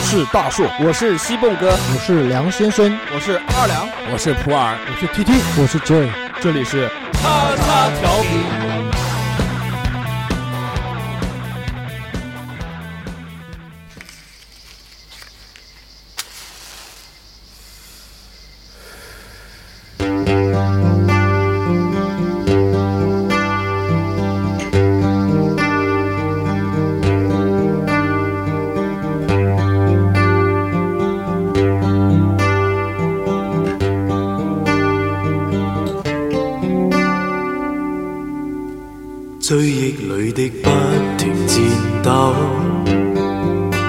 是大树，我是西蹦哥，我是梁先生，我是二两，我是普洱，我是 T T，我是 Joy，这里是叉叉调频。追忆里的不停戰鬥，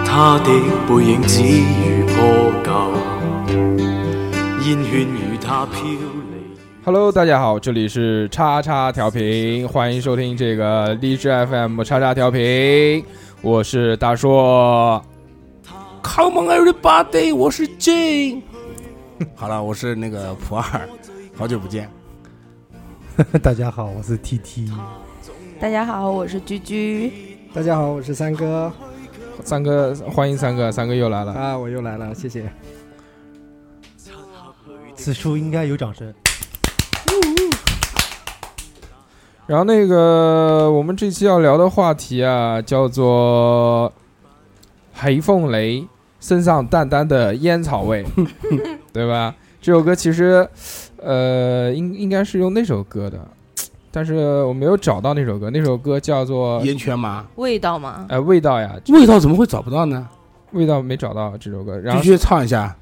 他的背影只如破舊，煙圈與他飄離。 Hello，大家好，这里是叉叉调频，欢迎收听这个荔枝 FM 叉叉调频，我是大硕。 Come on everybody，我是 J。 好了，我是那个普洱，好久不见。大家好，我是 T T，大家好，我是居居。大家好，我是三哥三哥，欢迎三哥，三哥又来了。啊，我又来了，谢谢。此处应该有掌声。然后那个，我们这期要聊的话题啊，叫做黑凤雷身上淡淡的烟草味，对吧？这首歌其实，呃，应应该是用那首歌的，但是我没有找到那首歌，那首歌叫做烟圈吗？味道吗？呃味道呀，呃味道怎么会找不到呢？味道没找到这首歌，然继后续唱一下，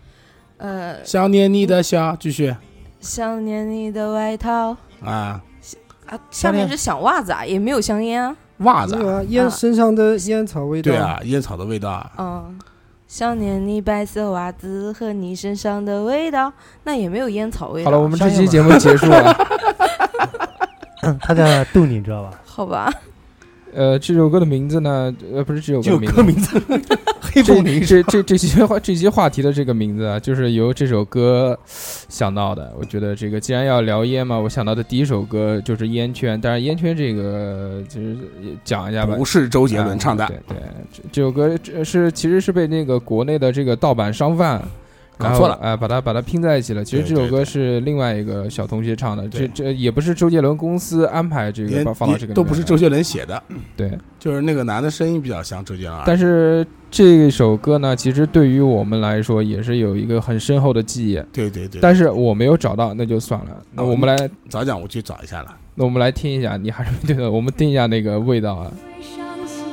呃，想念你的笑，继续想念你的外套啊，啊，下面是想袜子啊，也没有香烟啊。袜子没啊，有啊，烟身上的烟草味道。对，啊，烟草的味道啊，嗯，想念你白色袜子和你身上的味道，那也没有烟草味道。好了，我们这期节目结束了。 他在逗你，你知道 吧？好吧，呃，这首歌的名字呢，呃，不是这首歌就的名字，名字，黑这凤梨这这这些话这些话题的这个名字啊，就是由这首歌想到的。我觉得这个既然要聊烟嘛，我想到的第一首歌就是《烟圈》，但是《烟圈》这个其实也讲一下吧。不是周杰伦唱的，啊对对，这这首歌这是其实是被那个国内的这个盗版商贩搞错了哎、把它把它拼在一起了。其实对这首对歌对是另外一个小同学唱的，这对这也不是周杰伦公司安排这个连把放到这连个里都面不是的周杰啊伦写的，对。就是那个男的声音比较像周杰伦而已。啊但是这首歌呢，其实对于我们来说也是有一个很深厚的记忆。对对对，但是我没有找到，那就算了。那哦我们来，早讲我去找一下了。那我们来听一下，你还是 对的，我们听一下那个味道啊。伤心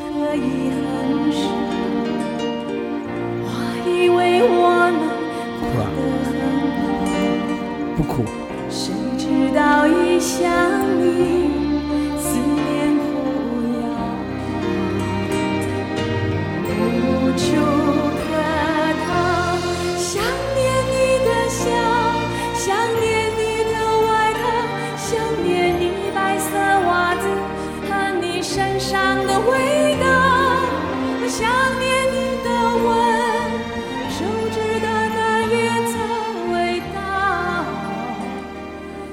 可以很深，我以为我能活得很不苦，好，谁知道一想你，思念苦药无处可逃。想念你的笑，想念你的外套，想念你白色袜子和你身上的味道，想念你的吻，手指头的烟草味道，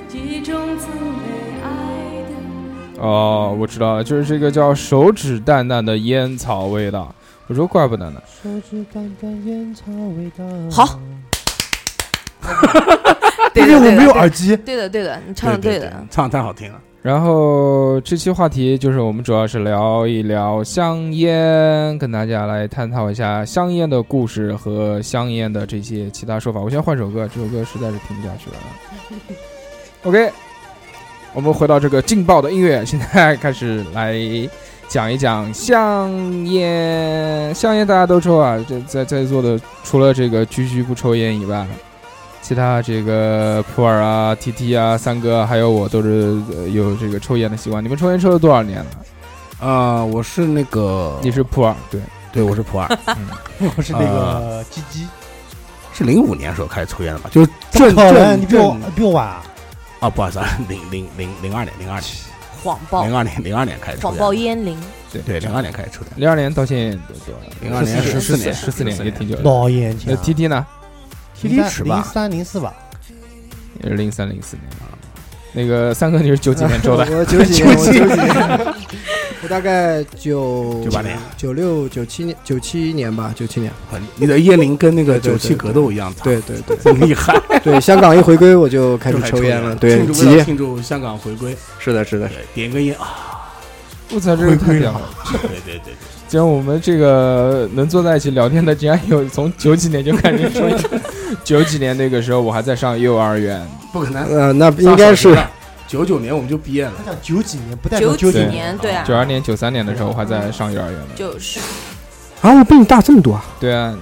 记忆中曾被爱的。哦，我知道了，就是这个叫手指淡淡的烟草味道。我说怪不得呢，手指淡淡烟草味道。好，毕对竟的，我对没有的，耳机。对的，对的，你唱的对的。，唱得太好听了。然后这期话题就是我们主要是聊一聊香烟，跟大家来探讨一下香烟的故事和香烟的这些其他说法。我先换首歌，这首歌实在是听不下去了。OK，我们回到这个劲爆的音乐，现在开始来讲一讲香烟。香烟大家都抽啊，这在在座的除了这个居居不抽烟以外，其他这个普洱啊、T T 啊、三哥还有我都是、呃有这个抽烟的习惯。你们抽烟抽了多少年了？啊，我是那个，你是普洱，对，对，我是普洱， 我是那个鸡鸡。是零五年时候开始抽烟的吧？就是正好了，你正比我正比我晚啊。啊，不好意思，啊， 零零零零二年，零二年，谎报，零二年，零二年开始抽谎烟报的。烟龄。对，零二年开始抽的。零二年到现在多少？ 02年十14年十四年14也挺久的。老眼睛呃那啊。 T T 呢？ T 零三零三零四吧。也是零三零四年啊。那个三哥你是九几年抽的？我九几年，我九几年，我大概九98年、九六、九七年、九七年吧，九七年。很你的烟龄跟那个九对对七格斗一样，对对对 操，厉 害，对，香港一回归我就开始还抽 烟了，对庆，祝为急了，庆祝香港回归，是的，是的，对点根烟啊， 我操，这个太屌了！对对对，既然我们这个能坐在一起聊天的，竟然有从九几年就开始说， 九几年那个时候我还在上幼儿园，不可能，呃，那应该是九九年我们就毕业了他，讲九几年，不代表九九几几对年，年对啊，九二年、九三年的时候我还在上幼儿园呢。就是啊，我比你大这么多啊，对啊，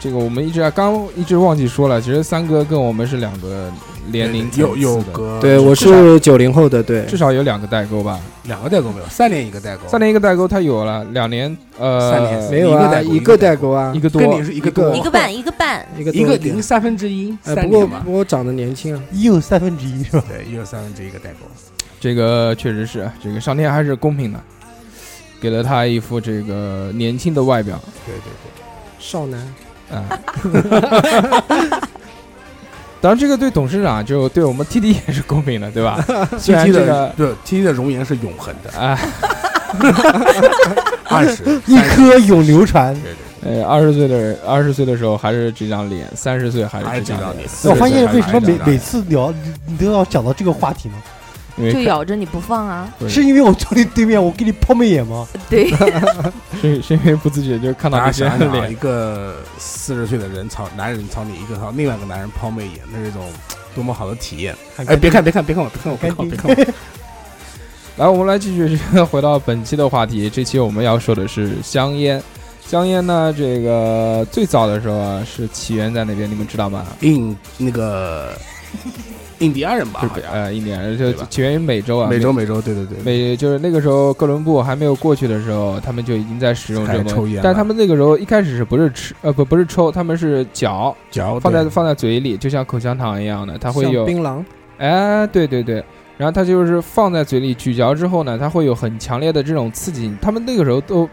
这个我们一直啊，刚一直忘记说了，其实三哥跟我们是两个年龄层有有次的个对啊我是九零后的，对，至少有两个代沟吧。两个代沟没有，三年一个代沟，三年一个代沟他有了，两年呃哦三年没有一个啊，代沟一个代沟啊一，个多跟你是一个多一一个半一个半，一个一多个一点零三分之一，哎，三不过年嘛不过我长得年轻啊，一有三分之一是吧？对，一个三分之一个代沟，这个确实是，这个上天还是公平的，给了他一副这个年轻的外表对对对，少男，啊。 当然，这个对董事长就对我们 TT 也是公平的，对吧？虽然 T 的这个对 T 的容颜是永恒 的，啊，二十，一颗永流传。呃，二十岁的人，二十岁的时候还是这张脸，三十岁还还是是这哎这张张脸脸。 40我发现岁还是为什么这每张每脸次聊你你都要讲到这个话题呢？因为就咬着你不放啊，对是因为我坐你对面，我给你抛媚眼吗？对，是是因为不 自觉就看到大家别人想的想啊，脸一，个四十岁的人朝男人朝你一个朝另外一个男人抛媚眼，那是一种多么好的体验！哎，别看别看别看我，别看我，别看我，别看我！来，我们来继续 回到本期的话题。这期我们要说的是香烟。香烟呢，这个最早的时候啊，是起源在哪边？你们知道吗？印那个 印第安人吧，就好是像呃，印第安人就啊对吧起源于美洲啊，美洲美洲，对对对，美就是那个时候哥伦布还没有过去的时候，他们就已经在使用这个开始东抽西烟。了但他们那个时候一开始是不是吃呃不不是抽，他们是嚼，嚼放在对放在嘴里，就像口香糖一样的，它会像有槟榔，哎，对对对，然后它就是放在嘴里咀嚼之后呢，它会有很强烈的这种刺激。他们那个时候都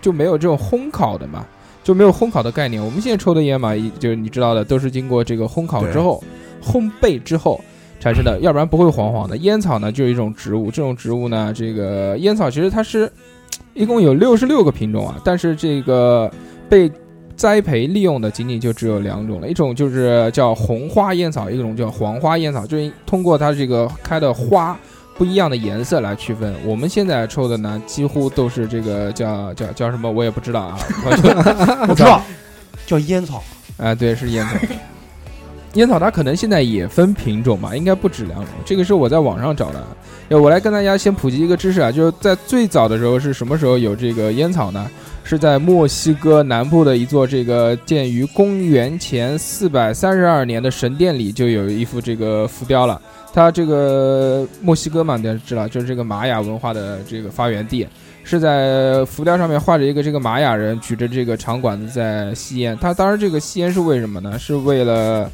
就没有这种烘烤的嘛，就没有烘烤的概念。我们现在抽的烟嘛，一就是你知道的，都是经过这个烘烤之后、烘焙之后产生的，要不然不会黄黄的。烟草呢，就是一种植物，这种植物呢，这个烟草其实它是一共有六十六个品种啊，但是这个被栽培利用的仅仅就只有两种了，一种就是叫红花烟草，一种叫黄花烟草，就是通过它这个开的花不一样的颜色来区分。我们现在抽的呢，几乎都是这个 叫叫叫什么，我也不知道啊。 我就我知道，叫烟草。啊，对，是烟草。烟草它可能现在也分品种吧，应该不止两种。这个是我在网上找的。要我来跟大家先普及一个知识啊，就是在最早的时候是什么时候有这个烟草呢？是在墨西哥南部的一座这个建于公元前四百三十二年的神殿里就有一幅这个浮标了。它这个墨西哥嘛，大家知道，就是这个玛雅文化的这个发源地。是在浮雕上面画着一个这个玛雅人举着这个长管子在吸烟。他当时这个吸烟是为什么呢？是为了，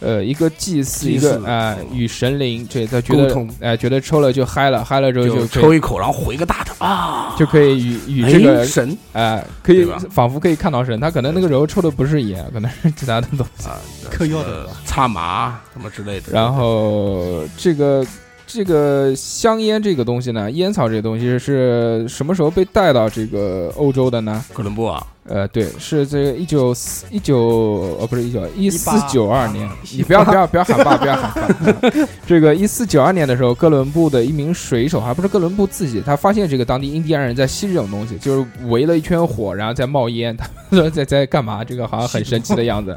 呃，一个祭祀，祭一祀个啊、与神灵，这他觉得沟通哎、觉得抽了就嗨了，嗨了之后就可抽以一口，然后回个大的啊，就可以与与这个哎神哎、可以对吧仿佛可以看到神。他可能那个时候抽的不是烟，可能是其他的东西。 啊，嗑药的呃插麻什么之类的，然后这个这个香烟这个东西呢，烟草这个东西是什么时候被带到这个欧洲的呢？哥伦布啊，呃，对，是这个一九四一九呃，不是一九一四九二年， 18你不要不要不要喊爸，不要喊 爸。嗯这个一四九二年的时候，哥伦布的一名水手，还不是哥伦布自己，他发现这个当地印第安人在吸这种东西，就是围了一圈火，然后在冒烟，他们说在在干嘛？这个好像很神奇的样子。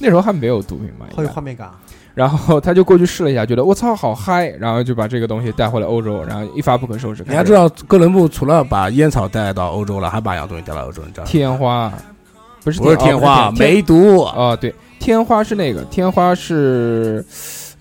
那时候还没有毒品嘛，应好有该画面感啊。然后他就过去试了一下，觉得我操好嗨，然后就把这个东西带回了欧洲，然后一发不可收拾。你要知道，哥伦布除了把烟草带到欧洲了，还把洋东西带到欧洲，你知道吗？天花，不是不是哦天花，天梅毒，哦，对，天花是那个，天花是，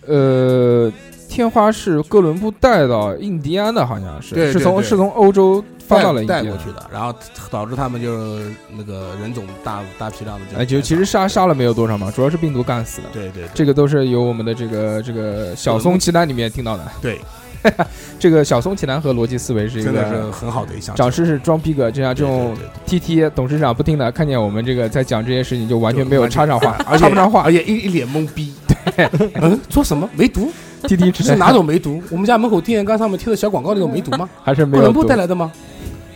呃，天花是哥伦布带到印第安的，好像是，对对是从对是从欧洲发到了印第带安过去的，然后导致他们就是那个人种大大批量的这种哎，就其实杀杀了没有多少嘛，主要是病毒干死的。对对对这个都是由我们的这个这个小松奇男里面听到的。对，这个小松奇男和逻辑思维是一真的是个很好的一项长知识装逼哥，就像这种对对对 TT 董事长不听的，看见我们这个在讲这些事情就完全就没有完全插上话， 而且插不上话而且一一脸懵 逼，嗯，说什么梅毒？ ，TT 只是哪种梅毒？我们家门口电线杆上面贴的小广告那种梅毒吗？还是没哥有伦布 读带来的吗？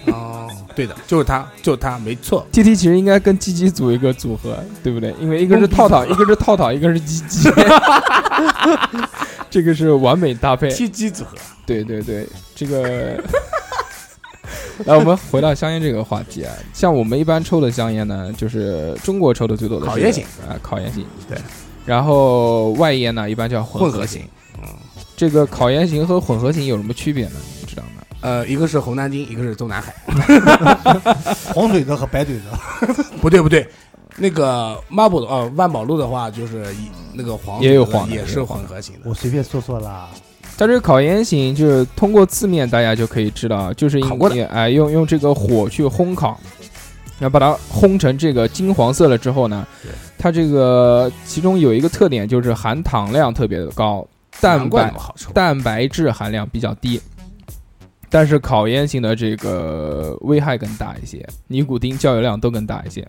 哦对的，就是他，就是他，没错。 T T 其实应该跟鸡鸡组一个组合，对不对？因为一个是套套，一个是套套，一个是鸡 鸡，这个是完美搭配。 T G 组合，对对对，这个。 来，我们回到香烟这个话题啊。像我们一般抽的香烟呢，就是中国抽的最多的是烤烟型啊，烤烟型对。然后外烟呢，一般叫混混合合型。型。这个烤烟型和混合型有什么区别呢？你知道吗？呃，一个是红南京，一个是中南海。黄嘴子和白嘴子，不对不对，那个万宝呃万宝路的话，就是一那个黄也有色的黄的也也是有黄混合型的。我随便说说啦。它这个烤烟型就是通过字面大家就可以知道，就是烤过你哎用用这个火去烘烤，然后把它烘成这个金黄色了之后呢，它这个其中有一个特点就是含糖量特别的高，蛋难怪那白么好抽。蛋白质含量比较低，但是烤烟型的这个危害更大一些，尼古丁、焦油量都更大一些。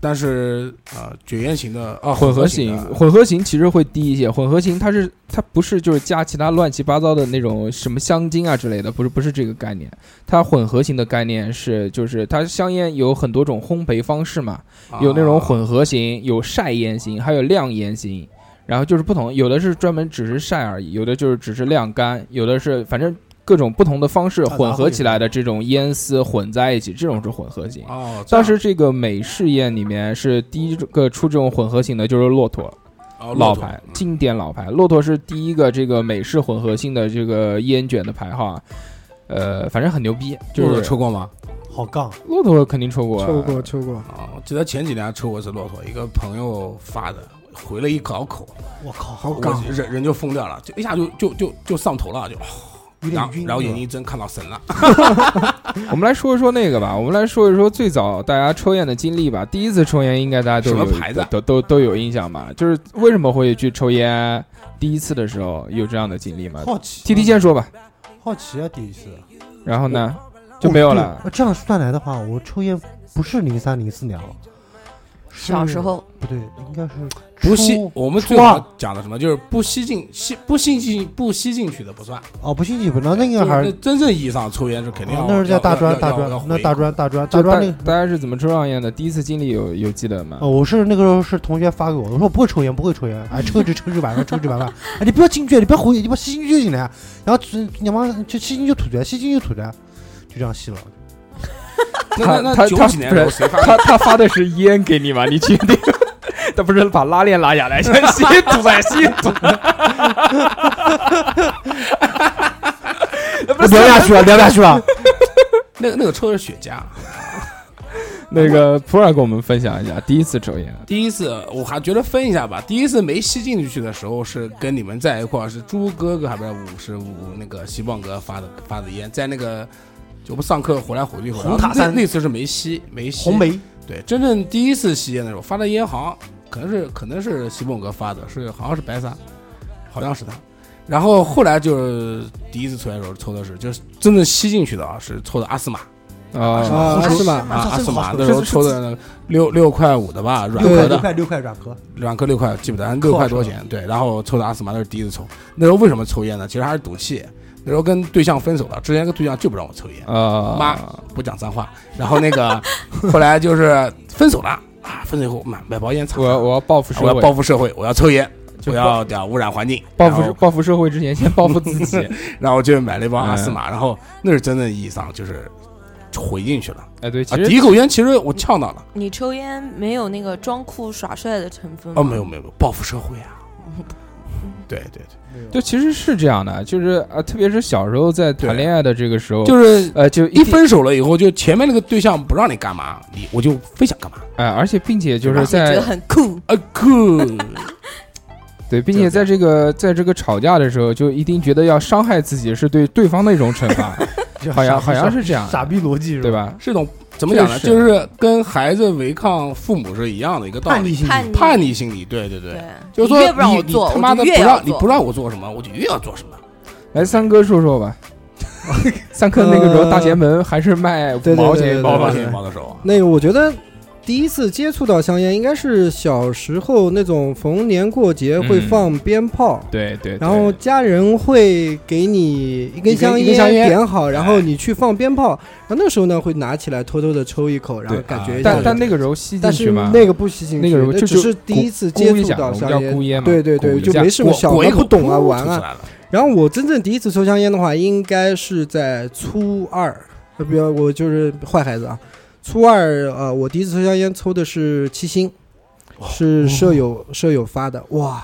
但是呃，卷烟型的啊，混合型型的，混合型其实会低一些，混合型它是它不是就是加其他乱七八糟的那种什么香精啊之类的，不是不是这个概念。它混合型的概念是就是它香烟有很多种烘焙方式嘛，有那啊种混合型，有晒烟型，还有晾烟型。然后就是不同，有的是专门只是晒而已，有的就是只是晾干，有的是反正各种不同的方式啊混合起来的这种烟丝混在一起，这种是混合型。哦，这样当时这个美式烟里面是第一个出这种混合型的，就是骆驼哦骆老驼牌嗯经典老牌，骆驼是第一个这个美式混合型的这个烟卷的牌号啊。呃，反正很牛逼，就骆驼是抽过吗？好杠，骆驼肯定抽过啊，抽过抽过，啊，我记得前几年抽过一次骆驼，一个朋友发的，回了一口口，我靠，好我港，人人就疯掉了，就一下就就就就上头了，就有然点后晕。然后眼睛一睁看到神了，我们来说一说那个吧，我们来说一说最早大家抽烟的经历吧。第一次抽烟应该大家都有什么牌子啊都都都有印象吧？就是为什么会去抽烟？第一次的时候有这样的经历吗好奇？T T 先说吧，好奇啊，第一次然后呢就没有了。。哦对这样算来的话，我抽烟不是零三零四年了，是 嗯小时候不对，应该是不吸初，我们最初二啊早讲的什么就是不吸进吸不吸进不吸进去的不算，哦，不信你不能那个还就是是真正意义上抽烟是肯定要哦那是叫大专要大要专要，那回大专大专就大大专那个。大家是怎么抽上烟的？第一次经历有有记得吗？哦，我是那个时候是同学发给我的，我说我不会抽烟，不会抽烟，哎，抽一支抽一支晚上抽一支晚上，哎，你不要进去，你不要回，你不要吸进去进来，然后嗯你妈就吸进去就吐出来，吸进去就吐出来，就这样吸了。那那他那他九几年的时候谁发他他发的是烟给你吗？你确定？ 他不是把拉链拉下来，先吸吐在吸吐。聊下去了，聊下去 了。 那个那个抽的是雪茄，那个普洱给我们分享一下第一次抽烟。第一次我还觉得分一下吧，第一次没吸进去的时候是跟你们在一块儿，是猪哥哥还不是五十五那个西棒哥发的发的烟，在那个就我们上课回来回去回来，红塔那山那次是没吸没吸红梅，对，真正第一次吸烟的时候发的烟好像可能是可能是西蹦哥发的，是好像是白沙，好像是他。然后后来就是第一次抽烟的时候抽的是，就是真正吸进去的啊，是抽的阿斯玛啊，啊阿是吧？啊，阿斯玛是那时候抽的那个六六块五的吧，软 六块壳六的，块六块软壳，软壳六块，记不得，六块多钱。对，然后抽的阿斯玛那是第一次抽，那时候为什么抽烟呢？其实还是赌气，那时候跟对象分手了，之前跟对象就不让我抽烟，啊，妈不讲脏话。然后那个后来就是分手了啊，分手以后买买包烟藏我着，要我要报复社我要会，报复社会，我要抽烟，就我要对啊污染环境，报然复后社报复社会之前，先报复自 己。然后就买了一包阿斯玛，然后那是真正意义上就是回进去了哎，对，其啊。第一实口烟其实我呛到了，你抽烟没有那个装酷耍帅的成分吗哦，没有没有，没有报复社会啊，对对对，就其实是这样的，就是呃，特别是小时候在谈恋爱的这个时候，就是呃，就一定分手了以后，就前面那个对象不让你干嘛，你我就非想干嘛，哎，而且并且就而是且觉在得很酷，啊酷，对，并且在这个在这个吵架的时候，就一定觉得要伤害自己是对对方的一种惩 罚，好像好像是这样的，傻逼逻辑是对吧？吧？是一种怎么讲呢？确实就是跟孩子违抗父母是一样的一个道叛理逆，性叛逆嗯叛逆心理，对对嗯对啊对。，就是说你越不让我你做，你他我妈就的越不要让你不做。让我做什么，我就越要做什么。来，三哥说 说吧。三哥那个时候大前门还是卖五对对毛对钱一 对包对吧八对千，毛的时候啊，那个我觉得第一次接触到香烟，应该是小时候那种逢年过节会嗯放鞭炮，对对，然后家人会给你一根香一根香烟点好，然哎后你去放鞭炮。然后那个时候呢，会拿起来偷偷的抽一口，然后感觉一下但子。啊但那个时候吸进但是去嘛，那个不吸进去，那个时候就只是是第一次接咕一触下到我们香叫烟咕烟嘛对对咕对，一就下没什么小裹一嘛口不懂啊噗玩吐出啊。来了然后我真正第一次抽香烟的话，应该是在初二，呃，不要我就是坏孩子啊。初二呃，我第一次抽香烟抽的是七星，是舍友舍友发的，哇，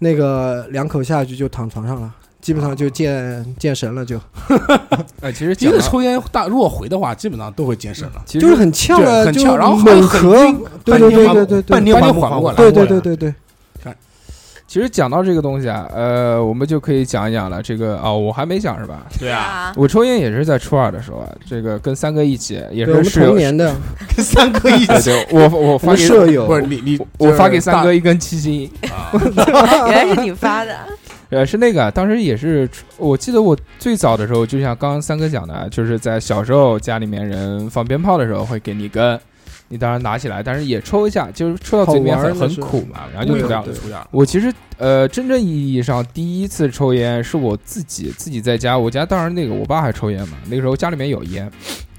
那个两口下去就躺床上了，基本上就见见神了，就哎，其实第一次讲到抽烟大，如果回的话，基本上都会健身了。其就是很呛对了，很就呛然后猛很咳晕，对半对天对缓对对对半天半天缓缓不过来对对对对对，其实讲到这个东西啊，呃，我们就可以讲一讲了。这个哦，我还没讲是吧？对 啊， 啊，我抽烟也是在初二的时候啊，这个跟三哥一起，也对是我们室友同。年的跟三哥一对起，对，我我我发 们给舍友哎不是你你我发给三哥一一根七星，啊原来 是你发的， 呃，是那个，当时也是，我记得我最早的时候，就像刚刚三哥讲的，啊就是在小时候家里面人放鞭炮的时候会给你一根，你当然拿起来，但是也抽一下，就是抽到嘴里面好玩很儿那很是苦嘛，然后就对吐掉了对。出样，我其实呃，真正意义上第一次抽烟是我自己自己在家，我家当然那个我爸还抽烟嘛，那个时候家里面有烟，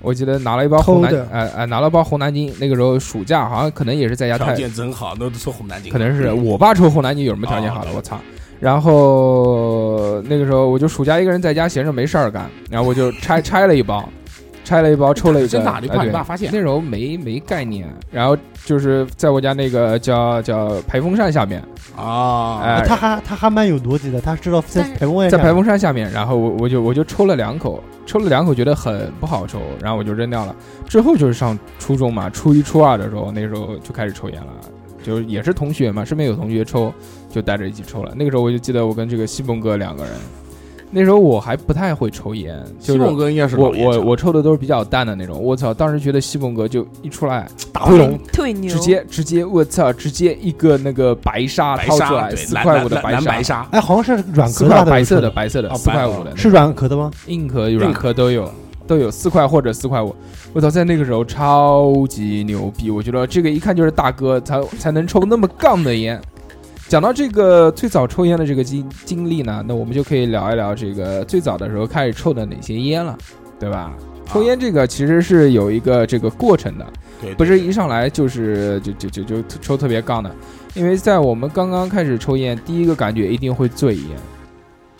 我记得拿了一包红南偷的，呃呃，拿了包红南京，那个时候暑假好像可能也是在家条太，件真好，那都说红南京，可能是我爸抽红南京有什么条件好哦的，我操。然后那个时候我就暑假一个人在家闲着没事儿干，然后我就拆拆了一包，拆了一包抽了一个，真大，你哎怕你对爸发现那时候没没概念，然后就是在我家那个叫叫排风扇下面，啊哎、他还他还蛮有逻辑的，他知道在但是排风在排风扇下面，然后我我就我就抽了两口，抽了两口觉得很不好抽，然后我就扔掉了。之后就是上初中嘛，初一初二的时候，那时候就开始抽烟了，就是也是同学嘛，身边有同学抽，就带着一起抽了。那个时候我就记得我跟这个西蒙哥两个人，那时候我还不太会抽烟，就西是蒙哥应该是我老爷我车我抽的都是比较淡的那种。我操，当时觉得西蒙哥就一出来大灰龙退牛，直接直接我操，直接一个那个白沙白掏出沙来对四蓝块蓝五的蓝蓝白白沙，沙，哎，好像是软四壳吧块他白们色说的白色的哦四块白五的那个是软壳的吗？硬壳、软硬壳都有，都有四块或者四块五。我操，在那个时候超级牛逼，我觉得这个一看就是大哥才才能抽那么杠的烟。讲到这个最早抽烟的这个经经历呢，那我们就可以聊一聊这个最早的时候开始抽的哪些烟了，对吧？抽烟这个其实是有一个这个过程的，对，对不是一上来就是就就就就抽特别杠的，因为在我们刚刚开始抽烟，第一个感觉一定会醉烟，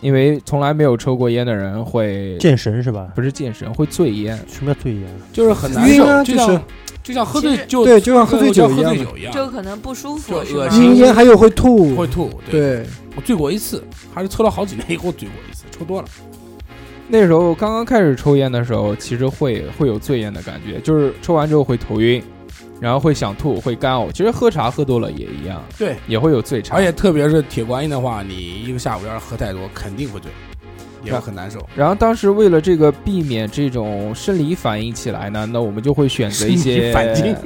因为从来没有抽过烟的人会健神是吧？不是健身，会醉烟。什么叫醉烟？就是很难晕受，啊就就是像就像喝其醉实就对，就像喝醉醉酒一喝样醉，酒一样，就可能不舒服，就是吧恶？心晕烟还有会吐，会吐。对，对，我醉过一次，还是抽了好几年以后醉过一次，抽多了。那时候刚刚开始抽烟的时候，其实会会有醉烟的感觉，就是抽完之后会头晕，然后会想吐，会干呕。其实喝茶喝多了也一样，对，也会有醉茶。而且特别是铁观音的话，你一个下午要是喝太多，肯定会醉，也会啊很难受。然后当时为了这个避免这种生理反应起来呢，那我们就会选择一 生些理反应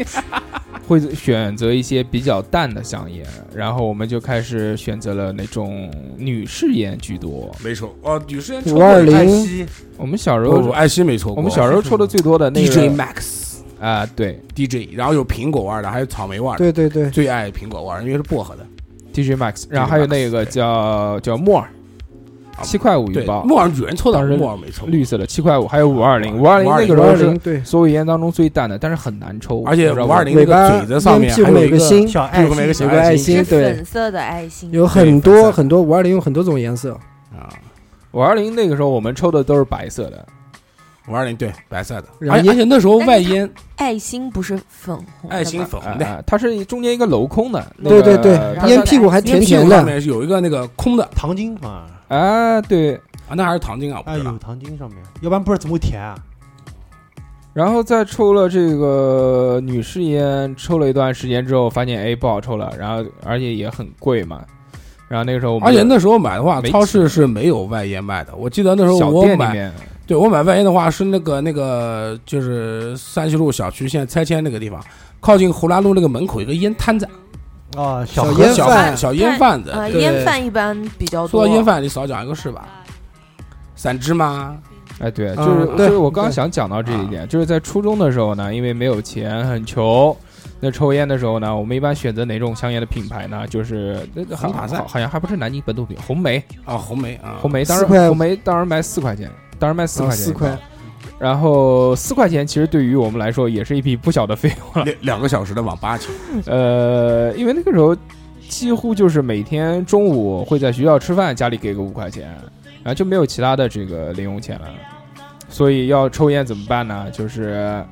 会选择一些比较淡的香烟，然后我们就开始选择了那种女士烟居多。没抽哦，女生抽过520艾艾希，我们小时我候，艾希没抽过。我们小时候抽的最多的那 DJ 个 Max 啊、对 DJ，然后有苹果味儿的，还有草莓味儿的。对对对，最爱苹果味儿，因为是薄荷的。 DJ Max，然后还有那个 Max，对叫叫木耳，啊七块五一对，包，木耳女人抽的当，时木耳没抽。绿色的七块五，还有五二零，五二零那个时候二是零对，所有烟当中最淡的，但是很难抽，而且不知道五二为零什么那尾巴个嘴子上面屁还股有有一一个个心，小爱屁股那个心小有个爱爱心心是对粉，色的爱心，有很多很多五二零有很多种颜色，啊，五二零那个时候我们抽的都是白色的，五二零对白色的，然而后且而且那时候但是外烟爱心不是粉红的吗，爱心粉红啊哎的，哎啊它是中间一个镂空的，那对个对然对，后烟屁股还烟甜屁股甜上的，面是有一个那个空的糖精啊，啊对，啊，那还是糖精啊，我不啊哎知道有。糖精上面，要不然不知道怎么会甜啊。然后再抽了这个女士烟，抽了一段时间之后，发现哎不好抽了，然后而且也很贵嘛，然后那个时候我们而且那时候买的话，没超市是没有外烟卖的。我记得那时候小我店里买，面对我买外烟的话是那个那个就是山西路小区现在拆迁那个地方，靠近胡兰路那个门口一个烟摊子，啊，小盒烟子小贩贩小烟贩子。呃，对烟饭一般比较说多。到烟贩，你少讲一个是吧？散支吗？哎，对，嗯就是、对啊就是我刚刚想讲到这一点，就是在初中的时候呢，因为没有钱，很穷，那抽烟的时候呢，我们一般选择哪种香烟的品牌呢？就是那个好红塔山好好像还不是南京本土品，红梅，啊，红梅啊，红梅当时四块啊红梅当时卖四块钱，当时卖四块钱，四块。然后四块钱其实对于我们来说也是一笔不小的费用 了，两两个小时的网吧去，呃，因为那个时候几乎就是每天中午会在学校吃饭，家里给个五块钱，然后就没有其他的这个零用钱了，所以要抽烟怎么办呢？就是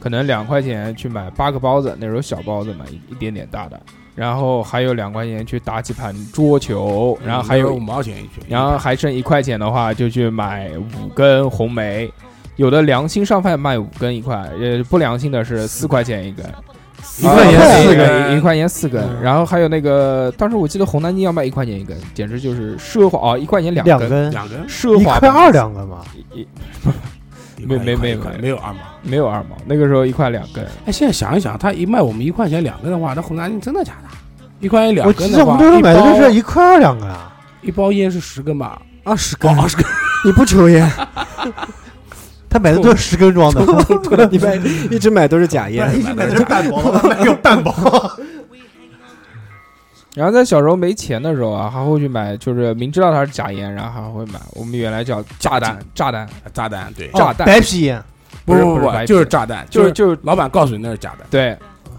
可能两块钱去买八个包子，那时候小包子嘛，一一点点大的，然后还有两块钱去打几盘桌球，然后还嗯有五毛钱一卷，然后还剩一块钱的话，就去买五根红梅。有的良心上饭卖五根一块，呃，不良心的是四块钱一根，一块钱啊四根一一块钱四根。然后还有那个，当时我记得红南京要卖一块钱一根，简直就是奢华哦，一块钱两两根，根，两根，奢一华块二两根嘛，一，一一没块没一块没一块没没有二毛。没有二毛，那个时候一块两根，哎，现在想一想，他一卖我们一块钱两根的话，那红南京真的假的？一块钱两我记根得的我话，们那时候一买的包就是一块二两根啊，一包烟是十根吧？二十根哦，，二十根，你不抽烟，他买的都是十根装的，你买一直买都是假烟。一直买的是半包，买个半包。然后在小时候没钱的时候啊，还会去买，就是明知道它是假烟，然后还会买。我们原来叫炸弹，炸弹，炸弹，对，炸弹， 白皮烟，不是不哦不不是白，就是皮炸弹，就是是就是老板告诉你那是假的，对，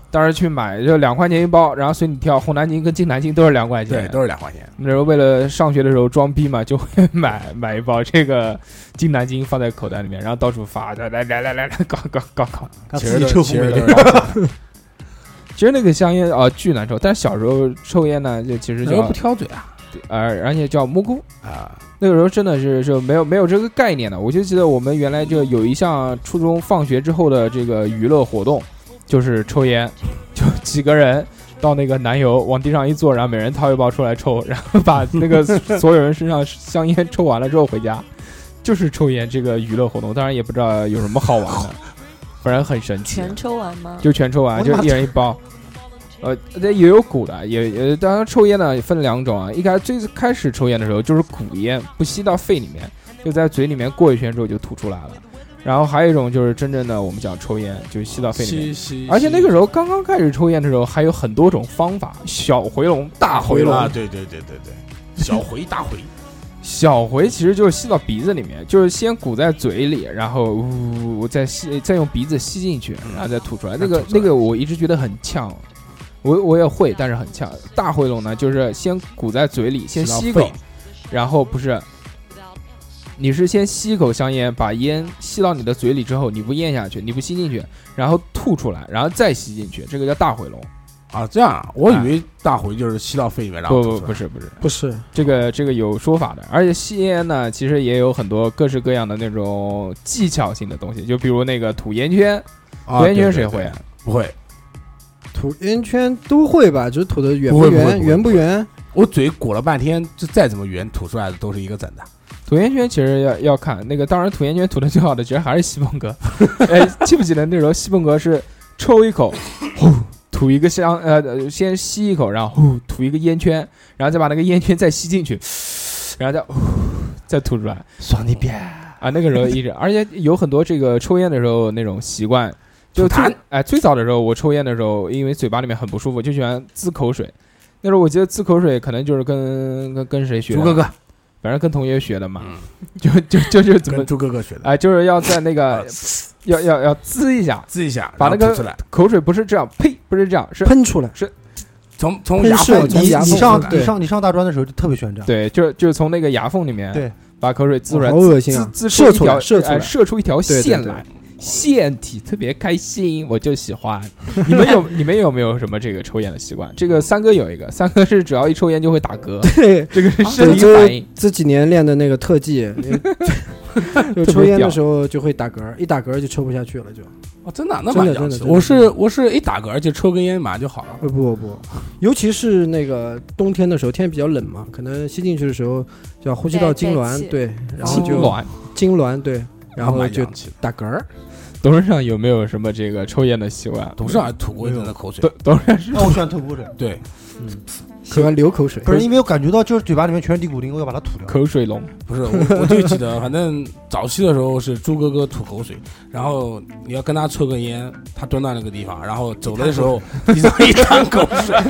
当时去买就两块钱一包，然后随你挑，红南京跟金南京都是两块对，钱。都是两块钱。那时候为了上学的时候装逼嘛，就会买 买一包这个金南京放在口袋里面，然后到处发，来来来来来来，搞搞搞搞。其自实己都抽其红实梅都的，是假的其实那个香烟啊、巨难抽，但是小时候抽烟呢，就其实那时候叫不挑嘴啊呃，而且叫蘑菇。啊，那个时候真的是是没有没有这个概念的。我就记得我们原来就有一项初中放学之后的这个娱乐活动，就是抽烟，就几个人到那个南油往地上一坐，然后每人掏一包出来抽，然后把那个 所有人身上香烟抽完了之后回家，就是抽烟这个娱乐活动。当然也不知道有什么好玩的，反正很神奇。全抽完吗？就全抽完，我的就妈一人一包。呃，这也有鼓的，也也当然抽烟呢也分两种啊。一开最开始抽烟的时候就是鼓烟，不吸到肺里面，就在嘴里面过一圈之后就吐出来了。然后还有一种就是真正的我们讲抽烟，就吸到肺里面。吸而且那个时候刚刚开始抽烟的时候，还有很多种方法，小回笼、大回笼啊，对对对对对，小回大回，小回其实就是吸到鼻子里面，就是先鼓在嘴里，然后呜再吸，再用鼻子吸进去，然后再嗯吐出来。那个那个我一直觉得很呛，我我也会，但是很呛。大回笼呢，就是先鼓在嘴里，先吸一口，然后不是，你是先吸一口香烟，把烟吸到你的嘴里之后，你不咽下去，你不吸进去，然后吐出来，然后再吸进去，这个叫大回笼。啊，这样啊我以为大回就是吸到肺里面，然后不吐出来不不是不是，不是，这个这个有说法的，而且吸烟呢，其实也有很多各式各样的那种技巧性的东西，就比如那个吐烟圈，啊吐烟圈对谁对会对啊？不会，吐烟圈都会吧，只是吐的圆不会不会不会圆，圆不圆。我嘴裹了半天，这再怎么圆，吐出来的都是一个整的。吐烟圈其实要要看那个，当然吐烟圈吐的最好的其实还是西凤哥， 哎，记不记得那时候西凤哥是抽一口，呼吐一个香，呃，呃先吸一口，然后呼吐一个烟圈，然后再把那个烟圈再吸进去，然后再呼再吐出来，爽你别！啊，那个时候一直，而且有很多这个抽烟的时候那种习惯，就吐痰最哎，最早的时候我抽烟的时候，因为嘴巴里面很不舒服，就喜欢滋口水。那时候我记得滋口水可能就是跟跟跟谁学朱的，哥哥，反正跟同学学的嘛，嗯 就就就是怎么跟朱哥哥学的，哎，就是要在那啊个 要要要滋一下，滋一下，把那然后个吐出来，口水不是这样，呸，不是这样，是喷出来，从从喷牙射缝从你牙你缝上出来你上你上大专的时候就特别喜欢这样，对，就是就是从那个牙缝里面对把口水滋出来好，恶心啊！滋射出一出条来，射出哎来，射出一条对对线对来，腺体特别开心，我就喜 欢。你们有你们有没有什么这个抽烟的习惯？这个三哥有一个，三哥是只要一抽烟就会打嗝，对，啊这个是生对，理就反是应。这几年练的那个特技，就抽烟的时候就会打嗝，一打嗝就抽不下去了，就哦，真的啊那真蛮的洋真的气的。真的我是我是一打嗝就抽根烟马上就好了。不呃不不，尤其是那个冬天的时候，天比较冷嘛，可能吸进去的时候叫呼吸道痉带带气挛，对，然后痉 就挛。痉挛，对，然后蛮就洋气的。打嗝儿，董事长有没有什么这个抽烟的习惯？董事长还吐过一顿的口水董，董事长是那我喜欢吐口水，对，喜欢流口水。不是因为我感觉到就是嘴巴里面全是尼古丁，我要把它吐掉。口水龙，不是，我我就记得，反正早期的时候是猪哥哥吐口水，然后你要跟他抽根烟，他蹲到那个地方，然后走的时候地上一滩口水。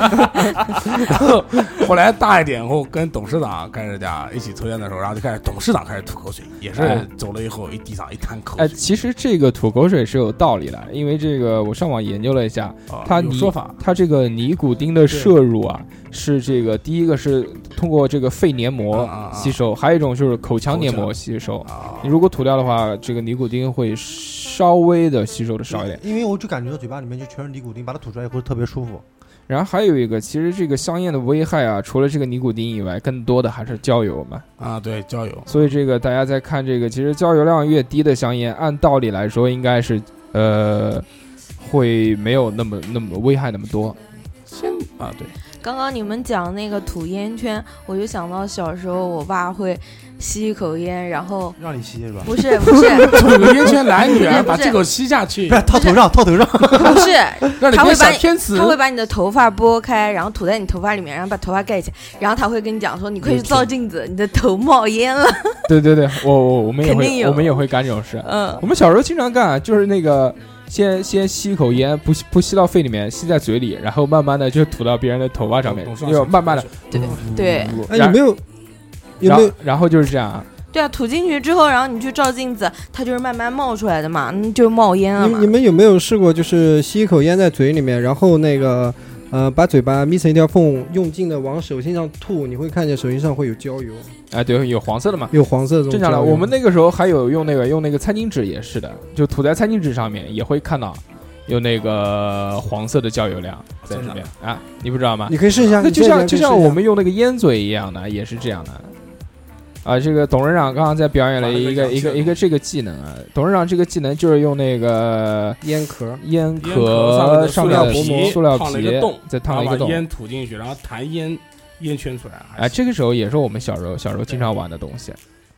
然后后来大一点后，跟董事长开始讲一起抽烟的时候，然后就开始董事长开始吐口水，也哎是走了以后一地上一滩口哎，水。其实这个吐口水是有道理的，因为这个我上网研究了一下，啊他有尼说法，它这个尼古丁的摄入啊，是这个第一个是通过这个肺黏膜啊啊啊吸收，还有一种就是口腔黏口膜吸收。啊你如果吐掉的话，这个尼古丁会稍微的吸收的少一点。因为我就感觉到嘴巴里面就全是尼古丁，把它吐出来以后特别舒服。然后还有一个，其实这个香烟的危害啊，除了这个尼古丁以外，更多的还是焦油嘛。啊，对，交友所以这个大家在看这个，其实焦油量越低的香烟，按道理来说应该是呃会没有那么那么危害那么 多。啊，对，刚刚你们讲那个吐烟圈，我就想到小时候我爸会吸一口烟，然后让你吸是吧？不是不是吐烟圈男女啊， 不是把这口吸下去不，是套头上，套头上。不是，让你他变会把小你天使他。会把你的头发拨开，然后吐在你头发里面，然后把头发盖起来，然后他会跟你讲说，你快去照镜子，你的头冒烟了。对对对，我我我们也肯定会有我们也会干这种事。嗯我们小时候经常干，就是那个先先吸一口烟，不吸不吸到肺里面，吸在嘴里，然后慢慢的就吐到别人的头发上面哦董事，长就慢慢的。嗯对哎，有没有有然没后有然后就是这样啊，对啊，吐进去之后，然后你去照镜子，它就是慢慢冒出来的嘛，那就冒烟了你你嘛。们有没有试过，就是吸一口烟在嘴里面，然后那个呃把嘴巴眯成一条缝，用劲的往手心上吐，你会看见手心上会有焦油，哎，对，有黄色的嘛。有黄色的这种正焦常油。的，我们那个时候还有用那个用那个餐巾纸也是的，就涂在餐巾纸上面也会看到有那个黄色的焦油量在里面啊，你不知道吗？你可以试一下，那你就现在像可就以试像一下我们用那个烟嘴一样的，也是这样的。啊，这个董事长刚刚在表演了一个一个一个这个技能啊，董事长这个技能就是用那个烟壳，烟烟壳壳上上面面的的塑塑料皮料烫了一皮个洞，再然烫后了一把个洞。烟吐进去，然后弹烟烟圈出来。哎，这个时候也是我们小时候小时候经常玩的东西。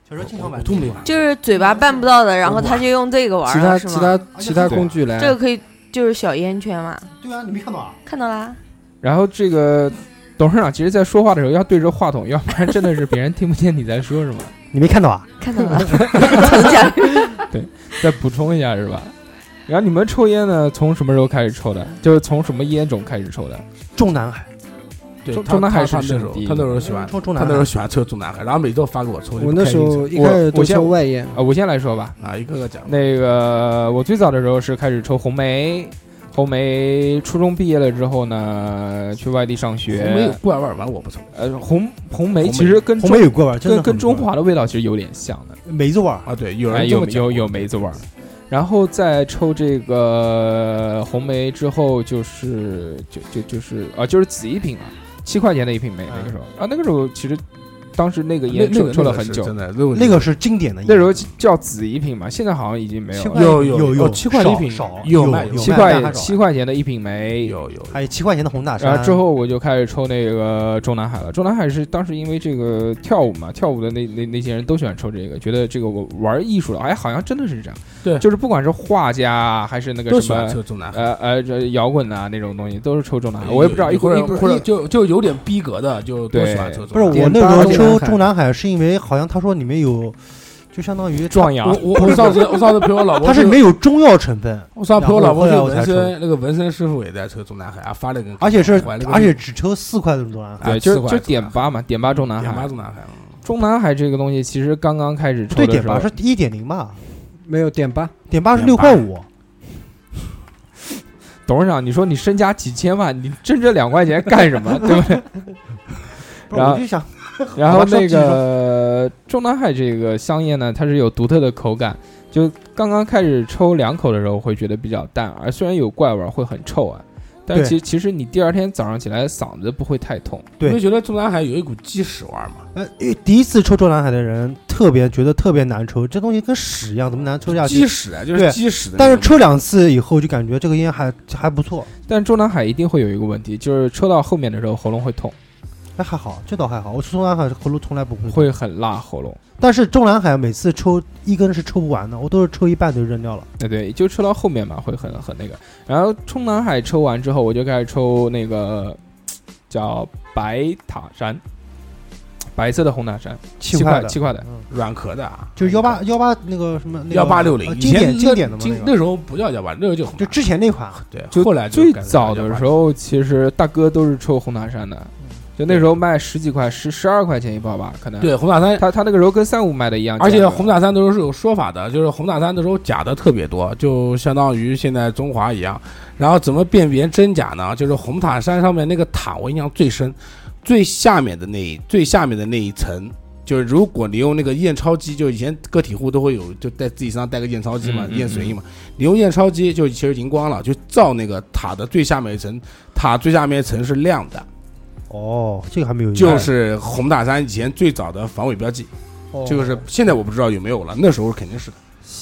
小时候经常我玩都没玩。就是嘴巴办不到的，然后他就用这个玩其了，他是其吗？他其他工具来。这个可以就是小烟圈嘛，对啊，你没看到啊？看到啦。然后这个董事长其实在说话的时候要对着话筒，要不然真的是别人听不见你在说什么。你没看到啊？看到了，怎么讲？再补充一下是吧？然后你们抽烟呢，从什么时候开始抽的？就是从什么烟种开始抽的？中南海，对，中他中南他海是他那圣时候，地他那时候喜欢，抽中他南那海时候。喜欢抽中南海，然后每周发给我抽。就不我那开时心候抽一开始我都我先抽外烟，啊，我先来说吧。啊，一个个讲。那个我最早的时候是开始抽红梅，红梅初中毕业了之后呢，去外地上没有学。怪味儿，反正我不抽呃，红红红梅梅其实跟红中梅有过味儿，真跟的很跟中过味华的味道其实有点像的。儿梅子味儿，啊。对，有哎，人这有么讲有有梅子味儿。然后再抽这个红梅之后、就是，就就就是啊，就是紫一品了，七块钱的一品梅。那个时嗯候、啊，那个时候其实当时那个那烟那抽、个抽了那个很是久，真的那个那个是经典的。那时候叫紫一品嘛，现在好像已经没有七了。块有有有有七七块块礼品少有有卖有七卖但块还少七块钱的一品梅，有有还有七块钱的红塔然山。后之后我就开始抽那个中南海了。中南海是当时因为这个跳舞嘛，跳舞的那那那些人都喜欢抽这个，觉得这个我玩艺术了，哎，好像真的是这样。对就是不管是画家啊还是那都个喜什欢么抽中南啊海。呃呃这摇滚啊那种东西，都是抽中南海。啊哎我也不知道一会或儿者一会或者儿就就有点逼格的，就都喜欢对抽中南海。不是我点那八时候中啊抽南海中南海是因为好像他说里面有，就相当于壮阳我，我我上次我上次陪我老婆它去，是没有中药成分，我上次陪我老婆去然后后来纹我才身，那个纹身师傅也在抽中南海，啊，发了个，而且是怀了个而且只抽啊四块的中南海。对，就是就点八嘛，点八中南点八海。中南海，中南海这个东西其实刚刚开始不抽对，的点时八候，是一点零吧？没有点八，点八是点六八块五，董事长，你说你身家几千万，你挣这两块钱干什么，对不 对？不是然后我就想然后好吧说那继续个中南海这个香烟呢，它是有独特的口感，就刚刚开始抽两口的时候会觉得比较淡，而虽然有怪味儿，会很臭啊，但对其其实你第二天早上起来嗓子不会太痛。对你会觉得中南海有一股鸡屎味儿嘛？呃，第一次抽中南海的人特别觉得特别难抽，这东西跟屎一样，怎么难抽下鸡去？屎啊，就是对鸡屎的那但种是味道。抽两次以后就感觉这个烟还还不错，但中南海一定会有一个问题，就是抽到后面的时候喉咙会痛，那哎还好，这倒还好。我抽中南海喉咙从来不会，会很辣喉咙。但是中南海每次抽一根是抽不完的，我都是抽一半就扔掉了。哎，对，就抽到后面嘛，会很很那个。然后中南海抽完之后，我就开始抽那个，叫白塔山，白色的红塔山，七块的，七块的，嗯软壳的啊，就是幺八幺八那个什么那个幺八六零呃，经典经典的嘛经那个，那时候不叫幺八，那时候就就之前那款对，就后来就最改成早的时候，其实大哥都是抽红塔山的，就那时候卖十几块、十十二块钱一包吧，可能118，对红塔山，他他那个时候跟三五卖啊的一样价格，而且红塔山那时候是有说法的，就是红塔山那时候假的特别多，就相当于现在中华一样。然后怎么辨别真假呢？就是红塔山上面那个塔，我印象最深，最下面的那一最下面的那一层。就是如果你用那个验钞机，就以前个体户都会有，就在自己身上带个验钞机嘛嗯，嗯验水印嘛。你用验钞机就其实荧光了，就照那个塔的最下面一层，塔最下面一层是亮的，哦，这个还没有印象，就是红塔山以前最早的防伪标记。哦这个是现在我不知道有没有了，那时候肯定是的。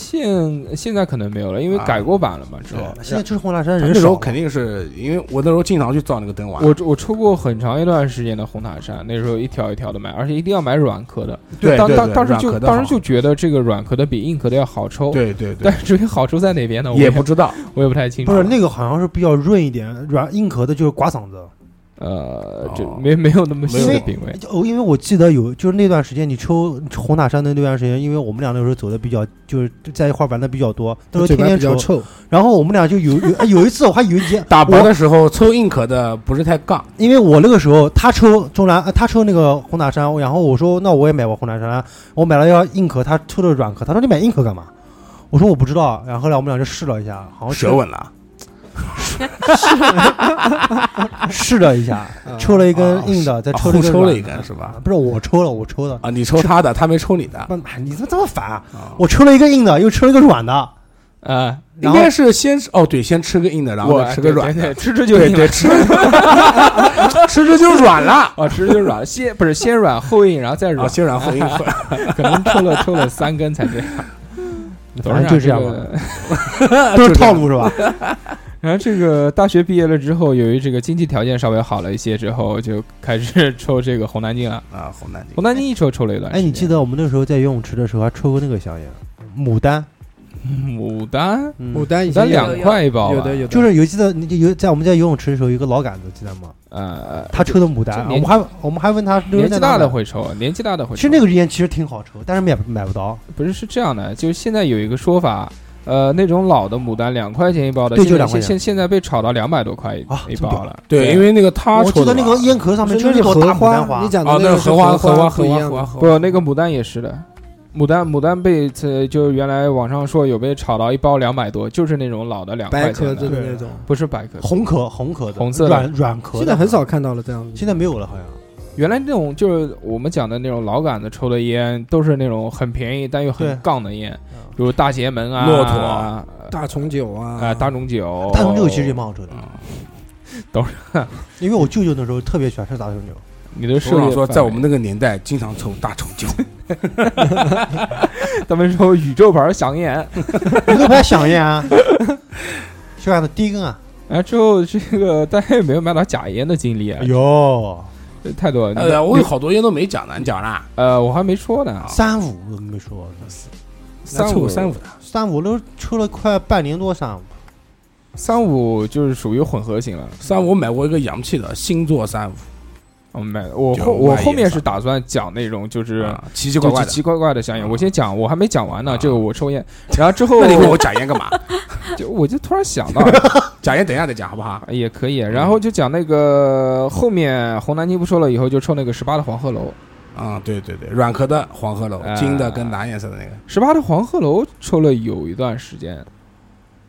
现现在可能没有了，因为啊改过版了嘛之后。现在就是红塔山人那时少候了，肯定是因为我那时候经常去照那个灯玩，我我抽过很长一段时间的红塔山，那时候一条一条的买，而且一定要买软壳的。对当对当对当时软就壳的当时好就觉得这个软壳的比硬壳的要好抽，对对对但，至于好抽在哪边呢，我也不知道。我也不太清楚。不是那个好像是比较润一点，软硬壳的就是刮嗓子。呃，这哦没没有那么细没的有品味，哦，因为我记得有，就是那段时间你抽红塔山的那段时间，因为我们俩那时候走的比较，就是在一块儿玩的比较多，那时候嘴天巴天比较抽。臭，然后我们俩就有有哎有一次我还有一天 打薄我的时候抽硬壳的不是太杠，因为我那个时候他抽中蓝，呃他抽那个红塔山，然后我说那我也买过红塔山，啊我买了要硬壳，他抽的软壳，他说你买硬壳干嘛？我说我不知道，然后后来我们俩就试了一下，好像舌吻了，试了一 下，啊抽了一根硬的，再啊抽互了一根抽了软一的根是吧？不是我抽了，我抽的。啊，你抽他的，他没抽你的，妈妈，你怎么这么烦啊？啊我抽了一个硬的，又抽了一个软的，啊，应然后该是先吃哦，对，先吃个硬的，然后我再吃个软的，吃吃就对硬对，了。吃 吃着就软了，哦，吃吃就软，先不是先软后硬，然后再然后软，哦先软后硬核。可能抽了抽了三根才 这样。反啊正就这样吧吧。 都是套路是吧？然后这个大学毕业了之后，由于这个经济条件稍微好了一些之后，就开始 抽这个红南京了。啊，红南京红南哦京一抽抽了一段时哎，间。你记得我们那时候在游泳池的时候还抽过那个香烟，牡丹，牡丹？牡嗯，丹以牡丹前有两块一包吧，有的有的就是有记得你有在我们在游泳池的时候有一个老杆子，记得吗？呃，他抽的牡丹，就我们还我们还问他年纪大的，就是在哪买会抽，年纪大的会抽。其实那个烟其实挺好抽，但是买不买不到，不是是这样的，就是现在有一个说法，呃，那种老的牡丹两块钱一包的，对现就在两块钱现现在被炒到两百多块一啊一这么屌包了。对，因为那个他我抽记的得那个吧烟壳上面不是全那是朵大荷牡丹花你，讲的哦，那是是荷花荷花不荷一花样荷的花荷花不，那个牡丹也是的，牡丹牡丹被呃，就是原来网上说有被炒到一包两百多，就是那种老的两白块壳钱子的，的那种，不是白壳，红壳红壳的，红色的软软壳的，现在很少，看到了这样子现。在没有了好像。原来那种就是我们讲的那种老杆子抽的烟，都是那种很便宜但又对很杠的烟，比如大邪门啊、骆驼嗯啊、大重九啊，呃大种酒、大红酒其实也蛮好抽的，都是。 因为我舅舅那时候特别喜欢吃大红酒，你的我设想想说，在我们那个年代，经常抽大重酒，他们说宇宙牌香烟，你都不要想烟啊，就按的第一根啊，啊，之后这个 大家有没有买到假烟的经历啊哎？呦，太多了。哎你呀，我有好多烟都没讲呢，你讲啦？呃，我还没说呢，三五我没说，那三凑五个三五的。三五都抽了快半年多三五，三五就是属于混合型了。三五我买过一个洋气的星座三五，我买我就后我卖后烟面嗓是打算讲那种就是啊奇奇就怪怪奇的。奇怪怪的香烟，我先讲，我还没讲完呢，啊这个我抽烟，然后之后那你问我假烟干嘛？ 就我就突然想到假烟等一下再讲好不好？啊也可以，嗯然后就讲那个后面红南京不说了，以后就抽那个十八的黄鹤楼，啊，对对对，软壳的黄鹤楼啊，金的跟蓝颜色的那个，十八的黄鹤楼抽了有一段时间，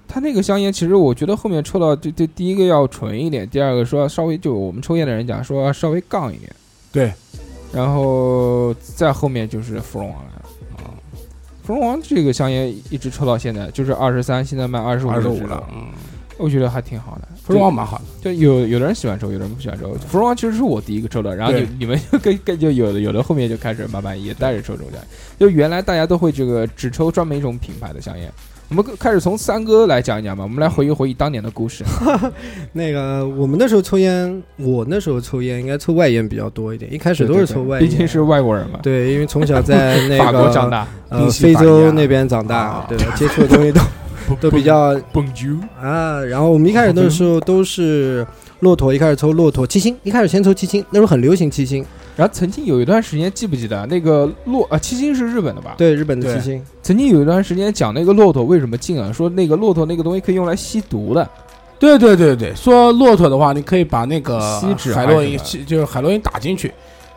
他那个香烟其实我觉得后面抽到就就第一个要纯一点，第二个说要稍微就我们抽烟的人讲说要稍微杠一点，对，然后再后面就是芙蓉王了。啊，芙蓉王这个香烟一直抽到现在，就是二十三，现在卖二十五二十个五五了了，，嗯，我觉得还挺好的。芙蓉王蛮好的，就有有的人喜欢抽，有的人不喜欢抽。芙蓉王其实是我第一个抽的，然后你对你们 就跟跟就有的有的后面就开始慢慢也带着抽这种香烟。就原来大家都会这个只抽专门一种品牌的香烟。我们开始从三哥来讲一讲吧，我们来回忆回忆当年的故事。那个我们那时候抽烟，我那时候抽烟应该抽外烟比较多一点，一开始都 是抽外毕烟，竟是外国人嘛，对，因为从小在那个法国长大。呃宾夕非法尼亚洲那边长大啊，对吧？接触的东西都都比较 Bonjour，啊，然后我们一开始的时候都是骆驼一开始抽骆驼七星，一开始先抽七星，那时候很流行七星，然后曾经有一段时间，记不记得那个骆啊，七星是日本的吧？，对日本的对七星，曾经有一段时间讲那个骆驼为什么禁啊，说那个骆驼那个东西可以用来吸毒的，对对对对，说骆驼的话，你可以把那个锡纸啊海还是洛什因，么吸就是海洛因打进去，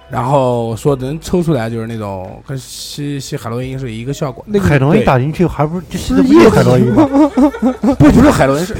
然后说能抽出来，就是那种跟吸吸海洛因是一个效果。那个海洛因对打进去还不是就是不是海洛因吗？不不是海 洛因，是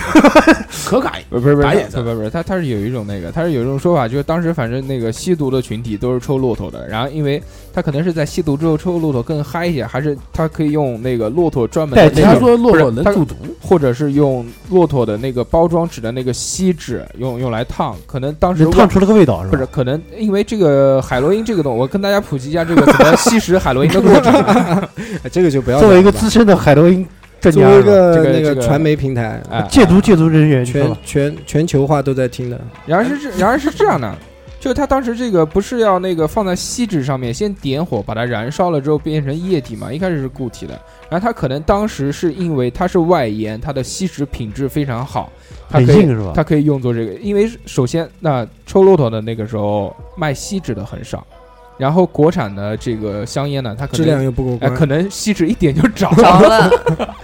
可卡因。不是不是打不野是的不是不是，他他是有一种那个，他是有一种说法，就是当时反正那个吸毒的群体都是抽骆驼的，然后因为他可能是在吸毒之后抽骆驼更嗨一些，还是他可以用那个骆驼专门代的替人那家种说骆驼不是能它中毒，或者是用骆驼的那个包装纸的那个锡纸用用来烫，可能当时能烫出那个味道是不吧？是，可能因为这个海洛因这个东，我跟大家普及一下这个怎么 吸食海洛因的过程。哎这个就不要作为一个讲了资深的海洛因专吧作家为是一吧，个这个那这个个传媒平台，啊哎，戒毒戒毒人员是全吧？全全球化都在听的，然而是这，然而是这样的，就是他当时这个不是要那个放在锡纸上面，先点火把它燃烧了之后变成液体嘛？一开始是固体的，然后他可能当时是因为它是外延，它的吸食品质非常好，它很可以硬是吧？它可以用作这个，因为首先那抽骆驼的那个时候卖锡纸的很少，然后国产的这个香烟呢，它可质量能。又不过哎，关可。能锡纸一点就着着 了，了，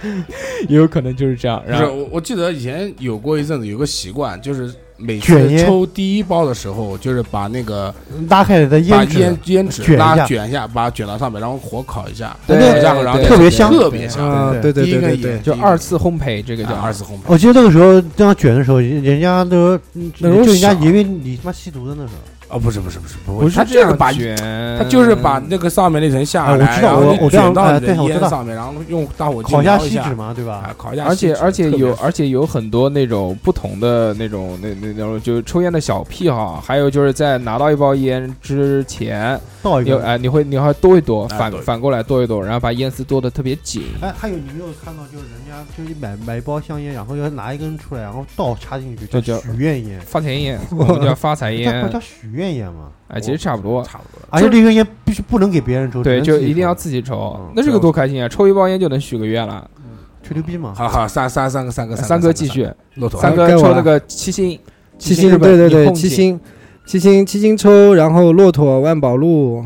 也有可能就是这样。不然是后我我记得以前有过一阵子有个习惯，就是每卷次烟抽第一包的时候，就是把那个拉开来的把胭脂烟，烟纸卷一拉下卷一下，把它卷到上面，然后火烤一下，对烤一下然后对特别香特别香。啊，对对对第一对根对烟对，就二次烘焙这个叫叫啊二次烘焙我记得那个时候这样卷的时候，人家都那就时候人家少以为你他妈吸毒的那时候。哦，不是不是不是不不会，是它这就是样把卷，它就是把那个上面那层下啊我来，知然道后我你我知道卷到哎你对的我知烟道上面，然后用大火烤一一下下锡纸下，嘛，对吧啊？，烤一下而锡且纸而特且别有香而且有很多那种不同的那种那那那种就是抽烟的小癖好，还有就是在拿到一包烟之前，倒一你个。哎你会你还多一多，哎反剁一剁反过来多一多，然后把烟丝剁得特别紧。哎，还有你没有看到，就是人家就是买买一包香烟，然后要拿一根出来，然后倒插进去，这叫叫哎许愿烟，发财烟，我们叫发财叫烟叫，许愿烟嘛。哎，其实差不多。差不多了。而且这根烟必须不能给别人抽，对，只就能自己一定要抽自己抽嗯，那这个多开心啊！抽一包烟就能许个愿了。哎吹牛逼嘛。好好，三三三个三个三个哥继，续，骆驼三好哥该我抽了那个七星，七星星，日本对对你对，碰七见星，七星，七星抽，然后骆驼、万宝路，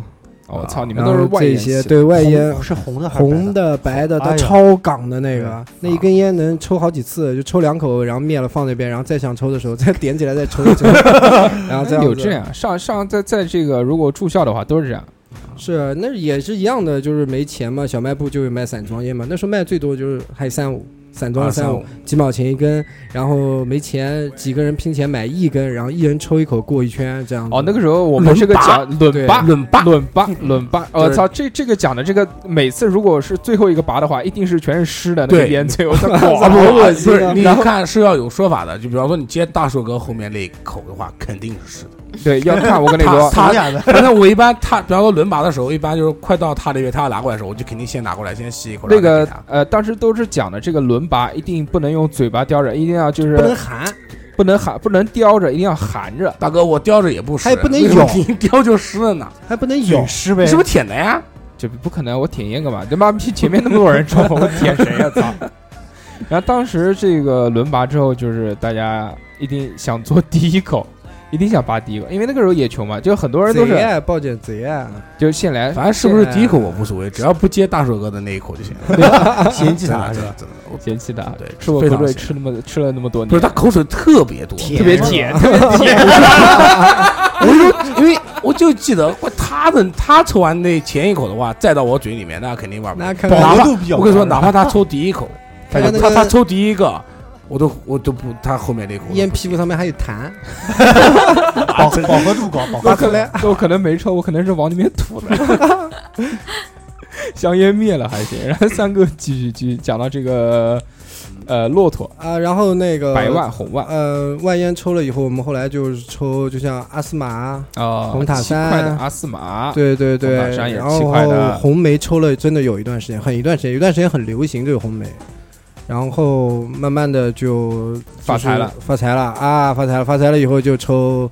我啊操，你你们都是外嗯这延些，系对外红烟，是红的还是白红的？的、白的，哎它呀超港哎的那个，那一啊根烟能抽好几次，就抽两口，然后灭了放那边，然后再想抽的时候再点起来再 抽一抽，然后这样有子这样啊上上在在这个如果住校的话都是这样。是那也是一样的，就是没钱嘛，小卖部就有卖散装烟嘛，那时候卖最多就是还三五。散装啊三三五五几毛钱一根，然后没钱，几个人拼钱买一根，然后一人抽一口过一圈这样子。哦，那个时候我们这个讲轮拔，轮拔，轮拔，轮拔。我操，这这个讲的这个，每次如果是最后一个拔的话，一定是全是湿的那个对烟嘴，我操，好恶不心是啊！你看是要有说法的，就比方说你接大寿哥后面那一口的话，肯定是是的。对，要看我跟你说，他假的，反正我一般他，比方说轮拔的时候，一般就是快到他那边，他要拿过来的时候，我就肯定先拿过来，先吸一口。那然后个再给他呃，当时都是讲的这个轮拔一定不能用嘴巴叼着，一定要就不能是含，不能含，不能叼着，一定要含着。大哥，我叼着也不湿，还不能为什么咬 你叼就湿了呢。还不能有饮，食 呗你。是不是舔的呀？这不可能，我舔烟干嘛？他妈逼前面那么多人抽， 我舔谁呀、操！然后当时这个轮拔之后，就是大家一定想做第一口，一定想拔第一口，因为那个时候也穷嘛，就很多人都贼是爱报警贼爱。就先来，反正是不是第一口我无所谓，只要不接大寿哥的那一口就行了。嫌弃真他的是真的？吧真的，我嫌弃的，对吃我非口常水啊嫌吃那么吃了那么多年，不是他口水特别多，舔特别甜， 特别甜。因为我就记得我他的他抽完那前一口的话，再到我嘴里面，那肯定玩不了。那看哪看怕饱和度比较我跟你说，高哪怕他抽第一 口，他看看那他他个抽第一个，我都我都不他后面那口我都不烟屁股上面还有痰，饱饱和度高，饱 我和度可能我可能没抽，我可能是往里面吐的。香烟灭了还行，然后三哥继续继续讲到这个，呃，骆驼啊，然后那个百万红万呃，万烟抽了以后，我们后来就是抽，就像阿斯玛，啊，红塔七山块的阿斯玛，对对对，红塔山也是然七块的后红梅抽了，真的有一段时间，很一段时间，有一段时间很流行这个红梅，然后慢慢的就发财了，就是发财了啊，发财了，发财了以后就抽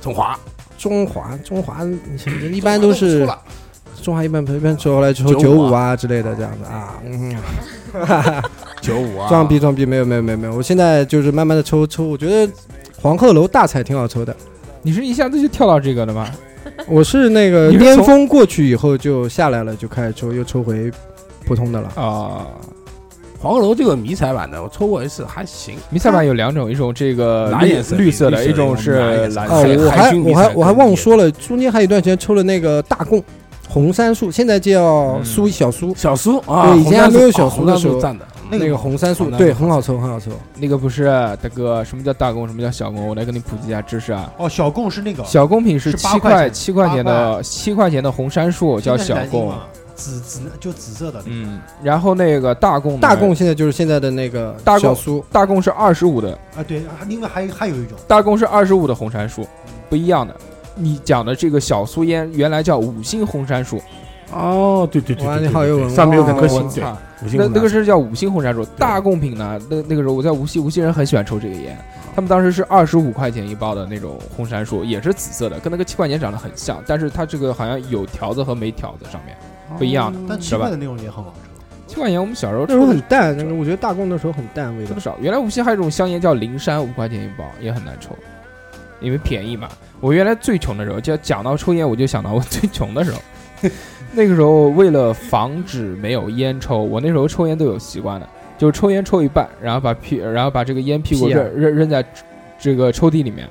中华中华，中华一般都是中华中华一般一般抽，后来抽九九五啊五啊之类的这样子啊，嗯。九五啊，啊装逼装逼，没有没有没有没有，我现在就是慢慢的抽抽，我觉得黄鹤楼大彩挺 好抽的。你是一下子就跳到这个的吗？我是那个你是从巅峰过去以后就下来了，就开始抽，又抽回普通的了。啊，黄鹤楼这个迷彩版的，我抽过一次，还行。迷彩版有两种，一种这个蓝绿颜色绿色的，绿色的一种是蓝哦，海色的。我还军迷我彩还更我还忘厉害说了，中间还有一段时间抽了那个大贡红杉树，现在叫嗯苏小苏，小苏啊，对以前还没有小红苏杉的树时啊候红杉树赞的，那个红杉树红杉对，树很好抽，很好抽。那个不是大哥，什么叫大工，什么叫小工？我来给你普及一下知识啊。哦，小贡是那个小工品是是七八块块钱七块钱的七块钱的红杉树叫小贡，，紫紫就紫色的那个，嗯，然后那个大贡呢大贡现在就是现在的那个大贡小苏，大贡是二十五的，啊对，啊另外还有还有一种大贡是二十五的红杉树，不一样的。你讲的这个小苏烟原来叫五星红杉树，哦，对对对哇，对你对好有对，文化，哦上面有两我颗星，对，操，五星那红那杉树个是叫五星红杉树。大贡品呢，那那个时候我在无锡，无锡人很喜欢抽这个啊烟，他们当时是二十五块钱一包的那种红杉树，也是紫色的，跟那个七块钱长得很像，但是它这个好像有条子和没条子，上面不一样的。嗯但是七吧块的那种也很好抽，七块钱我们小时候哦那时候抽的很淡，那个我觉得大贡那时候很淡味这道么。少。原来无锡还有一种香烟叫灵山，五块钱一包，也很难抽，因为便宜嘛。我原来最穷的时候，就讲到抽烟，我就想到我最穷的时候。 那个时候为了防止没有烟抽，我那时候抽烟都有习惯的，就是抽烟抽一半，然后把屁，然后把这个烟屁股屁眼扔扔扔在这个抽屉里面，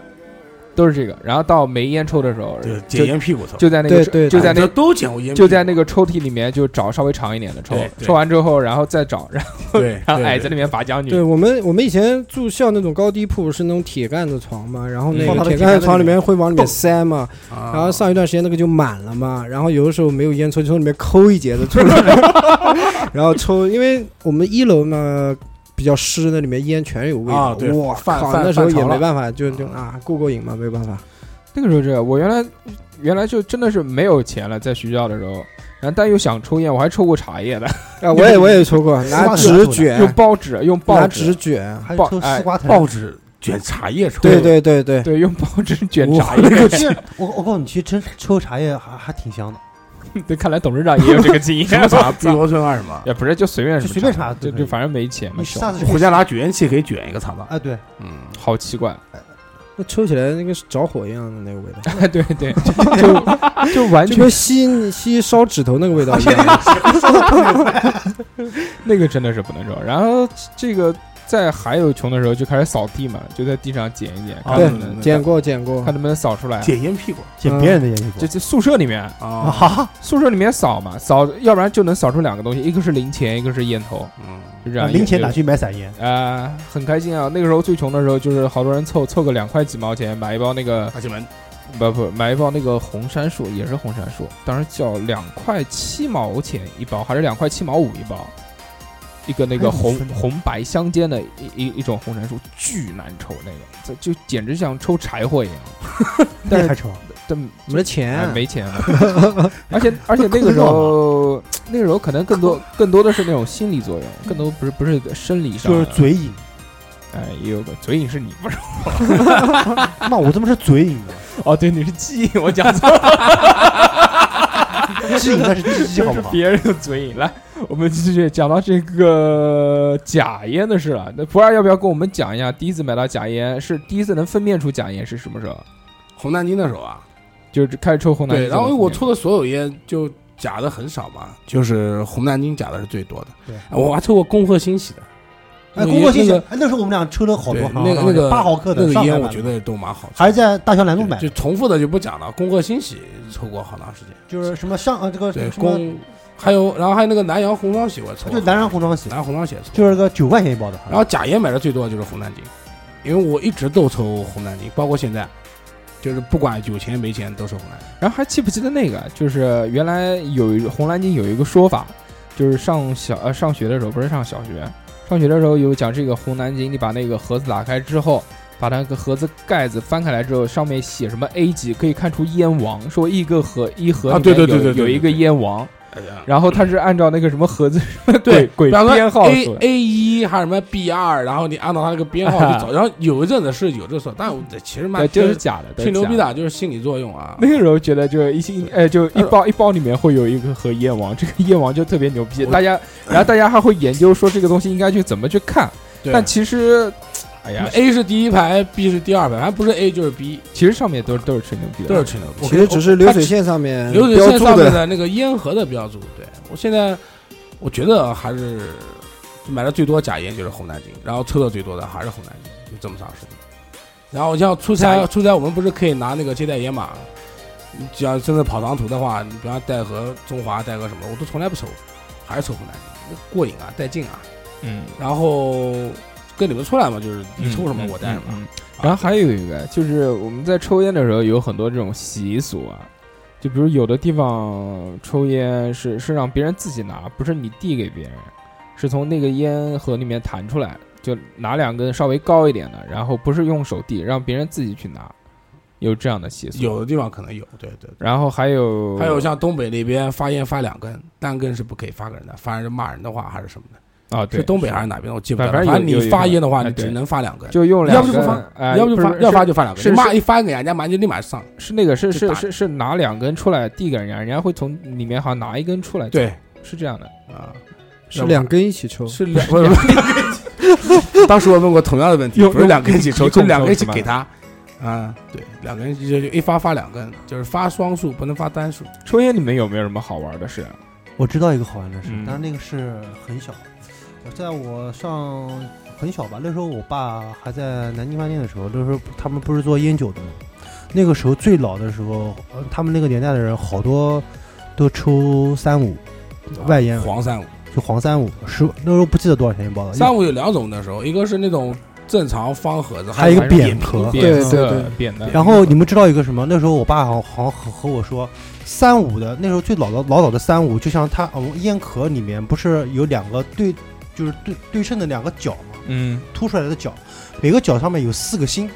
都是这个。然后到没烟抽的时候，对，就捡烟屁股抽，就在那个对对就在哎那这都捡过烟屁股，就在那个抽屉里面就找稍微长一点的抽对，对抽完之后然后再找， 然后 对，然后对矮子里面拔将军对。我们，我们以前住校那种高低铺是那种铁杆子床嘛，然后嗯那个放铁到那杆子个床里里面面会往里面塞嘛，啊然后上一段时间那个就满了嘛，然后有的时候没有烟抽，就从里面抠一截子出来，然后抽，因为我们一楼嘛比较湿，那里面烟全是有味啊道，对哇犯靠，犯那时候犯也潮了没办法，就就啊过过瘾嘛，没办法。那个时候这样，我原来原来就真的是没有钱了，在学校的时候，然后但又想抽烟，我还抽过茶叶的，啊，我也我也抽过，拿丝袜子纸抽的用卷，报纸，用报哎拿纸纸，卷，还爆有抽哎丝瓜藤，报纸卷茶叶抽， 对对对对，对，用报纸卷哇茶 叶。其实我我告诉你，其实真抽茶叶还还挺香的，对，看来董事长也有这个经验。什么茶？碧螺春还是什么？也不是，就随便什么就随便查就都可以就反正没钱嘛你，穷下次去回家拿卷烟器可以卷一个肠道。啊对，嗯，好奇怪。那抽起来那个是着火一样的那个味道。对对，就就完就全跟吸吸烧指头那个味道一样，那个真的是不能抽。然后这个在还有穷的时候就开始扫地嘛，就在地上捡一捡，看对能嗯不能捡过捡过看，能不能扫出来。啊捡烟屁股捡别人的烟屁股就就宿舍里面，哎啊，啊，宿舍里面扫嘛，扫，要不然就能扫出两个东西，一个是零钱，一个是烟头，嗯，就这样。零钱也拿去买散烟，啊、很开心啊！那个时候最穷的时候，就是好多人凑凑个两块几毛钱买一包那个大气门不不买一包那个红杉树，也是红杉树，当时叫两块七毛钱一包，还是两块七毛五一包，一个那个哎红真的红白相间的一一一种红杉树，巨难抽那个，这就简直像抽柴火一样。但那是还抽，但没哎钱，没钱了，而且而且那个时候，那个时候可能更多更多的是那种心理作用，更多不是不是生理上就的，是嘴瘾。哎也有个嘴瘾是你不是？ 那我他妈是嘴瘾啊，哦，对，你是记忆，我讲错了，鸡应该是鸡鸡好是 不好？别人的嘴瘾。来， 我们继续讲到这个假烟的事了。那不二要不要跟我们讲一下，第一次买到假烟是第一次能分辨出假烟是什么时候？红南京的时候啊，就是开始抽红蓝对，烟这然种后分辨。因为我抽的所有烟就假的很少嘛，就是红南京假的是最多的。对我还抽过恭贺新喜的，哎，工作那心情个，哎，那时候我们俩抽了好多对行，那个那个八毫克的那个上海烟，版我的觉得都蛮好抽的，还是在大桥南路买就的，重复的就不讲了。恭贺新喜抽过好长时间，就是什么上呃这个什对么什么，恭，还有然后还有那个南阳红双喜我抽过，就南山红双喜，南阳红双喜也抽过，就是个九块钱一包的，啊然后假烟买的最多的就是红南京，因为我一直都抽红南京，包括现在，就是不管有钱没钱都抽红南京。然后还记不记得那个？就是原来有一红蓝鲸有一个说法，就是上小呃上学的时候，不是上小学，上学的时候有讲这个红蓝鲸，你把那个盒子打开之后，把那个盒子盖子翻开来之后，上面写什么 A 级，可以看出烟王，说一个盒一盒里啊面对对对有对对对有一个烟王，哎呀，然后它是按照那个什么盒子对鬼比方鬼说编号 A 出来。 A 一还是什么 B 二，然后你按照他那个编号去找，然后有一阵子是有这说，但我其实对，蛮就是假的，吹牛逼的。的，就是心理作用啊。 那个时候觉得就是一心，呃，就一包一包里面会有一个盒燕王，这个燕王就特别牛逼，我大家，然后大家还会研究说这个东西应该去怎么去看，对嗯但其实哎呀， A 是第一排，B 是第二排，反正不是 A 就是 B，其实上面都是都是吹牛逼的，都是吹牛逼。其实只是流水线上嗯面流水标线注上面的，的那个烟盒的标注。对我现在我觉得啊还是买的最多假烟就是红南京，然后抽的最多的还是红南京，就这么长时间。然后像出差出差，我们不是可以拿那个接待烟嘛？你只要真的跑长途的话，你比方带盒中华，带个什么，我都从来不抽，还是抽红南京，过瘾啊，带劲啊。嗯，然后跟你们出来嘛，就是你嗯抽什么我啊带什。嗯嗯么。嗯然后还有一个就是我们在抽烟的时候有很多这种习俗啊，就比如有的地方抽烟是是让别人自己拿，不是你递给别人，是从那个烟盒里面弹出来，就拿两根稍微高一点的，然后不是用手递，让别人自己去拿，有这样的习俗。有的地方可能有，对对。然后还有还有像东北那边发烟发两根，单根是不可以发给人的，发人是骂人的话还是什么的，啊，对是，东北还是哪边的我记不得了。反反正有正有你有发烟的话，哎你对只能发两根，就用要两不根，就不发哎要不就发是要发是就发两根，是你骂是一发给人家马上就立马上。是那个是就是打是是拿两根出来递给人家，人家会从里面好像拿一根出来，，对是这样的。啊，是两根一起抽，是两不是不是 当时我问过同样的问题，用不是两根一起抽，用就是两根一用起手给他。啊，对，两根就就一发发两根，就是发双数，不能发单数。抽烟你们有没有什么好玩的啊事？我知道一个好玩的事嗯，但是那个是很小，我在我上很小吧，那时候我爸还在南京饭店的时候，那时候他们不是做烟酒的吗？那个时候最老的时候，呃他们那个年代的人好多都抽三五，外烟黄三五，就黄三五，十那时候不记得多少钱一包了，三五有两种的时候，一个是那种正常方盒子，还有一个扁扁壳扁对色对对扁的，然后你们知道一个什么？那时候我爸好好和和我说，三五的那时候最老的老早的三五，就像它哦烟壳里面不是有两个对，就是对对称的两个角嘛，嗯凸出来的角，每个角上面有四个星，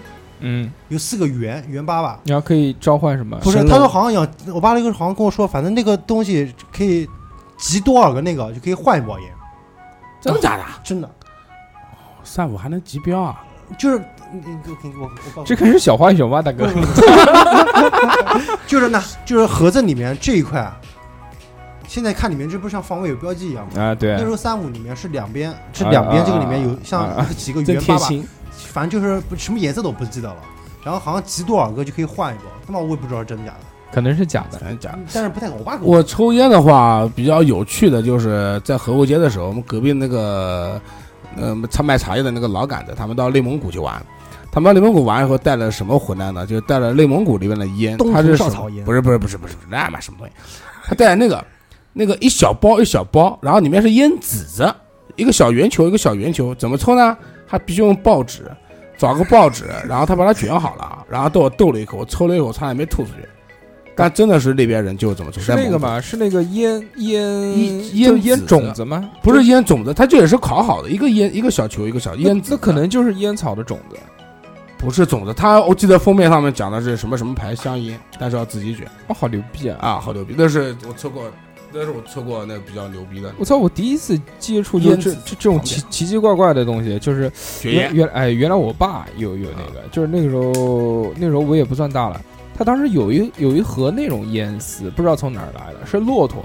嗯，有四个圆圆巴巴。你要可以召唤什么？不是，神他说龙好像养，我爸那个好像跟我说，反正那个东西可以集多少个那个就可以换一包烟，真的假的？真的三五还能集标啊？就是你你给我给我我告诉这你，可是小浣熊吧，大哥？就是那就是盒子里面这一块啊，现在看里面这不是像方位有标记一样 吗？啊，对那，时候三五里面是两边，是两边这个里面有像几个真圆贴巴巴，心，反正就是不什么颜色都不记得了。然后好像集多少个就可以换一包，他妈我也不知道是真的假的，可能是假的。哎真假的？但是不太我爸给我抽烟的话，比较有趣的就是在河口街的时候，我们隔壁那个，呃，他卖茶叶的那个老杆子，他们到内蒙古去玩，他们到内蒙古玩以后带了什么回来呢？就带了内蒙古里面的烟，东它湖是上什么草烟不是不是不是不是不是那嘛什么东西，他带了那个那个一小包一小包，然后里面是烟籽子，一个小圆球一个小圆球，怎么抽呢？他必须用报纸，找个报纸， 然后他把它卷好了，然后对我逗了一口，我抽了一口，差点没吐出去。但真的是那边人就怎么抽，是在那个蒙古嘛？是那个烟烟一烟就烟籽种子吗？不是烟种子，它就也是烤好的，一个烟一个小球，一个小那烟籽。那可能就是烟草的种子。不是种子，它我记得封面上面讲的是什么什么牌香烟，但是要自己卷哦，好牛逼啊！啊，好牛逼！那是我抽过，那是我抽过那个比较牛逼的我操！我第一次接触就烟这籽这这种奇奇奇怪怪的东西，就是绝原烟。原哎，原来我爸有有那个，就是那个时候，那时候我也不算大了。他当时有一有一盒那种烟丝，不知道从哪儿来的，是骆驼。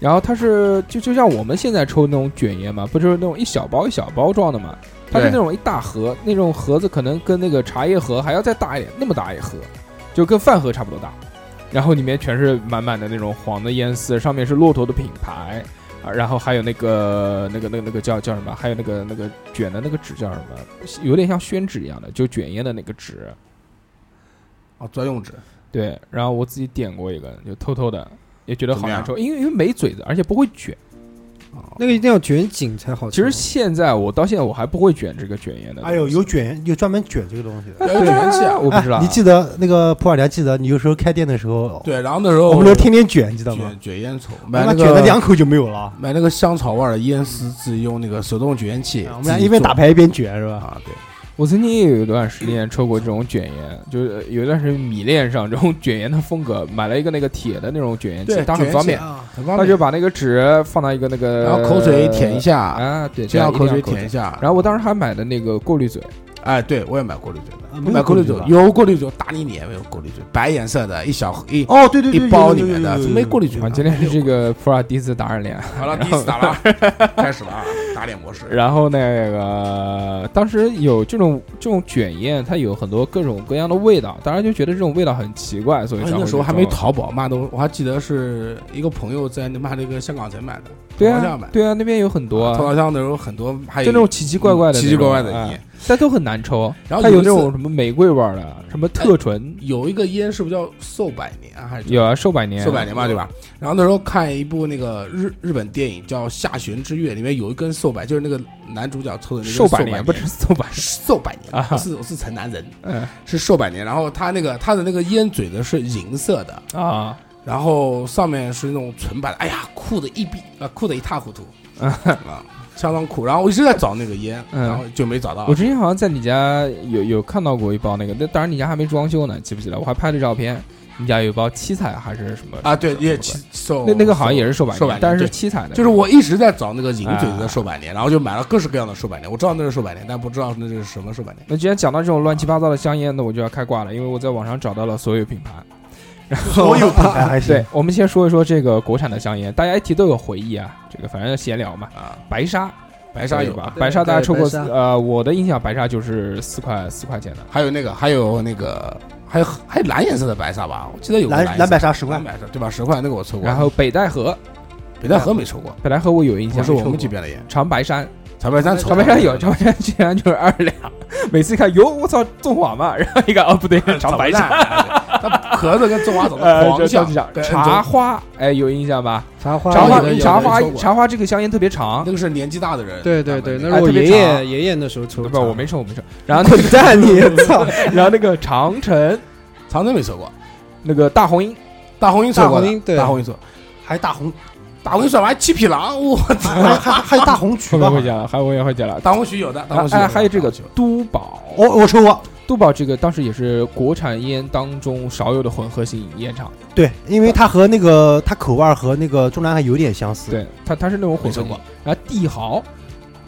然后它是就就像我们现在抽那种卷烟嘛，不就是那种一小包一小包装的嘛？它是对那种一大盒，那种盒子可能跟那个茶叶盒还要再大一点，那么大一盒，就跟饭盒差不多大。然后里面全是满满的那种黄的烟丝，上面是骆驼的品牌啊，然后还有那个那个那个那个叫叫什么，还有那个那个卷的那个纸叫什么，有点像宣纸一样的，就卷烟的那个纸。哦，专用纸，对，然后我自己点过一根，就偷偷的，也觉得怎好么难样抽，因为因为没嘴子，而且不会卷。那个一定要卷紧才好嗯抽。啊其实现在我到现在我还不会卷这个卷烟的。哎呦，有卷有专门卷这个东西的。要有元气啊！我不知道，哎你记得那个普洱茶？记得你有时候开店的时候，对，然后那时候我们都天天卷，记得吗？卷卷烟抽，我买那们卷了个两口就没有了。买那个香草味儿的烟丝，自己用那个手动卷烟器，啊我们俩一边打牌牌一边卷是吧？啊，对，我曾经也有一段时间抽过这种卷烟，就是有一段时间迷恋上这种卷烟的风格，买了一个那个铁的那种卷烟器，对它很卷方烟便器，啊很方他就便。把那个纸放到一个那个，然后口水舔一下，啊，对，呃哎这样口口水舔一。下，然后我当时还买的那个过滤嘴，哎，对我也买过滤嘴啊的，没我有买过滤过嘴滤嘴吧有过滤嘴，打你脸没有过滤嘴，白颜色的一小一哦，对对对，一包里面的，怎么没过滤？滤嘴啊，呢？今天是这个普洱第一次打耳脸，好了，第一次打了， 开始了啊，打脸模式。然后那个当时有这种这种卷烟，它有很多各种各样的味道，当然就觉得这种味道很奇怪，所以哎才会那时候去还没装淘宝，妈的，我还记得是一个朋友在他妈那个香港城买的，对淘宝上买啊，对啊，那边有很多淘啊，宝上的时候很多，还有就那种奇奇怪怪的那种，奇奇怪怪的哎烟。但都很难抽。然后它有有一那种次什么玫瑰味儿的，什么特醇，有一个烟是不是叫寿百年啊还是有啊，寿百年，寿百年嘛，对吧？然后那时候看一部那个日日本电影叫《下弦之月》，里面有一根寿百，就是那个男主角抽的那个寿百百年不是寿百年，寿百年，啊不是我是城南人，嗯是寿百年。然后他那个他的那个烟嘴的是银色的，啊，然后上面是那种纯白的，哎呀，酷的一逼啊，酷的一塌糊涂啊，相当酷。然后我一直在找那个烟，嗯然后就没找到我。之前好像在你家有有看到过一包那个，那当然你家还没装修呢，记不记得？我还拍了照片，你家有一包七彩还是什么啊，对，也七，寿那那个好像也是寿百寿百年年，但是对七彩的，就是我一直在找那个银嘴子啊的寿百年，然后就买了各式各样的寿百年。我知道那是寿百年，但不知道那是什么寿百年。那既然讲到这种乱七八糟的香烟，那我就要开挂了，因为我在网上找到了所有品牌。然后所有品牌哎还行对，，我们先说一说这个国产的香烟，大家一提都有回忆啊。这个反正闲聊嘛，啊，白沙，白沙有吧吧？？白沙大家抽过对白沙呃，我的印象白沙就是四块四块钱的，还有那个，还有那个，还有还有蓝颜色的白沙吧？我记得有个蓝蓝蓝白白沙十块蓝，白沙对吧？十块那个我抽过，然后北戴河，北戴河没抽过，北戴河我有印象，我是我抽过们这边的烟。长白山，长白山抽长过，白山有，长白山居然就是二两，每次一看哟，我操，中华嘛，然后一看哦 不对，长白山，哎，对它壳子跟中 华长呃，得狂就像就这样，跟茶花，哎，有印象吧？茶花茶花哦有的有的茶花有的有的茶花这个香烟特别长，那个是年纪大的人，对对对，那哎是我特别爷长爷爷爷那时候抽不的不，茶。我没抽，我没抽。然后滚 蛋你！操！那然后那个长城，哎长征没抽过，那个大红鹰，大红鹰抽过大的红鹰，对大红鹰抽，还有大红，大红鹰算完七匹狼，我操， 还还还有大红后橘面吧会？讲，还我也会讲了。大红曲有的，大啊红曲有哎，的还有这个大红曲都宝，我我抽过，都宝这个当时也是国产烟当中少有的混合型烟厂，对，因为它和那个它口味儿和那个中南海有点相似。对，它它是那种混合没型抽过。然后帝豪，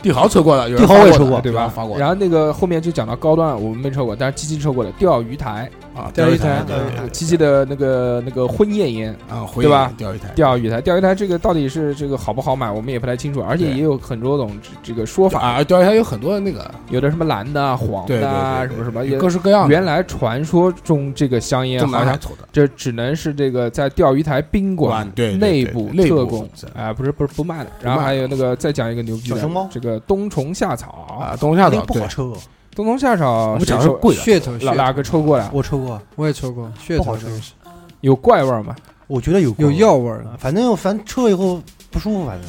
帝豪抽过的，有人帝豪我也发抽的过对对吧发？过的然后那个后面就讲到高端，我们没抽过，但是七七抽过的钓鱼台，啊，钓鱼台对对对七七的那个那个婚宴烟，啊，回对吧忆钓鱼台，钓鱼台，钓鱼台这个到底是这个好不好买，我们也不太清楚，而且对也有很多种这这个说法，啊，钓鱼台有很多那个，有的什么蓝的啊、黄对对的对啊，对什么什么，有也各式各样的。原来传说中这个香烟啊中好南海像抽的，这只能是这个在钓鱼台宾馆对对内对部内特部供是啊、不是不是不卖的。然后卖还的有那个再讲一个牛逼小熊的猫，这个冬虫夏草，啊，东下那岛哎个不对好，抽，冬虫夏草我谁们讲的是抽？贵的，噱头哪噱头，哪个抽过来？我抽过，我也抽过噱不头好那个是，有怪味儿嘛？我觉得有有过药味儿的。啊反正反正抽了以后不舒服，反正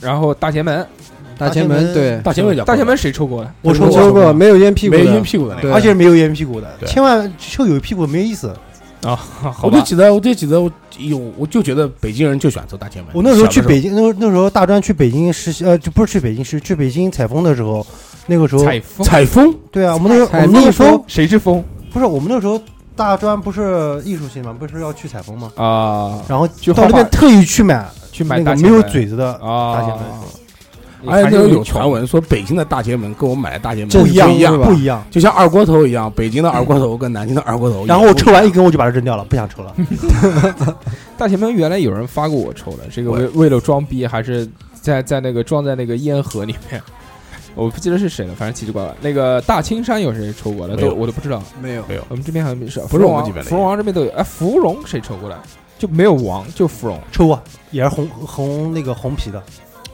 然后大前门，大嗯前前门门对，大前门叫大前门谁抽过来？我抽我抽过，过，嗯没有烟屁股没的晕，屁股的那个。对而且是没有烟屁股的，对千万抽有屁股没意思。啊，好我就吧，记得，我就记得，我有，我就觉得北京人就喜欢抽大前门。我那时候去小的北京，那时候那时候大专去北京实习，呃，就不是去北京，是去北京采风的时候，那个时候采风，采风，对啊，我们那时候采我们那蜜个时候蜂谁是风不是我们那时候大专不是艺术系嘛，不是要去采风吗？啊？然后去到画那边画特意去买去买那大个前没门有嘴子的啊，大前门，而哎且那时候有穷传闻说北京的大前门跟我买的大前门不一样一样，不一样。就像二锅头一样，北京的二锅头跟南京的二锅头一样。然后我抽完一根我就把它扔掉了，不想抽了。大前门原来有人发过我抽的，这个为为了装逼，还是在在那个装在那个烟盒里面， 我不记得是谁了，反正奇奇怪怪。那个大青山有谁抽过的，没都有我都不知道。没有没有我们这边好像没是，啊不是我们这边芙蓉的芙蓉王这边都有。哎，芙蓉谁抽过来？就没有王，就芙蓉。抽过，也是红红那个红皮的，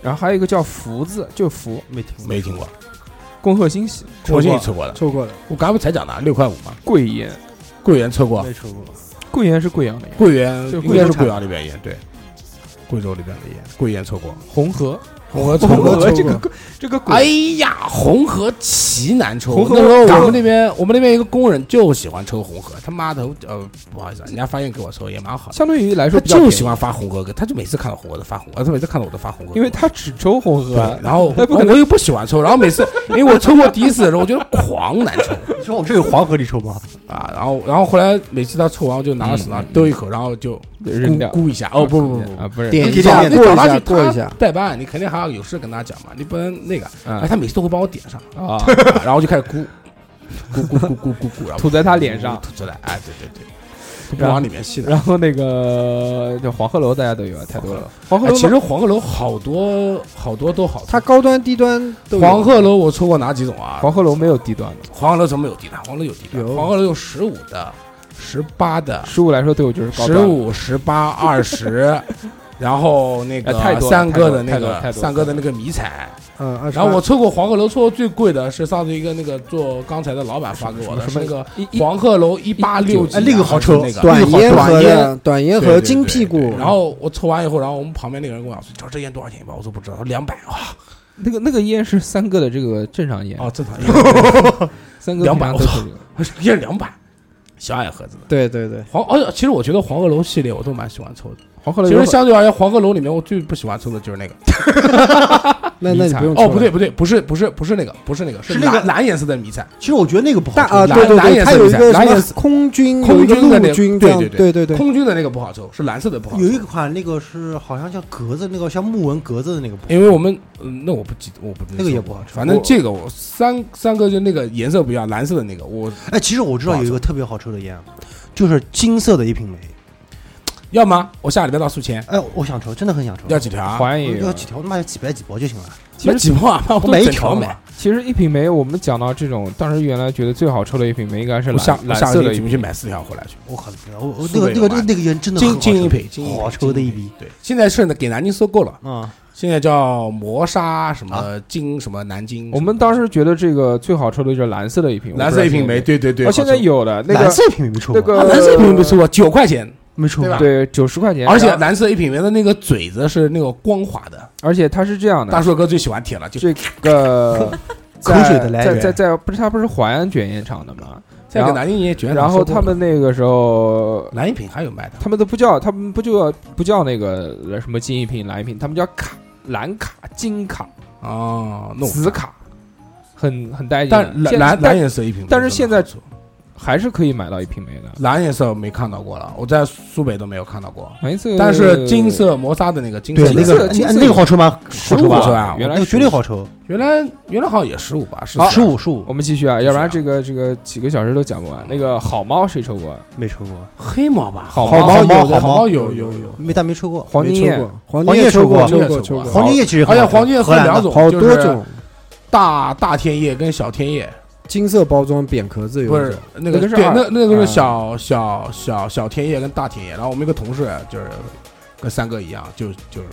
然后还有一个叫福字，就福，没听过。没听过，恭贺新喜，我信你抽过的，抽过的，我刚不才讲的六块五嘛，桂烟，桂圆抽过，没抽过，桂烟是贵阳的烟，桂圆就应该是贵贵阳那边烟，对，贵州那边的烟，桂圆抽过，红河，红河抽红过河。河这抽个这个鬼哎呀，红河奇难抽。红河那时候我我们那边，我们那边一个工人就喜欢抽红河，他妈的，呃，不好意思啊，人家发现给我抽也蛮好的，相对于来他说比较就便宜喜，欢发红河给，他就每次看到红河都发红河，啊他每次看到我都发红河给我，因为他只抽红河对，。然后他不可我又不喜欢抽，然后每次因为我抽过第一次的时候，我觉得狂难抽，抽我这有黄河里抽吗？啊，然后然后后来每次他抽完我就拿个手上嗯兜一口，然后就扔掉咕咕一下。哦不不不啊，不是点你一找下，你过找一他去下，过一下。代办，你肯定还要有事跟他讲嘛，你不能那个。哎，嗯他每次都会帮我点上，啊，啊然后就开始咕咕咕咕咕咕咕，然后吐在他脸上吐出来。哎，对对对，都不然后往里面吸的。然后那个就黄鹤楼大家都有啊，太多了。黄鹤楼哎其实黄鹤楼好多好多都好抽。它高端低端都有黄鹤楼我抽过哪几种啊？黄鹤楼没有低端的，黄鹤楼怎么有地段？黄鹤楼有地段，有黄鹤楼有十五的、十八的、十五来说对我就是高十端。五、十八、二 十，然后那哎太个多了三哥的太那多了个太多了太多了三哥的那个迷彩，嗯，二十然后我抽过黄鹤楼，抽过最贵的是上次一个那个做钢材的老板发给我的，是那个一一黄鹤楼一八呃六几哎，那个好抽那个短烟好抽短和烟的短烟对和对金对屁股对，然后我抽完以后，然后我们旁边那个人跟我讲说：“你知道这烟多少钱吧？”我说：“不知道。”两百啊，那个那个烟是三哥的这个正常烟，哦，正常，三哥200平常都是这个烟两百，小矮盒子的对对对，黄。哦，其实我觉得黄鹤楼系列我都蛮喜欢抽的。黄鹤楼其有实很。相对而言，黄鹤楼里面我最不喜欢抽的就是那个。那迷那你彩不用哦，抽不了对，不对，不是不是不是那个，不是那个，是是那个蓝蓝颜色的迷彩，其实我觉得那个不好但抽。啊，蓝对对蓝对，颜它色有比一赛个蓝什颜么色空军，空有一嗯个军的那陆个军这对样，对对对对，空军的那个不好抽，是蓝色的不好抽有。一款那个是好像叫格子，那个像木纹格子的那个不，因为我们，嗯，那我不记，我不那个也不好抽。反正这个我三三个就那个颜色不一样，蓝色的那个，我哎，其实我知道有一个特别好抽的烟，啊就是金色的一品梅。要吗？我下礼拜到宿迁哎，我想抽，真的很想抽。要几条啊？还原也要有几条？他妈几百几包就行了。那几包啊？我我买一整条买嘛。。其实一品梅，我们讲到这种，当时原来觉得最好抽的一品梅应该是我下蓝我蓝下色个的月一准备品去梅买四条回来去。我靠，我我苏那北有个那个那卖那个烟真的很金好金一抽，品，金一品好抽的一批。对，现在是给南京收购了，啊，现在叫磨砂什么金什么南京什么。我们当时觉得这个最好抽的就是蓝色的一瓶，蓝色一品梅，梅。对对对，哦，现在有的那蓝个色一品梅没抽那过，个啊蓝色一品梅是吧？九块钱，没抽过对吧。对九十块钱，而且然后蓝色一品梅的那个嘴子是那个光滑的，而且它是这样的，大硕哥最喜欢舔了，就 这个口在水的来在源在在不是他不是淮安卷烟厂的嘛？在然给后南京也觉得然后他们那个时候，蓝一品还有卖的，他们都不叫，他们不就要不叫那个呃什么金一品、蓝一品，他们叫卡蓝卡、金卡、哦，那我紫卡，很很带劲的。但蓝现蓝但蓝颜色一品梅真但的是很好抽，现在还是可以买到一瓶梅的。蓝颜色没看到过了，我在苏北都没有看到过。蓝色，但是金色磨砂的那个金色对的，那个金色哎那个好抽吗？好抽15吧好抽啊原那来个是绝对。好抽，原来原来好像也十五吧，是啊十五十五我们继续啊，要不然这个这个几个小时都讲不完。那个好猫谁抽过？没抽过，黑毛吧？好猫好好猫有的好好猫有有有，没但没抽过。黄金没抽叶过，黄黄金叶叶抽过过，黄抽叶过，抽抽过过，黄金叶其实而很且好抽哎黄金叶荷分兰的两种，好就多是种，大大天叶跟小天叶，金色包装扁壳子有不一是种，那个那个是对二那那个是嗯小小小小天叶跟大天叶，然后我们一个同事就是跟三哥一样，就就是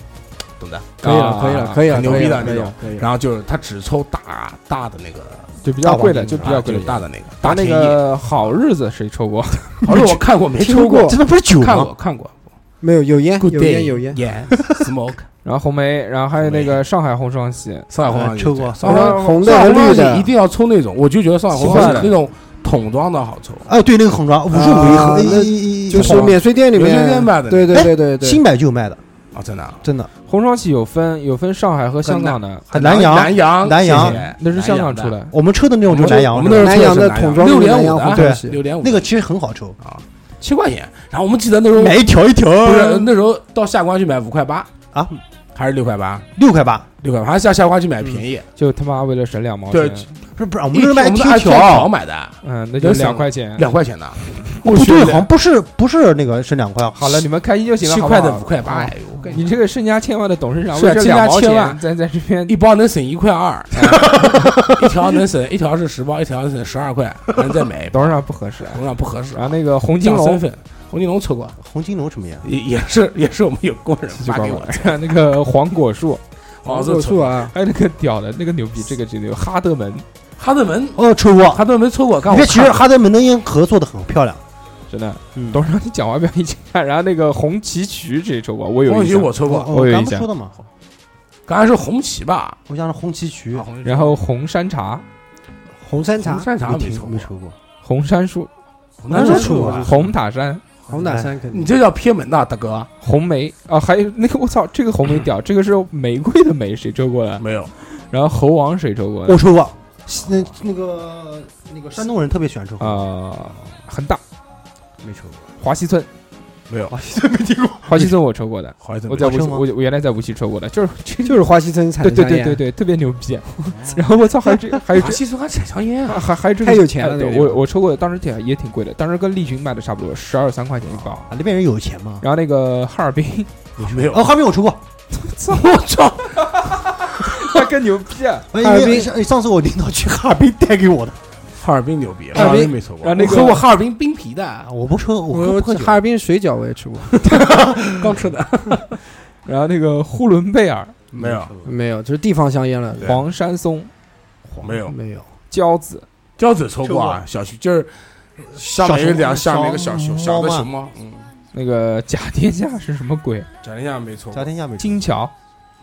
懂的，可以了，可以了，可以了，很牛逼的可以那了种，可以了。然后就是他只抽大大的那个，就比较贵的，大黄就金比较就贵的是大的啊那个拿大那天叶，个好日子谁抽过？ 而且我看过没 听抽过真的不是酒看吗？过看过没有有烟， ，Good 有 day 烟，有烟。烟 smoke 然后红梅，然后还有那个上海红双喜，上海红呃黄抽过上海红红的上海和红绿黄的一定要抽那种，我就觉得上海红黄算是了那种桶装的好抽，哎，对，那个红装五十五一盒啊，那一一就一是免税店里面，免税店卖的对对哎对对对，新呃买就有卖的，啊，真的啊。真的。红双喜有分有分上海和香港的，很南洋南洋，南洋啊谢谢那是香港出南洋来。我们抽的那种就是南洋我的，们那时候南洋抽的是桶装六的点南五啊洋的，红对喜六点五那个其实很好抽，啊，七块钱。然后我们记得那时候买一条一条，不是那时候到下关去买五块八啊，还是六块八？六块八，六块八，还是下下关去买便宜，就他妈为了省两毛对钱，不是不是，啊我我们那时候买我们一是按条啊条，买的，嗯，那就两块钱，两块钱的，不对，好像不是不是那个是两块，好了，你们开心就行了，啊七好不块好嗯的五块八，哎呦，我跟你你这个身家千万的董事长，是啊为这两毛身家千钱万在在这边一包能省一块 二，一条能省一条是十包，一条能省十二块，还能再买一包，董事长不合适啊。同样不合适然后啊。那个红金讲身龙，份，红金龙抽过，红金龙什么呀？也也是也是我们有工人就发管给我我， 那个黄果树，黄色抽色素啊，还有那个屌的那个牛逼，这个这个哈德门，哈德门，哦，抽过。哈德门抽过，刚你我看，其实看哈德门的烟盒做的很漂亮，真的嗯，董事长你讲话不要一惊讶。然后那个红旗渠谁抽过？我有红印旗象。我抽过，哦我有刚印不象说的嘛，刚才是红旗吧？我想是红旗渠啊、红旗然后红山茶、红山茶红，山茶没没听抽没过，抽过，红杉树、红山茶没抽过啊红塔山、红嗯哎塔山肯定你。这叫偏门呐，大哥。红梅啊，还有那个我操，这个红梅屌，这个是玫瑰的梅，谁抽过的？没有，然后猴王谁抽过的我？抽过，那那个那个山东人特别喜欢吃红酒，啊，很大，没抽过，华西村，没有啊，这没听过。华西村我抽过的，好像我在无你锡，抽吗我我原来在无锡抽过的，就是就就是花溪村产对的对香对烟，对对，特别牛逼。然后我操，还有这还有华这西村还产香烟啊？还还有这个太有钱了哎那个对地我方我抽过的，当时挺也挺贵的，当时跟利群卖的差不多，十二三块钱一包。啊，那边人有钱嘛？然后那个哈尔滨，没有，哦，哈尔滨我抽过，我操！那更牛逼啊！哎因哈尔为滨上上次我领导去哈尔滨带给我的哈尔滨牛逼，哈尔哈滨尔滨没抽过。然后那个我喝过哈尔滨冰啤的啊，，我不抽，我喝我不喝酒哈？尔滨水饺我也吃过，刚吃的。 然后那个呼伦贝尔、没有， 没有，这是地方香烟了。对黄山松、没有，没有，交子，胶嘴抽过啊，小熊就是下面有两下面一个小熊，小小熊个猫熊猫，嗯，那个甲天下是什么鬼？讲一下没抽家过，天下没抽。金桥，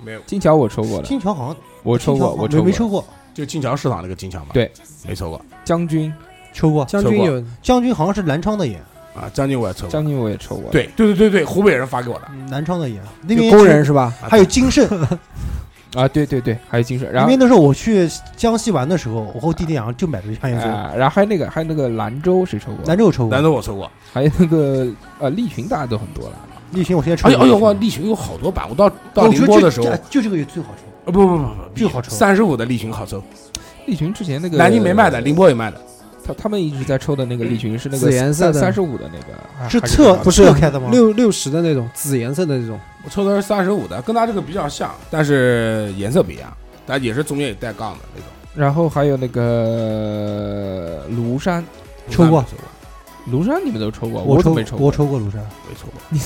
没有，金桥我抽过的，金桥好像我抽过，我金桥好像没没过。抽过，就金桥市场那个金桥嘛，对，没抽过将军，抽过。将抽军过有将军好像是南昌的也，啊，将军我也抽过，将军我也抽过。，对对对对对，湖北人发给我的，南昌的也，那有边工人是吧？还有金盛，啊，对对对，还有金水，然因后为那时候我去江西玩的时候，我和我弟弟两个就买了一箱烟抽。啊，然后还有那个还有那个兰州谁抽过？兰州有抽兰过，州我抽过，还有那个呃利群，大家都很多了。立群我现在抽哎不呦了。哎呦哇，利群有好多版，我到到我宁觉得波就的时候，哎啊就这个也最好抽，不不不不不，最好抽。三十五的利群好抽，利群之前那个南京没卖的，宁波也卖的，他他们一直在抽的那个利群是那个紫颜色的三十五的那个，啊是还侧什么不是侧开的吗？六六十的那种紫颜色的那种，我抽的是三十五的，跟他这个比较像，但是颜色不一样，但也是中间有带杠的那种，然后还有那个庐山，抽过抽过，庐山你们都抽过，我都抽没抽过。我抽过庐山。没抽过，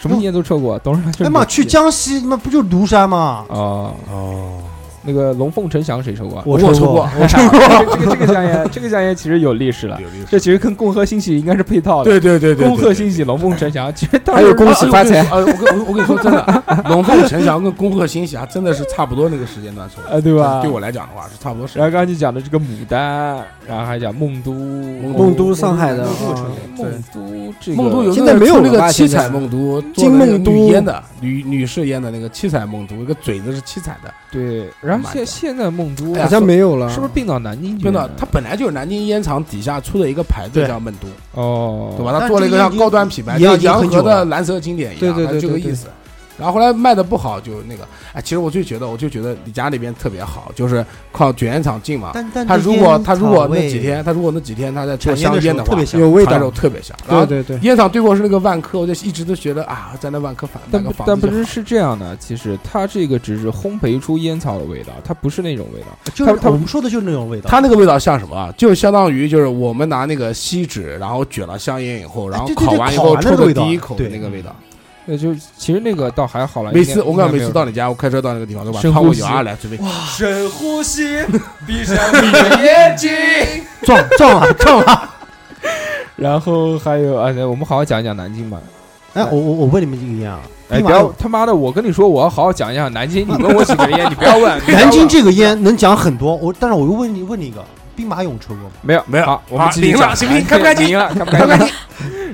什么烟都抽过，董事长就是哎妈，去江西那不就庐山吗？哦哦，那个龙凤呈祥谁抽过？我抽抽过，我抽过。这个这个香烟，这个香烟其实有历史了，有历这史，其实跟共和兴起应该是配套的。对对对对，恭对贺新喜，龙凤呈祥，其实当还时有恭喜发财哎呦我跟我跟我跟你说真的，龙凤呈祥跟恭贺新喜还真的是差不多那个时间段抽的，呃，对吧？对我来讲的话是差不多时然后间。刚刚就讲的这个牡丹，然后还讲梦都，哦梦都上海的，我啊梦都这个梦都有现在没有那了个吧七现在彩梦都，金梦做的那个都女烟的女女士烟的那个七彩梦都，那个嘴子是七彩的。对，然后蛮现屌现在梦都好像没有了，是不是并到南京去了真的呢？，它本来就是南京烟厂底下出的一个牌子对叫梦都，哦，对吧？但它是做了一个这个像高端品牌，已经像已经洋很久河的了蓝色经典一啊对样，对它对这个对意对思。然后后来卖的不好，就那个，哎，其实我就觉得，我就觉得李家那边特别好，就是靠卷烟厂近嘛，但但他这如烟果他如果草那味几天他如果那几天他在做产烟香的时烟候的特话别，香，有味传手道？特别香。然对后对对，烟厂对过是那个万科，我就一直都觉得啊，在那万科房买但个不房但子不就是好。是这样的，其实它这个只是烘焙出烟草的味道，它不是那种味道。就他他是哦我们说的就是那种味道。它那个味道像什么啊？就是相当于就是我们拿那个锡纸，然后卷了香烟以后，然后对对烤对完以烤后完的抽那个的味道第一口的对那个味道。那就其实那个倒还好了。每应该次我感觉应该每次没有到你家，我开车到那个地方，对吧？深掏呼个吸油啊来，准备深呼吸，闭上你的眼睛。撞撞了撞了！然后还有啊，那我们好好讲一讲南京吧。哎，我我我问你们一个烟啊，哎，兵不马要俑他妈的！我跟你说，我要好好讲一讲南京。你 问我几个烟，你不要问。南京这个烟能讲很多，我但是我又问你问你一个，兵马俑抽过吗？没有没有好，我们好继续赢了讲行不行南京开不 开心赢了，开不开心？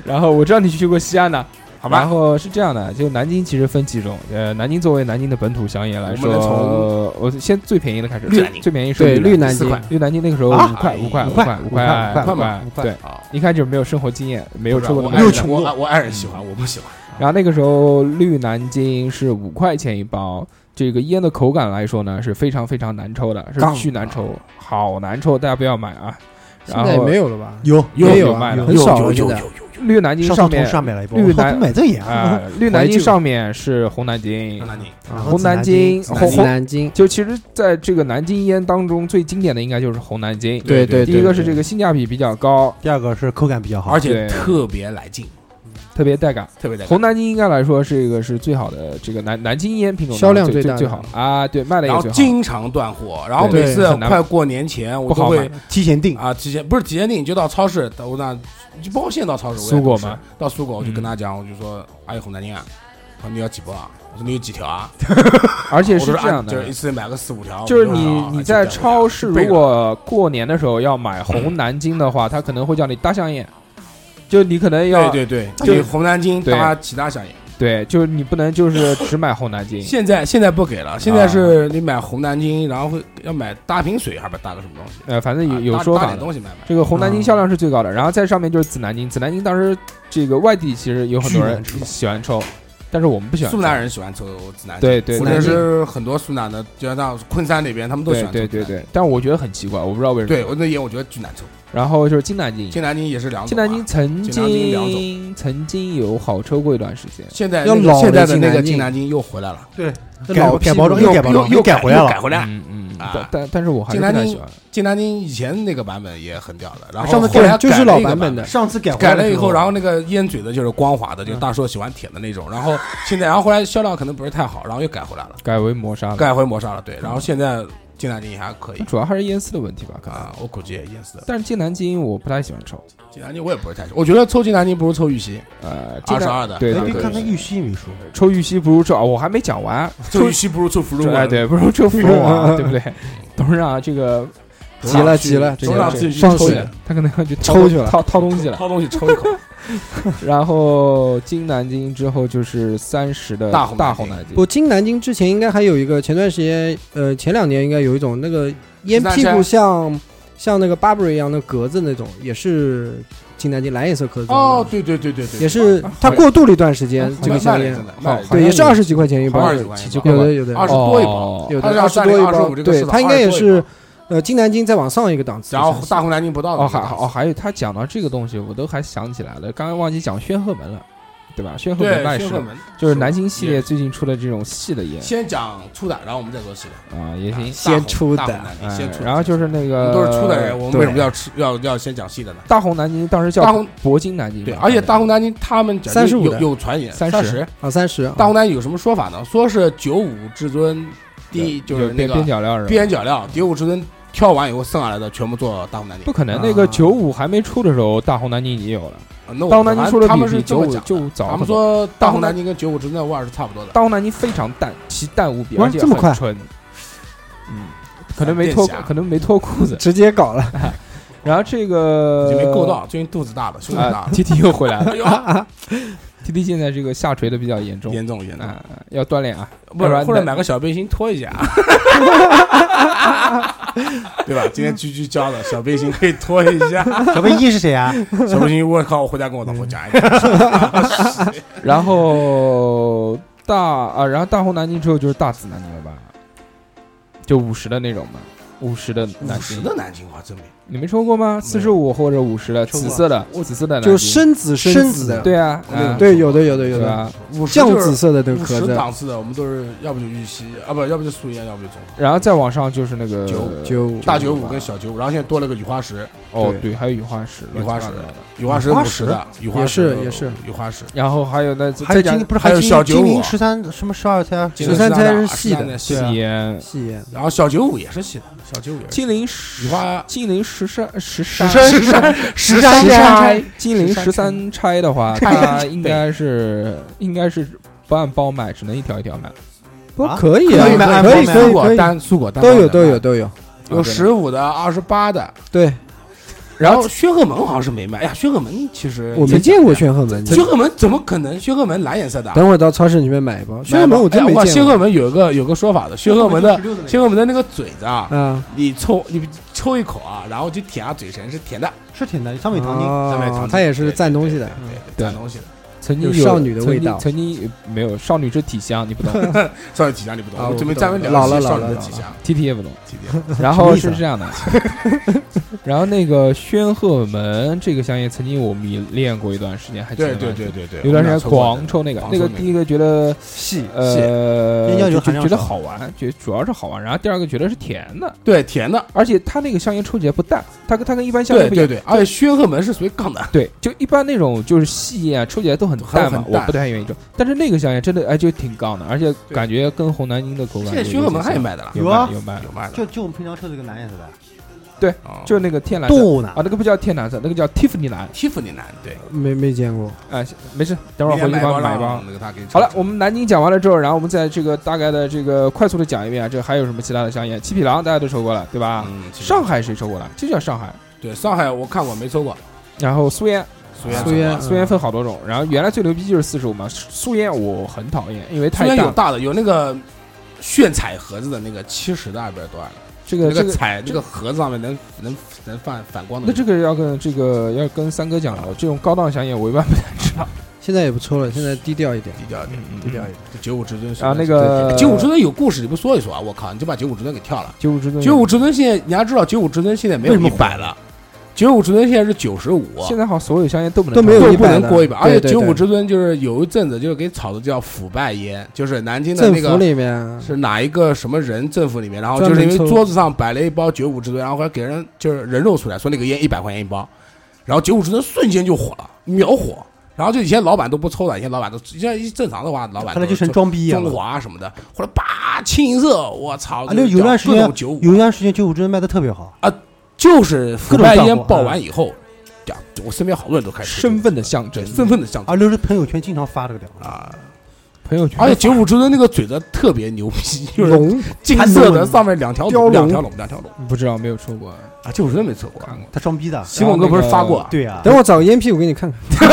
然后我知道你去过西安的，好吧然后是这样的，就南京其实分几种，呃，南京作为南京的本土香烟来我说，们能从呃我先最便宜的开始，绿最南京最便宜是对绿南南四京块京，绿南京那个时候啊五块五块五块块五五块五五块块五块对，啊，一开始没有生活经验，没有不是抽过我的爱啊买人的穷我过爱我爱人喜嗯欢，我不喜欢。然后那个时候绿南京是五块钱一包，这个烟的口感来说呢是非常非常难抽的，是杠巨难抽，好难抽，大家不要买啊。现然在也后没有了吧？有有也有啊卖的很少了有现有在有。有绿南京上上次同面事还买了一包，绿我南靠，买这烟啊、啊，绿南京 怀旧上面是红南京，南京啊然后红紫南京，红南京红南京，就其实在这个南京烟当中最经典的应该就是红南京。对对，第一个是这个，个性价比比较高， 第二个是口感比较好而，且对特别来劲，特别带感。特别来劲。红南京应该来说是一个是最好的这个南南京烟品种当中销量最最大的最好的啊，对，卖的然也后最好。经常断货，然后对每次很难快过年前，我不都好会买提前定。啊，提前不是提前订，就到超市，到我那就包括现在到超市，我也苏果不是嘛，到苏果我就嗯跟他讲，我就说阿姨红南京啊，他说你要几包啊？我说你有几条啊？而且我是说这样啊就的是一，次买个四五条，就是五六你条你啊就在这样超市就备如着果过年的时候要买红南京的话，他可能会叫你大香烟，就你可能要对对对，就就红南京对搭其他香烟，对，就是你不能就是只买红南京，现在现在不给了，现在是你买红南京，然后会要买大瓶水，还不是大个什么东西？呃，反正啊有有搭说搭法点的。东西买买。这个红南京嗯销量是最高的，然后在上面就是紫南京，紫南京当时这个外地其实有很多人喜欢抽，但是我们不喜欢抽。苏南人喜欢抽指南针，对对或对者是很多苏南的，就像昆山那边，他们都喜对欢抽对指南对针。对，但我觉得很奇怪，我不知道为什么。对，我那烟我觉得巨难抽。然后就是金南京，金南京也是两种啊，金南京曾金南京两经曾经有好抽过一段时间，现在要那个老现的在的金那南个京金南京又回来了，改改包装又改包又装又改回来又了改回来了。嗯嗯，啊但但但是我还是金不南太京喜欢。金南京以前那个版本也很屌的，然后上次后来对就改了是老一个版本本的。上次哎改回改来的了以时后，候然后那个烟嘴的就是光滑的，就是大叔喜欢舔的那种。然后现在，然后后来销量可能不是太好，然后又改回来了，改为磨砂了，改回磨砂了。对，然后现在金南京也还可以主要还是烟丝的问题吧，可能。啊，我估计也淹死了。但是金南京我不太喜欢抽，金南京我也不是太喜欢，我觉得抽金南京不如抽玉溪，呃，金二十南二的，对哎对别看他对，玉溪没说，抽玉溪不如抽，啊我还没讲完，抽玉溪不如抽芙蓉哎，丸，对，不 如抽芙蓉王，啊对不对？董事长这个急了急了，董事长自己去上抽市去了他可能要去抽去了掏掏东 西了。掏东西抽一口。然后金南京之后就是三十的大红大南红京南京，不，金南京之前应该还有一个，前段时间，呃，前两年应该有一种那个烟13屁股山像像那个 Burberry 一样的格子那种，也是金南京蓝颜色壳子。哦，，对对对对对，也是它好过渡了一段时间，这个卖香了烟真，的好卖了一阵子，对，也是二十几块钱一好包像，是奇奇怪有怪的，有的二十多一包。哦有二十的二二十十多多一一包包，对，它应该也是，呃，金南京再往上一个档次。然后大红南京不到的哦，那还个档次哦，还有他讲到这个东西，我都还想起来了，刚刚忘记讲宣赫门了，哦对吧？宣赫门那对，也宣是赫，门就是南京系列也最近出的这种细的烟先讲初的，然后我们再说系列。啊，也行。先出的大红南京哎先出的，然后就是那我们个都是出的人，我们对为什么要吃要要先讲细的呢？大红南京，当时大叫嗯红铂金南京嘛，对，而且大红南京他们讲35有的有传言30十，啊，三十，大红南京有什么说法呢？说是九五至尊第一就是那边边个角料人，边角料，九五至尊跳完以后剩下来的全部做大红南不京。可能。那个啊九五还没出的时候，大红南京已经有了。啊那我大红南京反出正的他比们比是这九么五讲的，九五早他很们多。说大大红红南京跟九五至尊的味儿是差不多的。大红南京非常淡，其淡无比，哇而且这么快很纯。嗯，可能没脱，闪电侠可能没脱 裤子。直接搞了，然后这个也没够到，最近肚子大了，胸大啊了， ，T T 又回来 了哎呦，T T 现在这个下垂的比较严重。严重严重。啊，要锻炼啊，不要不是，然或者那买个小背心拖一下，对吧？今天居居教的小背心可以拖一下，小贝一是谁啊？小背心我靠，我回家跟我老婆讲一下。然后大啊，然后大红南京之后就是大紫南京了吧？就五十的那种嘛，五十的南五十京，的南京话真没，你没抽过吗？四十五或者五十的，抽紫过色的，紫色的南京就深紫深紫紫的，对啊，我那啊种对，有的有的有对的，吧？五十酱就紫是色的那个五壳十子，档次的，我们都是要不就玉溪啊，不，要不就苏烟，要不就中华。然后再往上就是那个九五九五大九五跟小九五，然后现在多了个雨花石，哦，对对，还有雨花石，雨花石乱七八糟的雨花石雨花五石十的，雨花也石是也是雨花石。然后还有那还再有加金不是还有金小金95陵啊十三什么十二钗啊？十三钗是细的的，细细的。烟，细烟，然后小九五也是细的，小九五也是细啊金陵十雨花金陵十三十十三三十三十十三钗，金陵十十三三钗的话，钗它应该是应该是不按包买，只能一条一条买。不啊可以啊，可以买的。可以买苏可以可果以，单，苏果单都有单都有的，都有，有十五的，二十八的，对然后薛鹤门好像是没卖，哎呀，薛鹤门其实我没见过薛鹤门，薛鹤门怎么可能？薛鹤门蓝颜色的啊，等会儿到超市里面买一包。薛鹤门我真没哎哇薛见过鹤门有一个有个说法的，薛鹤门的薛鹤门的那个嘴子啊，啊，你抽你抽一口啊，然后就舔下嘴唇是甜的，是挺难，上面糖精。上面有糖哦精它也是蘸东西的，对对对对，蘸东西的。曾经有少女的味道曾经曾经没有少女之体香，你不懂少女体香你不懂，啊我我准备不专门懂聊一老期了少老女的了体老香。 ，T T 也不懂。体香然什后么意是思啊这样的， 然后那个宣赫门这个香烟曾经我迷恋过一段时间，还记得对吗对对对对，有段时我间们狂俩抽过的抽那个，狂那个抽那第一个觉得细呃烟胶就油就含量觉得少好玩，觉主要是好玩，然后第二个觉得是甜的，对甜的，而且它那个香烟抽起来不淡，它跟它跟一般香烟对不一样对。对，而且薛鹤门是属于杠的，对，就一般那种就是细烟啊，抽起来都很淡嘛，很很我淡不太愿意抽。但是那个香烟真的哎，就挺杠的，而且对感觉跟红南京的口感现有在有薛鹤门还有像卖的了，有有啊卖有卖的，有卖的，就就我们平常抽的一个蓝颜色的，哦就那个天蓝色豆呢啊，？那个不叫天蓝色，那个叫 Tiffany 蓝。蒂芙尼蓝，对，没没见过。哎，没事，等会儿回去明天帮我买买啊一包让。那个他给你抽好了，我们南京讲完了之后，然后我们在这个大概的这个快速的讲一遍啊，这还有什么其他的香烟？七匹狼大家都抽过了，对吧？嗯，其实上海谁抽过了？这叫上海。对上海我看过没抽过，然后苏烟，苏烟苏烟苏烟分好多种，然后原来最牛逼就是四十五嘛，苏烟我很讨厌，因为苏太烟大有了。大的，有那个炫彩盒子的那个七十的，还不知道多少的。这那个这个个，彩那这个个盒子上面能能能放反光的那东西。这个要跟这个要跟三哥讲了，这种高档香烟我一般不太知道。现在也不抽了，现在低调一点。低调一点，嗯低调一点。这九五至尊是然后啊那个九五至尊有故事，你不说一说啊？我靠，你就把九五至尊给跳了。九五至尊，九五至尊现在你要知道，九五至尊现在没有为什么一百了，九五至尊现在是九十五，现在好像所有香烟都不能都没有都一不百能的过一百。而且对九对对五至尊就是有一阵子就是给炒的叫腐败烟，就是南京的政那府个。里面是哪一个什么人？政府里面，然后专就是门因为抽桌子上摆了一包九五至尊，然后后来给人就是人肉出来，说那个烟一百块钱一包，然后九五至尊瞬间就火了，秒火。然后就以前老板都不抽了，以前老板都现在一正常的话，老板后都来就成抽装逼眼中了。华什么的，或者叭清一色，我操！啊，那有段时各间种九五，有一段时间九五真的卖的特别好，就是腐败烟爆完以后，呀，我嗯身边好多人都开始身份的象征对，身份的象征啊，六是朋友圈经常发这个料。啊！朋友圈，而且九五之尊那个嘴子特别牛逼， 就是啊龙金色的，上面两条雕龙龙，两条龙，两条龙不知道没有抽过，啊！九五之尊没测过，看过。他装逼的，西蒙哥不是发过啊？对啊，等我找个烟屁股给你看看。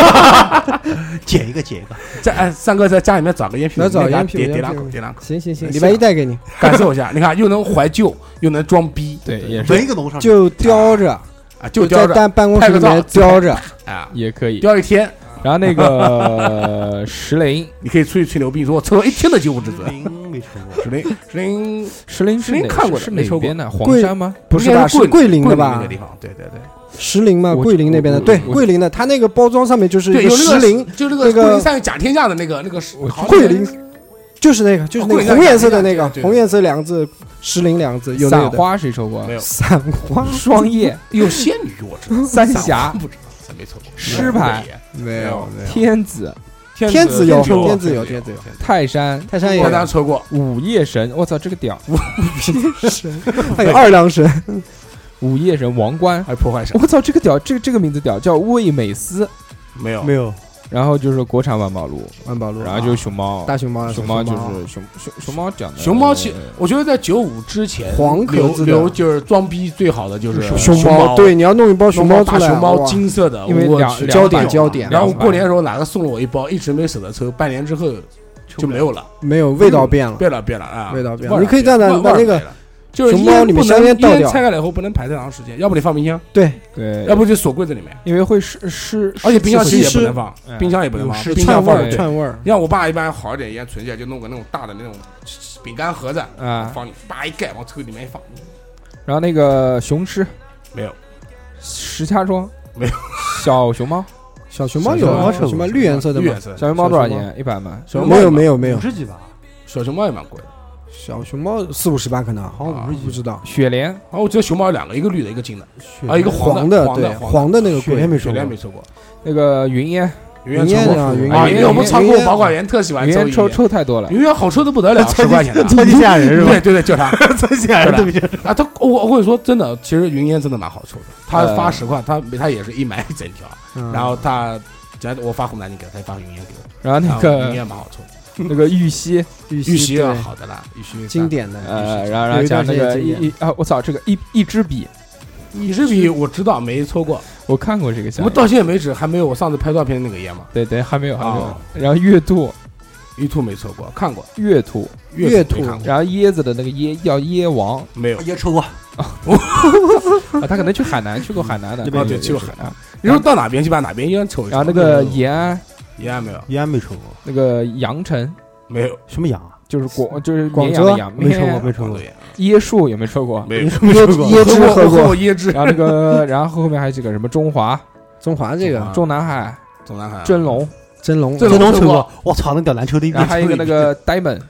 解一个解一个，在哎，三哥在家里面找个烟屁股，来找你给他烟屁股点点烟屁两口，股点两口，行行行，没礼事拜一带给你，感受一下。你看，又能怀旧，又能装逼对，也是纹一个龙上去。就叼着，啊，就叼在着办办公室里拍个面照 叼着，啊，也可以。叼一天，然后那 个石林，你可以出去吹牛逼，说我抽了一天的九五之嗯尊。零没成功，石林，石林石林石林哪看过的是没哪抽过边的？黄贵山吗？不是吧？应该是桂林桂林那的吧个？地方，对对对，石林嘛，我桂林那边的，我对，我桂林的，它那个包装上面就是对，一有石那林，个，就是那个那个桂林三月甲天下的那个那个是我好像桂林就是那个，就是那桂个林的红颜色的那对个对，对红颜色两个字，石林两个字，有那散个的。花谁抽过没？有散花双 叶、有仙女，我知道，三峡不知道，咱没错过，狮牌没有没天子、天子有天天子有天天子有泰山、泰山也我当有，时抽过，午夜神，我操，这个屌！ 还有二郎神，午夜神王冠，还破坏神我操，这个屌，这个这个名字屌，叫味美思。没有没有，然后就是国产万宝路，万宝路，然后就是熊猫，大熊猫，熊猫就是熊熊熊猫讲的。熊猫其我觉得在九五之前，黄壳留子的留就是装逼最好的就是熊猫，对，，你要弄一包熊猫出大来，熊猫哇金色的，因为我两去两焦点焦点然后两百过年的时候，哪个送了我一包，一直没舍得抽，半年之后就没有了，没有味道变了，变了变了啊，味道变味了。儿你可以这样味的儿把那变个了就是熊猫烟里不面香能烟倒掉拆开了以后不能排太长时间，要不你放冰箱，对对，要不就锁柜子里面，因为会湿湿，而且冰箱湿其实也气不能放哎，冰箱也不能放有，湿冰串箱味放儿不对。串味儿，像我爸一般好一点烟存起来就弄个那种大的那种饼干盒子，啊。放你叭一盖往抽屉里面一放，然后那个雄狮没有，石家庄没有，小熊猫，小熊猫小有熊猫啊是有什么绿颜色的绿吗颜？色的小熊猫多少啊小熊钱？一百吗？小熊猫没有嘛没有没有五，十几吧，小熊猫也蛮贵的。小熊猫四五十吧，可能好像五十几。不知道。雪莲，然后我记得熊猫有两个，一个绿的，一个金的，雪啊 一个黄嗯黄的黄的对黄的黄的那个雪贵莲，没雪说莲过没，抽过，那个云烟，云烟云烟抽过啊云啊，烟云烟我们仓库云烟保管员特喜欢云抽烟云抽烟，抽太多了。云烟好抽的不得了，十块钱的啊。超级吓人是吧对？对对，就它超级吓人，对不起。啊，它我我跟你说，真的，其实云烟真的蛮好抽的。它呃发十块，它它也是一买一整条，嗯然后它只要我发红蓝你给它，它就发云烟给我。然后那然啊后云个烟蛮好抽的，那个玉溪，玉玉溪啊对好的啦，玉溪经。典的呃，然后然有后一讲段那时间个经一典一啊，我操，这个一一支笔，你是比我知道没抽过，我看过这个我项目们。到现在为止还没有我上次拍照片那个烟嘛，对对，还没有还没有啊。然后月兔，玉兔没抽过，看过月兔，月兔没兔看过，然后椰子的那个椰叫椰王没有。也抽过，啊，他可能去海南，去过 海南的，对吧有对去过有海南啊你说到哪边去把哪边烟抽一抽。然后那个延安，延安没有，延安没抽过，那个阳城，没有，什么羊啊？就是广就是广绵阳的州阳，没抽过，绵没阳抽过对，椰树有没有抽过？ 没有。椰椰我汁喝喝过过，椰汁，然后那个，然后后面还有几个什么中华、中华这中华个中南海、总南海啊真龙，真龙真真龙抽抽过过，我操，那屌篮球的一然后还有一个那个 Diamond，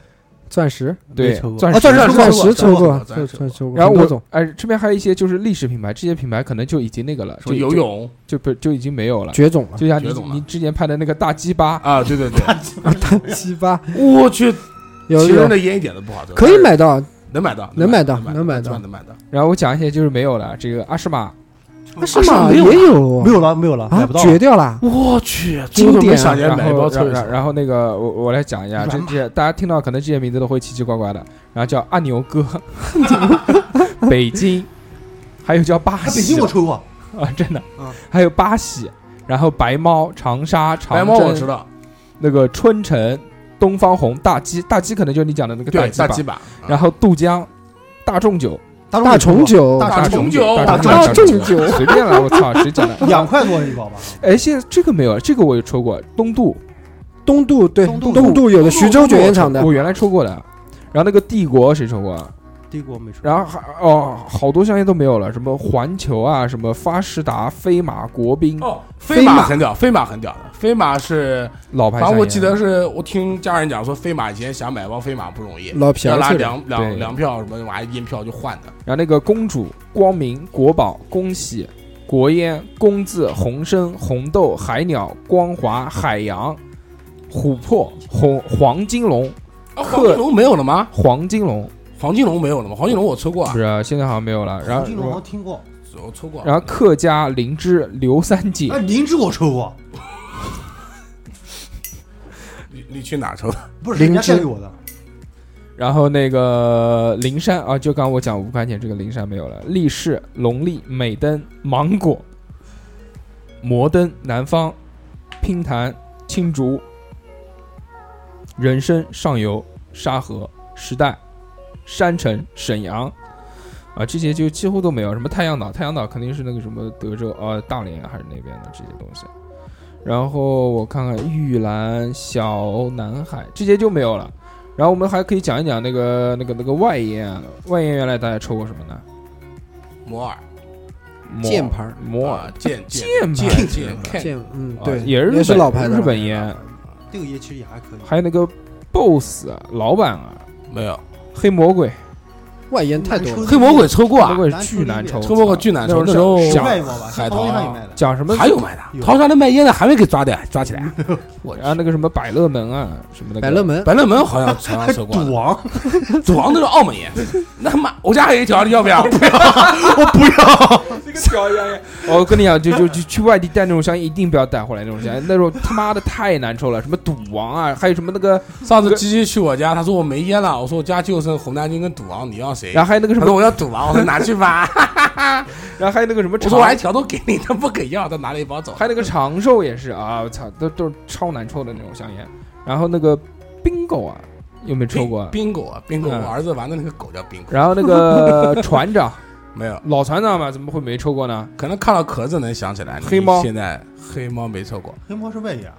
钻石啊对抽，过哦钻啊石。钻石石钻钻石石抽抽过过，钻石抽过钻石抽过，然后很多我种哎，这边还有一些就是历史品牌，这些品牌可能就已经那个了，什就么游就泳就不就已经没有了。绝种了，就像你绝种了你之前拍的那个大鸡巴，啊，对对对， 七八我去，有其实有那烟一点都不好抽，可以，买到，能买到，能买到能买能买到能买到。然后我讲一些就是没有了，这个阿诗玛，是吗？也有没有了，没有了，买啊不，到了。绝掉了，我去，经典啊我都没想起来然买一包后抽然一然抽。然后那个我我来讲一下，这软码这些大家听到可能这些名字都会奇奇怪怪的，然后叫阿牛哥，北京，还有叫巴哎，北西京我抽过，啊，真的啊，还有巴西，然后白猫、长沙、长白征、猫我知道，那个春城、东方红、大鸡，大鸡可能就是你讲的那个对，鸡吧。大鸡啊巴，然后杜江、大众酒、 大重酒，大大众重酒大大众众酒 随便了，我操，谁讲的？ 两块多一包吧，哎，现在这个没有，这个我也抽过，东渡，东渡对东渡东渡有的徐州卷烟厂的我，原来抽过的。然后那个帝国谁抽过啊？ 帝国没说。然后还哦，好多香烟都没有了，什么环球啊，什么发士达、飞马、国宾，哦，飞飞马马很屌，飞马很屌的，飞马是，老牌反香正烟。我记得是我听家人讲说，飞马以前想买包飞马不容易，老便要宜拉了粮对粮粮票什么玩意儿，烟票就换的。然后那个公主、光明、国宝、恭喜、国烟、公字、红参、红豆、海鸟、光华、海洋、琥珀、红黄金龙、啊，克黄金龙没有了吗？黄金龙，黄金龙没有了吗？黄金龙我抽过啊不，是、啊、现在好像没有了。然金龙后，听过，我抽过啊。然后客家灵芝、刘三姐哎，，灵芝我抽过，你你去哪抽的？不是人家灵芝带给我的，然后那个灵山啊，就刚刚我讲五块钱这个灵山没有了，力士、龙力、美登、芒果、摩登、南方、拼坛、青竹、人参、上游、沙河、时代、山城、沈阳。啊，这些就几乎都没有什么太阳岛，太阳岛肯定是那个什么德州啊、大连还是那边的这些东西。然后我看看玉兰、小南海这些就没有了。然后我们还可以讲一讲那个那个那个外烟，啊，外烟原来大家抽过什么呢？摩尔摩键盘儿摩尔啊，剑剑剑剑剑剑，见嗯啊对，也是也日是本老牌的日本烟，这个也其实也还可以。还有那个 BOSS 啊老板啊，没有。黑魔鬼，外烟太多难抽了，黑魔鬼抽过黑魔啊，鬼巨难抽，黑魔鬼巨难抽那那时候十讲块一包吧，海淘宝棠上也卖的。讲什么还有卖的，有唐山的卖烟的还没给抓的，抓起来。 我然后那个什么百乐门啊，什么那个百乐门百乐门好像好像抽过啊赌王，的，赌王那是澳门 烟。那他妈，我家还有一条，你要不要？这个调香烟，哦我跟你讲，就就就去外地带那种香烟，一定不要带回来那种香烟，那种他妈的太难抽了，什么赌王啊，还有什么那个，上次鸡鸡去我家，他说我没烟了，我说我家就剩红南京跟赌王，你要 谁？然后还有那个什他么说，我要赌王，我说拿去吧。然后还有那个什么 我长，说我还调都给你，他不给要，他拿了一包走。还有那个长寿也是啊，我操，都都是超难抽的那种香烟。然后那个 bingo 啊，有没有抽过啊？冰狗啊，冰狗，嗯我儿子玩的那个狗叫冰狗，然后 那个船长，没有，老船长嘛，怎么会没抽过呢？可能看到壳子能想起来。黑猫你现在黑猫没抽过，黑猫是外烟，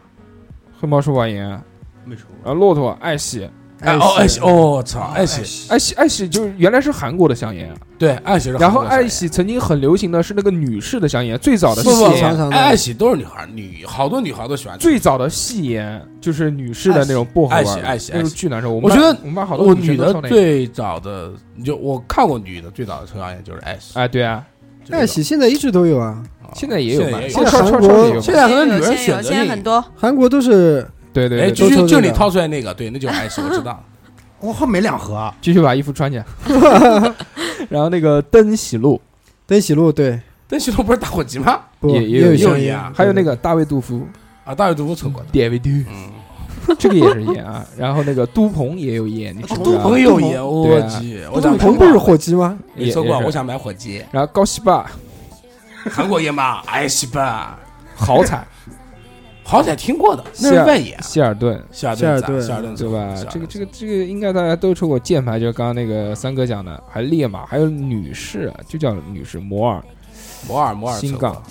黑猫抽完烟，啊然没抽过。后骆驼、爱喜、哎哦爱喜，哦操哎爱喜，爱喜、爱喜就是原来是韩国的香烟，啊对爱喜是韩国的小然后孩。爱喜曾经很流行的是那个女士的香烟，最早的不细不烟，爱爱喜都是女孩，女好多女孩都喜欢。最早的细烟就是女士的那种薄荷味儿，爱喜爱喜那种爱喜巨难抽。我我们觉得班我们班好多我生女都的抽那个，最早的，你就我看过女的最早的抽香烟就是爱喜，哎对啊，就是爱喜现在一直都有啊，啊现在也有现嘛，在也超有。超超韩超国也有嘛，现在很多有女人现在有选择现在性很多，韩国都是对对哎，对，就都抽是这就个你掏出来那个，对，那就是爱喜，我知道。我靠，买两盒啊！继续把衣服穿 起来。然后那个登喜路，登喜路对，邓喜龙不是打火机吗？不也也有有香香烟烟啊，还有那个大卫杜夫啊，大卫杜夫抽过的， ，David Du，嗯，这个也是烟啊。然后那个都鹏也有烟，你知不知杜道？鹏也有烟，我对啊去，我杜想鹏不是火鸡吗？没抽也过，也是我想买火机，然后高希霸、韩国烟吧，爱喜吧，好彩、好歹听过的， 那希是尔外野，希尔顿，希尔希尔顿顿赞，希尔顿对吧赞？这个这个这个应该大家都抽过键盘，就是刚刚那个三哥讲的，还烈马，还有女士，啊就叫女士摩尔、摩尔摩尔新抽过港、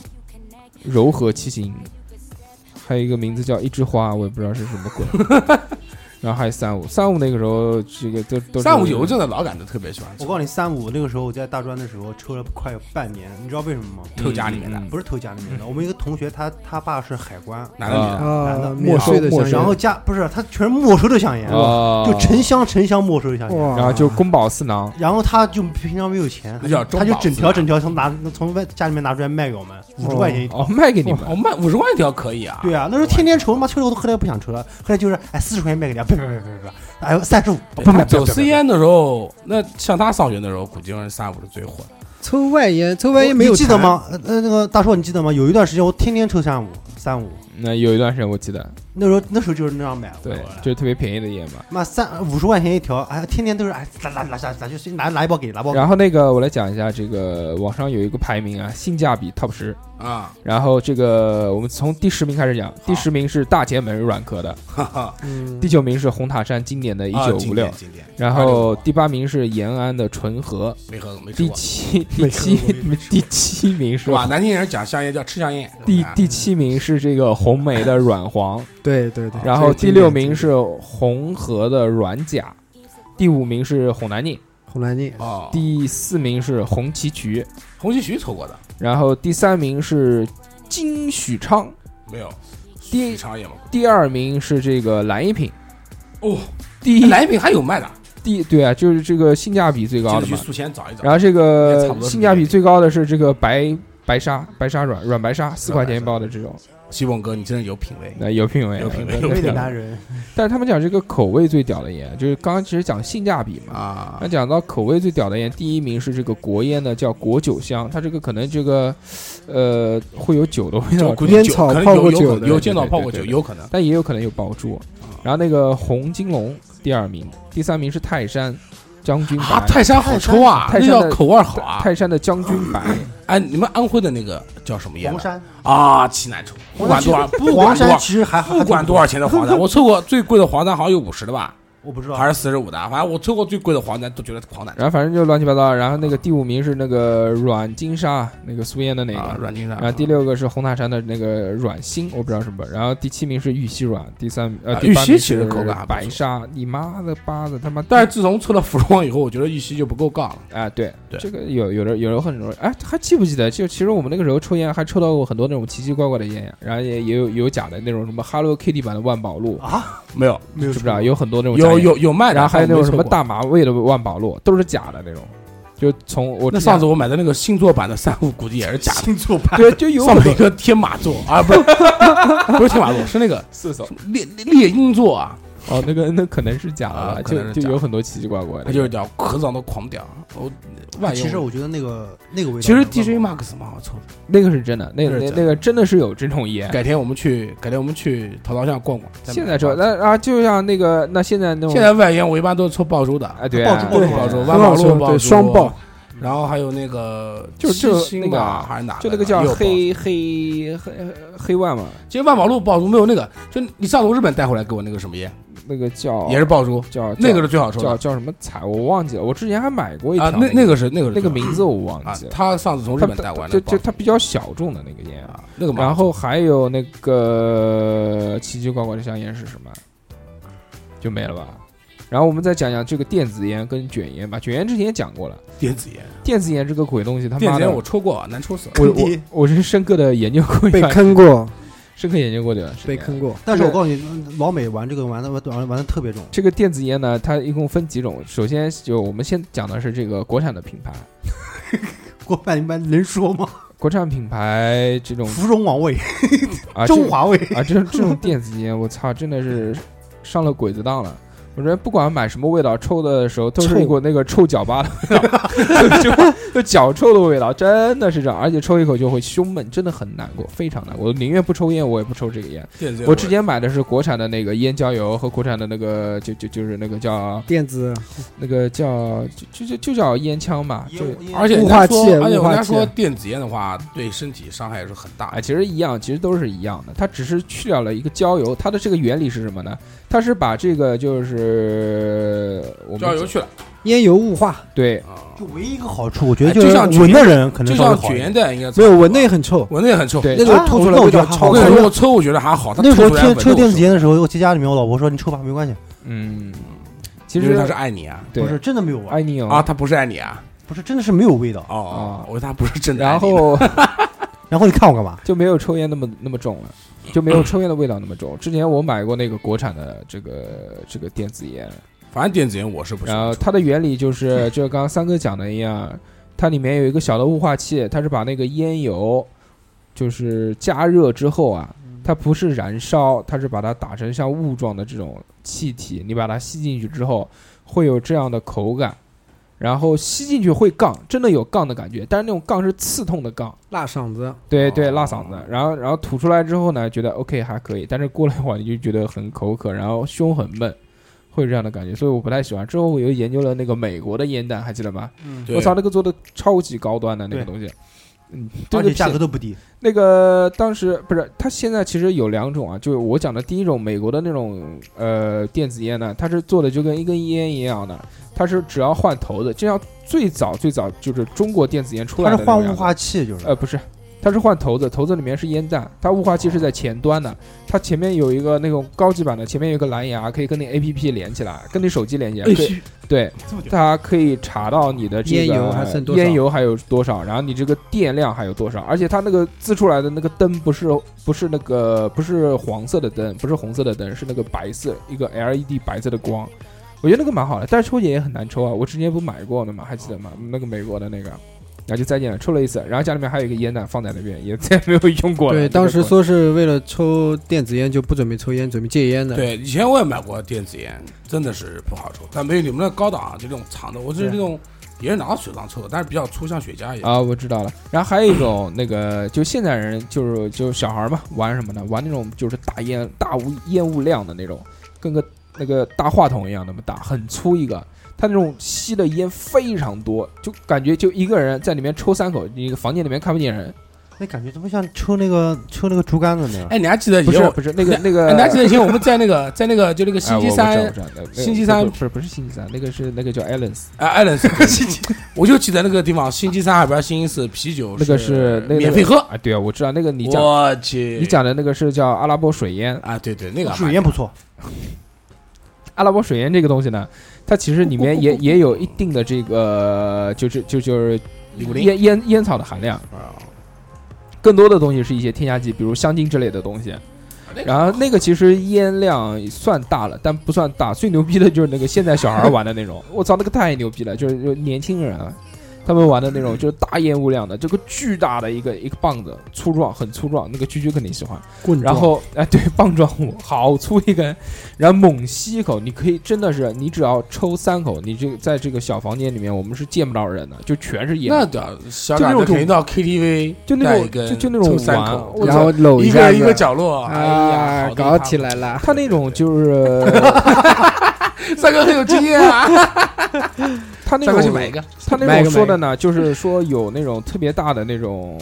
柔和骑行，还有一个名字叫一枝花，我也不知道是什么鬼。 然后还有三五，三五那个时候这个都都是三五油真的老感都特别喜欢我抽，告诉你，三五那个时候我在大专的时候抽了快有半年，你知道为什么吗？嗯偷家里面的，不是偷家里 面的，我们一个同学他他爸是海关，男的女的，男啊的，免税的没香收然后烟，家不是他全是没收的香烟，哦就成箱成箱没收的香烟。哇，然后就宫保四囊，然后他就平常没有钱，那叫中他就饱整私条囊整条从拿从外家里面拿出来卖给我们，五十块钱一条。哦，卖给你们。我卖五十块一条可以啊，对啊，那时候天天抽，妈抽的我都后来不想抽了，后来就是哎四十块钱卖给你啊，别别别别别，哎呦三十五不不买不走要不要私烟的时候，那像他上学的时候，估计是三五是最火的。抽外烟，抽外烟没哎有你记得痰？吗？呃，那个大硕，你记得吗？有一段时间我天天抽三五，三五，那有一段时间我记得，那时候那时候就是那样买回对来的，。就是特别便宜的烟嘛。妈三五十块钱一条，哎呀，天天都是哎，咋咋咋咋咋就拿拿一包给，拿一包给。然后那个我来讲一下，这个网上有一个排名啊，性价比 Top 十。啊，然后这个我们从第十名开始讲，第十名是大前门软壳的，哈哈，嗯第，九名是红塔山经典的一九五六，啊经典，然后第八名是延安的纯和，没喝过，没吃第过。七第七第七名是是吧？南京人讲香烟叫吃香烟，第啊第七名是这个红梅的软黄，对对对。然后第啊这个经典六名经是红河的软甲，第五名是红南宁，典红蓝镜，哦，第四名是红旗渠，红旗渠抽过的然后第三名是金许昌，没有？第许昌也吗？第二名是这个蓝一品，哦，第一蓝一品还有卖的，第对啊，就是这个性价比最记高得的去嘛。宿迁找一然找。后这也差个不多是性价比最高的是这个白白沙白沙软软白沙，四块钱一包的这种，西蒙哥，你真是有品位，那有品位，有品位那有味品的位男人，但是他们讲这个口味最屌的烟，就是刚刚其实讲性价比嘛。啊嗯那，讲到口味最屌的烟，第一名是这个国烟呢，叫国酒香，它这个可能这个，呃，会有酒的味道我，估计烟酒草可能泡有过有酒可能的有对烟草对泡对过对酒，对有可能。但也有可能有爆珠。啊然后那个红金龙第二名，第三名是泰山将军白，啊，泰山好抽啊，泰那山叫的口味儿好啊。泰山的将军白，哎，你们安徽的那个叫什么烟来黄着？山，啊，奇难抽，不管多少，不黄管多山少，其实还不管多少，少钱的 黄单，我抽过最贵的黄单好像有五十的吧，我不知道，还是四十五的，啊反正我抽过最贵的黄单都觉得狂难抽然后反正就乱七八糟。然后那个第五名是那个软金沙，那个苏烟的那个。啊，软金山然后第六个是红塔山的那个软心，我不知道什么。然后第七名是玉溪软，第三呃啊第八玉溪名其实是口感还不错白沙，你妈的巴的他妈！但是自从抽了服装以后，我觉得玉溪就不够杠了。啊，对，对这个有有的有的很多人，哎，还记不记得？就其实我们那个时候抽烟还抽到过很多那种奇奇怪怪的烟呀，然后也也有有假的那种什么 Hello Kitty 版的万宝路，啊， 没有，没有知不知道？有很多那种假有哎烟，有有卖的，然后还有那种什么大。大麻味的万宝路，都是假的那种。就从我那之前上次我买的那个星座版的三五，估计也是假的。星座版，对就有 上很面多一个天马座啊，不是 不是天马座，是那个四手猎猎鹰座啊，哦，那个那可能是假的啊吧，可能就是就假的有很多奇奇怪怪他的。就是屌，壳上都狂屌。我万一其实我觉得那个那个味道，其实 DJ Max 蛮好抽的。那个是真的，那个那是那假的那个真的是有这种烟。改天我们去，改天我们去淘淘巷逛逛。再买哎现在抽包子那啊，就像那个那现在那种现在外烟我一般都是抽爆珠的，啊，对爆啊，竹对爆竹爆珠万爆竹很宝好路抽爆珠，对双爆，然后还有那个就七就星那个吧啊还是哪的？就那个叫也有爆黑黑黑黑万嘛，其实万宝路爆竹没有那个，就你上从日本带回来给我那个什么烟，那个叫也是爆竹，哦叫那个叫是最好抽的叫叫什么彩，我忘记了，我之前还买过一条啊。那那那个是那个是那个最好名字我忘啊记，了，他上次从日它本带回来就的爆就竹它比较小众的那个烟啊。啊，那个嘛然后还有那个奇奇怪怪的香烟是什么？就没了吧。然后我们再讲讲这个电子烟跟卷烟吧。卷烟之前也讲过了，电子烟，电子烟这个鬼东西，他电妈子的，烟我抽过，啊难抽死了。我我我是深刻的研究过 一被段，坑过，深刻研究过这段时间被坑过。但是我告诉你，老美玩这个玩的玩玩玩的特别重，这个电子烟呢，它一共分几种？首先就我们先讲的是这个国产的品牌，国版一般能说吗？嗯国产品牌这种芙蓉王味、啊，这中华味， 啊，这种这种电子烟，我操，真的是上了鬼子当了。我觉得不管买什么味道，抽的时候都是臭一股那个臭脚巴的味道，就 就脚臭的味道，真的是这样。而且抽一口就会胸闷，真的很难过，非常难过。我宁愿不抽烟，我也不抽这个烟。电子烟我之前买的是国产的那个烟焦油和国产的那个，就就就是那个叫电子那个叫就就就就叫烟枪嘛，就而且雾人化家器说，而且雾人化家说器电子烟的话，对身体伤害是很大啊，的。其实一样，其实都是一样的，它只是去掉了一个焦油。它的这个原理是什么呢？它是把这个就是我们郊游去了，烟油雾化，对啊就唯一一个好处，我觉得哎是就像卷闻的人可能就稍微像好一卷烟点弹应该没有闻那那也很臭，闻那也很臭。对那个啊吐出我来那我味觉道得还哦好超我跟你臭说，我抽我觉得还好，他那时抽候出来抽闻抽电子烟，烟的时候，我在家里面，我老婆说你抽吧，没关系，嗯，其其实实他是爱你啊对不是真的没有味，爱你哦有啊，，他不是爱你啊。不是真的是没有味道。哦啊，我说他不是真的爱然你哦的。后然后你看我干嘛？就没有抽烟那么那么重了，就没有抽烟的味道那么重。之前我买过那个国产的这个这个电子烟，反正电子烟我是不喜然后欢抽它的原理就是，就刚刚三哥讲的一样，它里面有一个小的雾化器，它是把那个烟油，就是加热之后啊，它不是燃烧，它是把它打成像雾状的这种气体，你把它吸进去之后，会有这样的口感。然后吸进去会杠，真的有杠的感觉，但是那种杠是刺痛的杠，辣嗓子，对哦对，辣嗓子。然后然后吐出来之后呢，觉得 OK 还可以，但是过了一会儿你就觉得很口渴，然后胸很闷，会有这样的感觉，所以我不太喜欢。之后我又研究了那个美国的烟弹，还记得吗？嗯，我操，那个做的超级高端的那个东西。嗯，这而个且价片格都不低。那个当时不是，它现在其实有两种啊，就是我讲的第一种美国的那种呃电子烟呢，它是做的就跟一根烟一样的，它是只要换头的，就像最早最早就是中国电子烟出来它的那是种换样雾子化器，嗯就是呃，不是，它是换头子，头子里面是烟弹，它雾化器是在前端的，它前面有一个那种高级版的，前面有一个蓝牙，可以跟你 A P P 连起来，跟你手机连哎起来，可以对，它可以查到你的这个烟油还剩多少烟油还有多少，然后你这个电量还有多少，而且它那个滋出来的那个灯不是不是那个不是黄色的灯，不是红色的灯，是那个白色一个 L E D 白色的光。我觉得那个蛮好的，但是抽检也很难抽啊。我之前不买过的嘛，还记得吗？那个美国的那个，然后就再见了，抽了一次，然后家里面还有一个烟弹放在那边，也再也没有用过了。对，这个当时鬼说是为了抽电子烟，就不准备抽烟，准备戒烟的。，对，以前我也买过电子烟，真的是不好抽，但没有你们那高档啊，就那种长的，我是那种也是拿到手上抽的，但是比较粗，像雪茄一样。啊，我知道了。然后还有一种那个，就现在人就是就小孩嘛，玩什么呢？玩那种就是大烟大无烟雾量的那种，跟个那个大话筒一样那么大，很粗一个。它那种吸的烟非常多，就感觉就一个人在里面抽三口，你房间里面看不见人。那感觉怎么像抽那个抽那个竹竿子那样？哎，你还记得以不前是我？不是那个那个哎，你还记得以前我们在那个在那个就那个星期三哎我我知道我知道那个星期三不是不是不是星期三，那个是那个叫 Allen's，啊，艾伦斯， 我就记得那个地方，星期三还不是星期四，啤酒那个是那个免费喝。啊，对啊，我知道那个你讲我去，你讲的那个是叫阿拉伯水烟，啊，对对，那个水烟不错，阿拉伯水烟这个东西呢，它其实里面也也有一定的这个就是就就是李谷林烟烟烟草的含量，啊，更多的东西是一些添加剂，比如香精之类的东西。然后那个其实烟量算大了，但不算大。最牛逼的就是那个现在小孩玩的那种，我操，那个太牛逼了！就是就是年轻人啊，他们玩的那种就是大烟雾量的，这个巨大的一个一个棒子，粗壮，很粗壮。那个蛐蛐肯定喜欢。棍然状后哎，对，棒状物，好粗一根，然后猛吸一口，你可以真的是，你只要抽三口，你这在这个小房间里面，我们是见不到人的，就全是烟，那的小冉就那种肯定到 KTV，就那带种一根就就那种抽三玩口我然操后搂一个下人一个子角落，哎呀啊，，搞起来了。他那种就是 来，三哥很有经验啊， 他那三哥去买种一个，他那买一种个说买的一呢，就是说有那种特别大的那种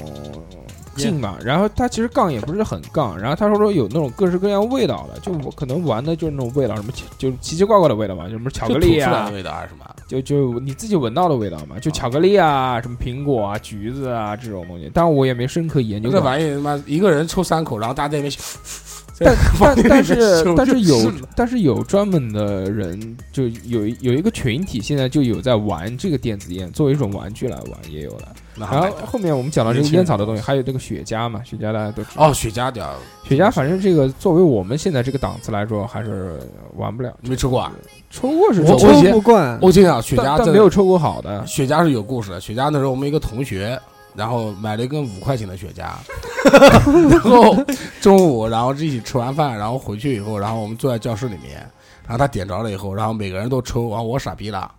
劲嘛，然后他其实杠也不是很杠，然后他说说有那种各式各样味道的，就我可能玩的就是那种味道，什么就是奇奇怪怪的味道嘛，就什么巧就克吐力出啊来的，味道还是什么？就就你自己闻到的味道嘛，就巧克力啊，什么苹果啊、橘子啊这种东西。当然我也没深刻研究这过，玩意他妈一个人抽三口，然后大家在那边笑，但 但但是就但是有是但是有专门的人，就有有一个群体，现在就有在玩这个电子烟，作为一种玩具来玩也有了。然然后后面我们讲到这个年轻人烟草的东西，还有这个雪茄嘛，雪茄大家都知道。哦，雪茄屌，雪茄反正这个作为我们现在这个档次来说，还是玩不了。你没抽过啊？抽过是我抽过抽一些，不惯，我跟你讲，雪但茄但真没的有抽过好的。雪茄是有故事的。雪茄那时候我们一个同学，然后买了一根五块钱的雪茄， 然后中午然后一起吃完饭，然后回去以后，然后我们坐在教室里面，然后他点着了以后，然后每个人都抽，然后我傻逼了，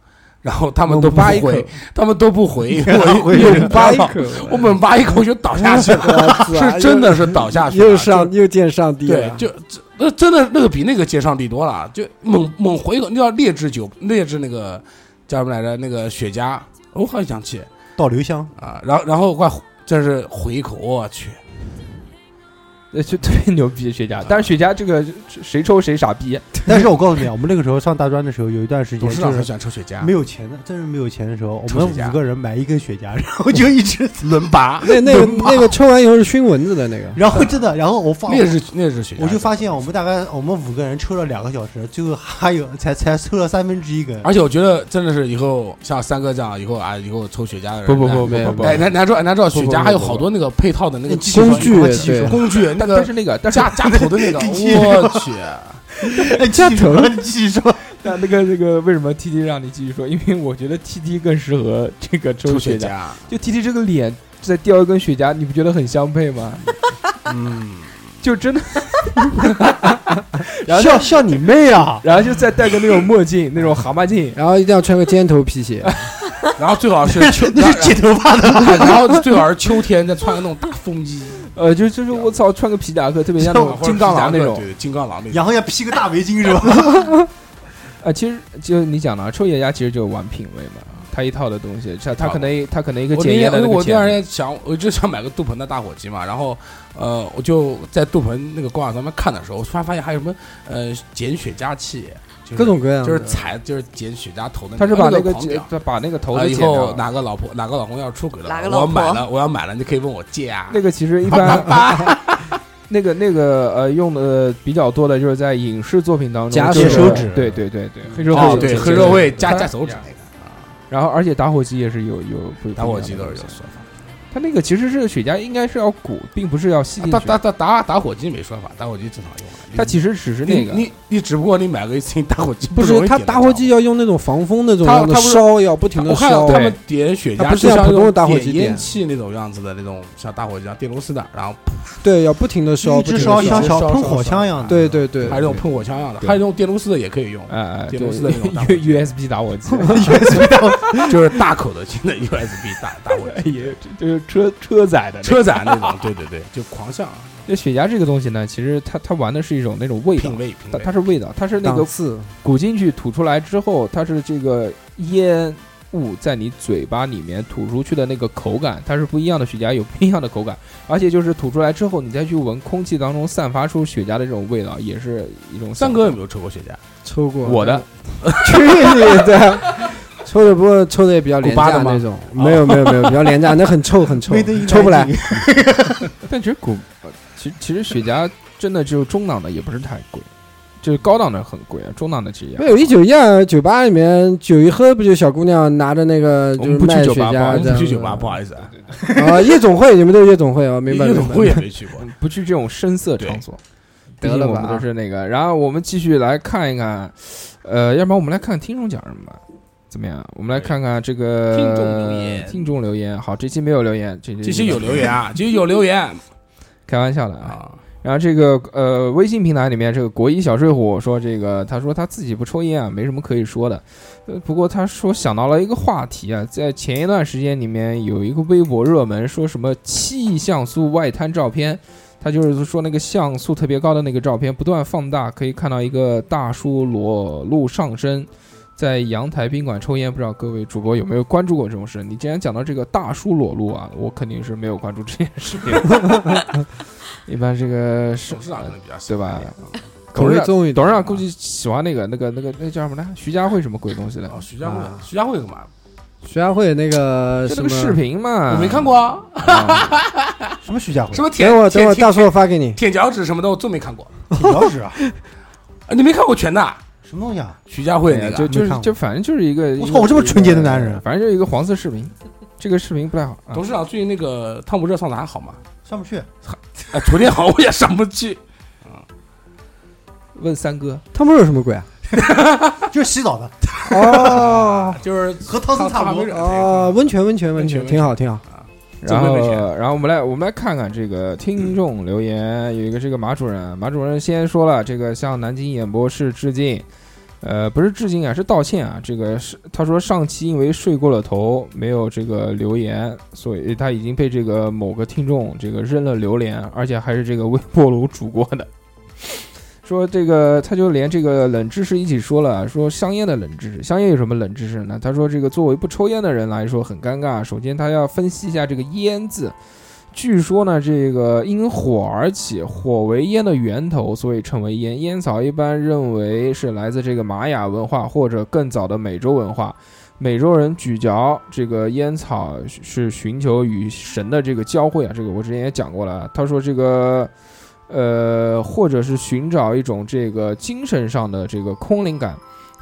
然后他们都不猛扒一口回，他们都不 回，我一又猛扒扒一一口，口，我猛扒一口就倒下去了， 是啊真的是倒下去了，又就上又见上帝对了，。就这那真的那个比那个接上帝多了，就猛猛回头，那叫劣质酒，劣质那个叫什么来着？那个雪茄，我好想起倒留香。啊，然后然后快这是回一口，我去， 呃，就特别牛逼的雪茄，但是雪茄这个谁抽谁傻逼，但是我告诉你啊，我们那个时候上大专的时候，有一段时间董事啊就长很喜是欢抽雪茄，没有钱的，真是没有钱的时候，我抽们雪茄五个人买一根雪茄， 然后就一直，，轮拔，那那个那个抽完以后是熏蚊子的那个然后真的，然后我发，劣质劣质雪茄，哦我就发现我们大概我们五个人抽了两个小时，最后还有才才抽了三分之一根。而且我觉得真的是以后像三哥这样，以后啊以后抽雪茄的人，不不不不不不，哎，咱咱知道咱知道不雪不不茄还有不好多那个配套的那个技术工具和技术对工 具那但个是。那个但是加加头的那个，我去，哎，继续说，继续 说，但 那个那个为什么 T T 让你继续说？因为我觉得 T T 更适合这个抽抽雪雪茄，茄，就 T T 这个脸再掉一根雪茄，你不觉得很相配吗？ 嗯，就真的，然后笑笑你妹 啊！然后就再戴个那种墨镜，那种蛤蟆镜，哎然后一定要穿个尖头皮鞋，然后最好是秋，那是剪头发的吧？ 然后最好是秋天再穿个那种大风衣，呃，就就是我操，穿个皮夹克，特别像那种金刚狼那种。对，金刚狼那种。 然后要披个大围巾是吧？啊，其实就你讲了，抽雪茄其实就玩品味嘛，他一套的东西，他他可能他可能一个我检那验的天那我个那段时检，间想，我就想买个杜鹏的打火机嘛，然后呃，我就在杜鹏那个广场上面看的时候，我突然发现还有什么呃捡雪茄器，就是各种各样就是的踩就是捡雪茄头的那个，嗯他是把那那个狂屌他把那个头啊的以剪掉后了。哪个老婆哪个老公要出轨了，哪个我老要买婆了，我要买了，你可以问我借啊。那个其实 一般，那个那个呃用的比较多的就是在影视作品当中，夹就是手指对对对对，黑社哦会，对，有黑社会加加手指那个，然后而且打火机也是有有不打火机都是有。不一样的东西说法。它那个其实是雪茄，应该是要鼓，并不是要吸进打去。打打打打火机没说法，打火机正常用的。它实其实只是那个你你你只不过你买个一次性打火机，不容是易他点得打火着机要用那种防风那种他样的他不是烧，要不停的我看烧他。对们点雪它茄，不就是像普通的打火用机点烟点器那种样子的那种，像打火机一样电螺丝的，然后对，要不停的烧，一不直停的烧像烧小烧喷烧火烧枪一样的。对对对还，有那种喷火枪样的，对还有那种电螺丝的也可以用，呃电动式的 那种打火对 U USB 打火 机，就是大口的现在 USB 大打火机，也就是车车载的那个车载那种，对对对，就狂啊像那雪茄这个东西呢，其实它它玩的是一种那种味道品，味品它味它。是味道，它是那档个次鼓进去吐出来之后，它是这个烟雾在你嘴巴里面吐出去的那个口感，它是不一样的。雪茄有不一样的口感，而且就是吐出来之后，你再去闻空气当中散发出雪茄的这种味道，也是一种三享哥有受没有抽过雪茄？抽过我的， 去你的！ 抽的不过抽的也比较廉古巴的价吗那种，没有没有没有，比较廉价，那很臭很臭没得一，抽不来。但其实古，呃其实其实雪茄真的只有中档的也不是太贵，就是高档的很贵啊，中档的其实也没有一九一二酒吧里面酒一喝，不就小姑娘拿着那个我就们是不去卖酒雪吧茄不好意这思我不样子去酒吧，不好意思啊， 啊，夜总会你们都是夜总会哦，明白夜明白总会也没去过。不去这种深色场所。毕竟得了我吧们都是那个，然后我们继续来看一看，呃，要不然我们来看听众讲什么吧，怎么样？我们来看看这个听众留言听众留言，好，这期没有留言，这期这期有留言，啊，这期有留言开玩笑的啊。啊，然后这个呃，微信平台里面这个国一小睡虎说，这个他说他自己不抽烟啊，没什么可以说的。呃，不过他说想到了一个话题啊，在前一段时间里面有一个微博热门，说什么气像素外滩照片，他就是说那个像素特别高的那个照片不断放大，可以看到一个大叔裸露上身。在阳台宾馆抽烟，不知道各位主播有没有关注过这种事？你既然讲到这个大叔裸露啊，我肯定是没有关注这件事情。 一般这个是董事长可能比较喜对欢吧一点啊口董事味长重一点。董事长估计喜欢那个那个那个那叫什么来？徐家汇什么鬼东西的？哦，徐家啊汇，徐家汇干嘛？徐家汇那个就什那个么视，频嘛，我没 看过啊，啊。什么徐家汇什？么舔等我等舔我舔大叔我发给你。舔脚趾什么的，我都没看过。铁脚趾啊？啊你没看过全的啊？什么东西啊？徐家汇那哎呀个就就没是看过就反正就是一个，我一操个我这么纯洁的男人反正就是一个黄色视频，这个视频不太好。啊董事长最近那个汤姆热上的还好吗？上不去。哎，昨天好像我也上不去。问三哥，他们是什么鬼啊？就是洗澡的，哦啊就是和汤森差不多。哦，温泉温泉温啊温泉泉，挺好挺好。然这后么危险然后我们来我们来看看这个听众留言，有一个这个马主任，马主任先说了，这个向南京演播室致敬。呃，不是致敬啊，是道歉啊。这个是他说上期因为睡过了头，没有这个留言，所以他已经被这个某个听众这个扔了榴莲，而且还是这个微波炉煮过的。说这个他就连这个冷知识一起说了，啊说香烟的冷知识，香烟有什么冷知识呢？他说这个作为不抽烟的人来说很尴尬，首先他要分析一下这个烟字。据说呢，这个因火而起，火为烟的源头，所以称为烟。烟草一般认为是来自这个玛雅文化或者更早的美洲文化。美洲人咀嚼这个烟草是寻求与神的这个交汇啊，这个我之前也讲过了。啊他说这个，呃，或者是寻找一种这个精神上的这个空灵感。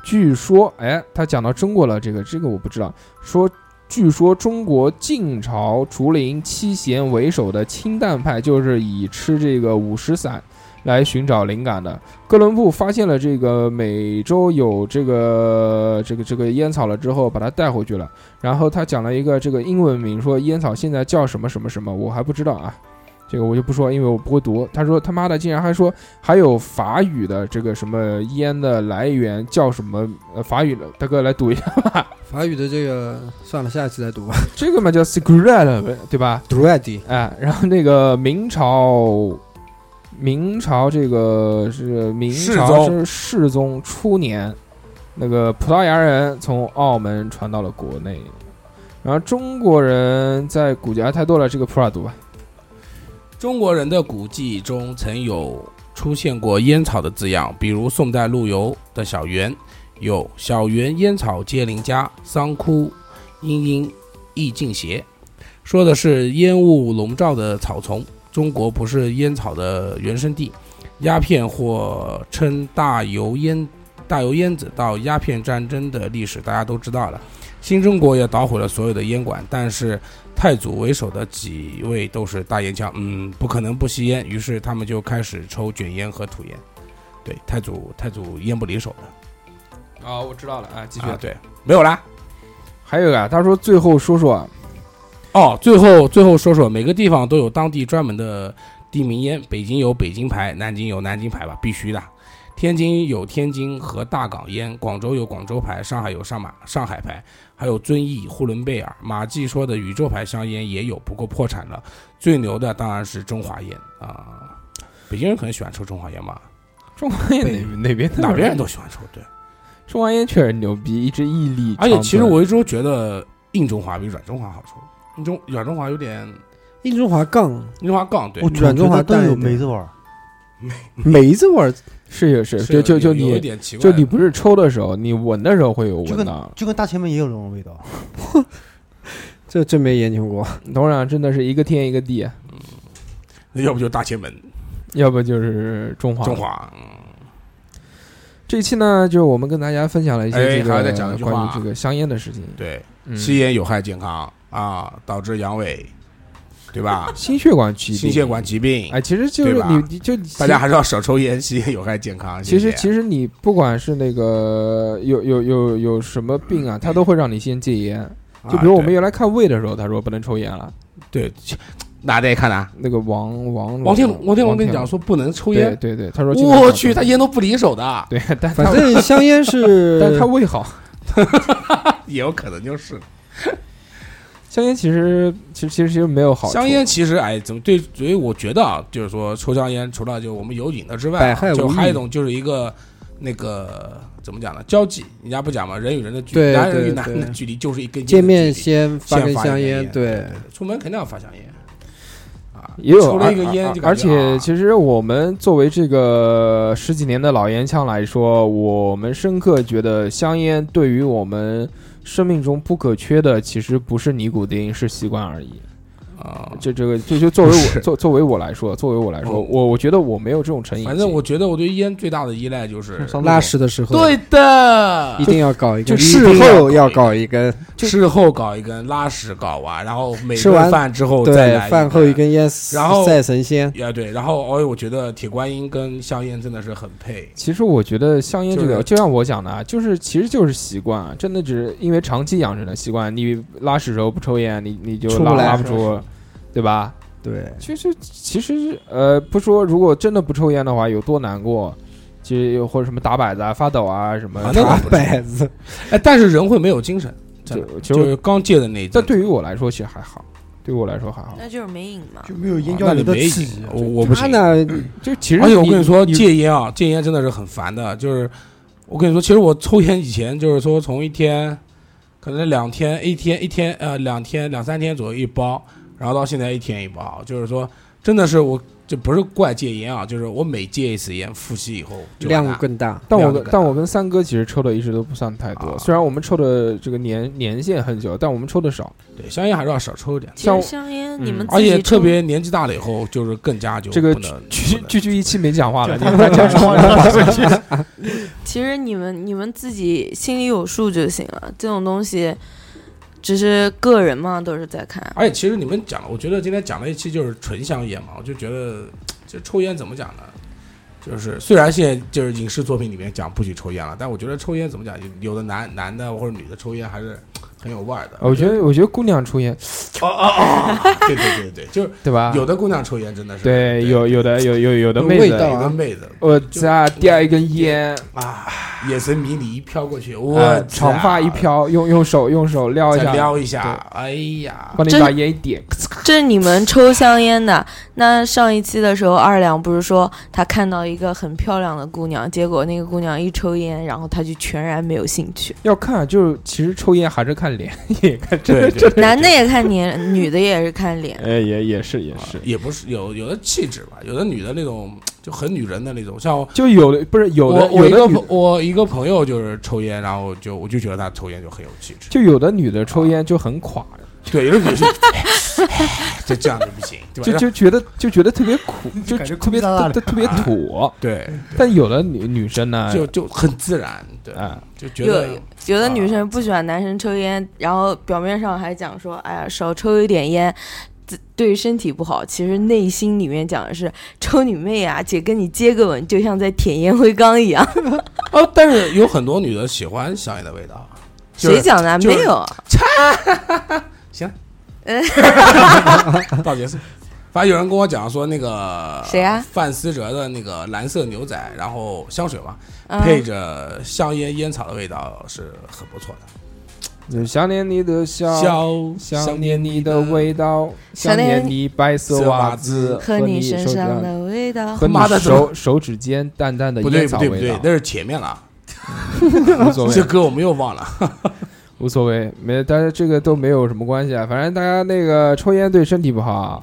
据说，哎，他讲到中国了，这个这个我不知道。说，据说中国晋朝竹林七贤为首的清淡派，就是以吃这个五石散来寻找灵感的。哥伦布发现了这个美洲有这个这个这个烟草了之后，把它带回去了。然后他讲了一个这个英文名，说烟草现在叫什么什么什么，我还不知道啊。这个我就不说，因为我不会读。他说他妈的，竟然还说还有法语的这个什么烟的来源叫什么？呃，法语的大哥来读一下吧。 法语的这个算了，下一期再读吧。这个嘛叫 cigarette，对吧？ 读外地，哎，然后那个明朝，明朝这个是明世朝宗是世宗初年，那个葡萄牙人从澳门传到了国内，然后中国人在古籍啊太多了，这个普洱读吧。中国人的古迹中曾有出现过烟草的字样，比如宋代陆游的《小园》有“小园烟草皆邻家，桑枯阴阴意尽斜”，说的是烟雾笼罩的草丛。中国不是烟草的原生地，鸦片或称大油烟、大油烟子到鸦片战争的历史大家都知道了。新中国也捣毁了所有的烟馆，但是太祖为首的几位都是大烟枪，嗯，不可能不吸烟，于是他们就开始抽卷烟和土烟。对，太祖太祖烟不离手的啊，我知道了，啊，继啊，对，没有啦。还有啊，他说最后说说啊，哦，最后最后说说，每个地方都有当地专门的地名烟，北京有北京牌，南京有南京牌吧，必须的。天津有天津和大港烟，广州有广州牌，上海有上马上海牌，还有遵义、呼伦贝尔。马季说的宇宙牌香烟也有，不过破产了。最牛的当然是中华烟啊、北京人可能喜欢抽中华烟吧，中华烟哪哪边哪边人都喜欢抽，对。中华烟确实牛逼，一直屹立长而存。且啊其实我一直都觉得硬中华比软中华好抽，硬中软中华有点硬中华杠硬中华杠，对我，软中华觉得都淡一有点梅子味儿，梅子味儿，是有是是就就有有就一你点奇怪就的，你不是抽的时候，你闻的时候会有就闻跟到。就跟大前面也有那种味道。这真没研究过。董事长真的是一个天一个地，那要不就大前门要不就是中华。中华，嗯这期呢，就是我们跟大家分享了一些哎这个还要再讲一句话关于这个香烟的事情。对，嗯？吸烟有害健康啊，导致阳痿，对吧心血管 疾病，心血管疾病，哎，其实就是对吧你你就大家还是要少抽烟，吸烟有害健康。其谢实谢其实你不管是那个有有有有什么病啊，它都会让你先戒烟。就比如我们啊原来看胃的时候，他说不能抽烟了。对对哪得看哪，那个王嗯王王天龙，王天龙龙跟你讲说不能抽对烟，对对，他说尽量少我抽去，他烟都不离手的，对， 但他反正香烟是但 他胃好。也有可能就是香烟其实其实其实其实没有好处香烟。其实哎，怎么对？所以我觉得啊，就是说抽香烟，除了就我们有瘾的之外啊、百害无就还有一益种就是一个那个怎么讲呢？交际，人家不讲嘛，人与人的距离，对男人与对男人的对距离就是一根见烟的面距离先发先根发一香根烟烟，对，出门肯定要发香烟啊，也有抽了一个而烟而就感觉而且啊其实我们作为这个十几年的老烟枪来说，我们深刻觉得香烟对于我们生命中不可缺的，其实不是尼古丁，是习惯而已。啊，这这个就就作为我是作作为我来说，作为我来说，嗯我我觉得我没有这种成瘾性。反正我觉得我对烟最大的依赖就是拉屎的时候对的一，定要搞一就根，是事后要搞一根，事后搞一根，拉屎搞完，然后每吃顿完饭之后再对来，饭后一。根烟，然后赛神仙，呀，对，然后哎，我觉得铁观音跟香烟真的是很配。其实我觉得香烟这就个，是就像我讲的，啊，就是其实就是习惯，啊，真的只是因为长期养成的习惯。你拉屎时候不抽烟，你你就出不拉来拉不是出，对吧？对，其实其实呃，不说如果真的不抽烟的话有多难过，其实又或者什么打摆子啊、发抖啊什么啊，那打倒不是摆子，哎，但是人会没有精神，真的就就就是刚戒的那一阵但。对于我来说其实还好，对于我来说还哎好。那就是没瘾嘛。就没有啊那你没瘾，我我不他行。呢就其实而且我跟你说，戒烟啊，戒烟真的是很烦的。就是我跟你说，其实我抽烟以前就是说，从一天，可能两天，一天一天，呃，两天两三天左右一包，然后到现在一天一包，就是说，真的是我这不是怪戒烟啊，就是我每戒一次烟，复吸以后就完量蛋更大，但我量跟更但大我跟三哥其实抽的一直都不算太多，啊虽然我们抽的这个年年限很久，但我们抽的少。对香烟还是要少抽一点，其实像香烟嗯你们而自己且特抽别年纪大了以后，就是更加就这个不能区不能区区一期没讲话了，你他讲 话其实你们你们自己心里有数就行了，这种东西只是个人嘛，都是在看。 而且其实你们讲了，我觉得今天讲了一期就是纯香烟嘛，我就觉得这抽烟怎么讲呢？就是虽然现在就是影视作品里面讲不许抽烟了，但我觉得抽烟怎么讲，有有的男男的或者女的抽烟还是很有味儿的。我觉得我觉得姑娘抽烟，哦哦哦，对对对对，就是对吧？有的姑娘抽烟真的是对有有的有有有的有妹味子道，有的妹子我再掉一根烟，啊，眼神迷离飘过去，我呃，长发一飘，用用手用手撩一啊再下，撩一下，哎呀，帮你真把烟一点，这你们抽香烟的。那上一期的时候，二两不是说他看到一个很漂亮的姑娘，结果那个姑娘一抽烟，然后他就全然没有兴趣。要看，就是其实抽烟还是看脸，也看这对个，对，男的也看脸，女的也是看脸。哎，也也是也是，也不是有有的气质吧，有的女的那种就很女人的那种，像我就有的不是有的我有一的个女朋我一个朋友就是抽烟，然后就我就觉得她抽烟就很有气 质，就有的女的抽烟就很垮，对，有的女生 就这样就不行，对就吧？就觉得就觉得特别 苦，就哎感特觉别苦逼辣辣特的特 别土。对，但有的女女生呢，就就很自然，对，啊，就觉有得啊有的女生不喜欢男生抽烟，然后表面上还讲说，哎呀，少抽一点烟。自对于身体不好，其实内心里面讲的是抽你妹啊！姐跟你接个吻，就像在舔烟灰缸一样。哦，但是有很多女的喜欢香烟的味道， 就是谁讲的啊？就是没有啊， 到结束。反正有人跟我讲说，那个谁啊范思哲的那个蓝色牛仔，然后香水嘛，嗯配着香烟烟草的味道是很不错的。想念你的笑，香想念你的味道，想想念念你白色色袜袜子子和你手身指上上的味道和。你妈的怎么手手指间淡淡的不烟对不草对不味对道，， 那是前面了，无所这谓，歌我们又忘了。无所谓，没，但是这个都没有什么关系啊。反正大家那个抽烟对身体不好啊。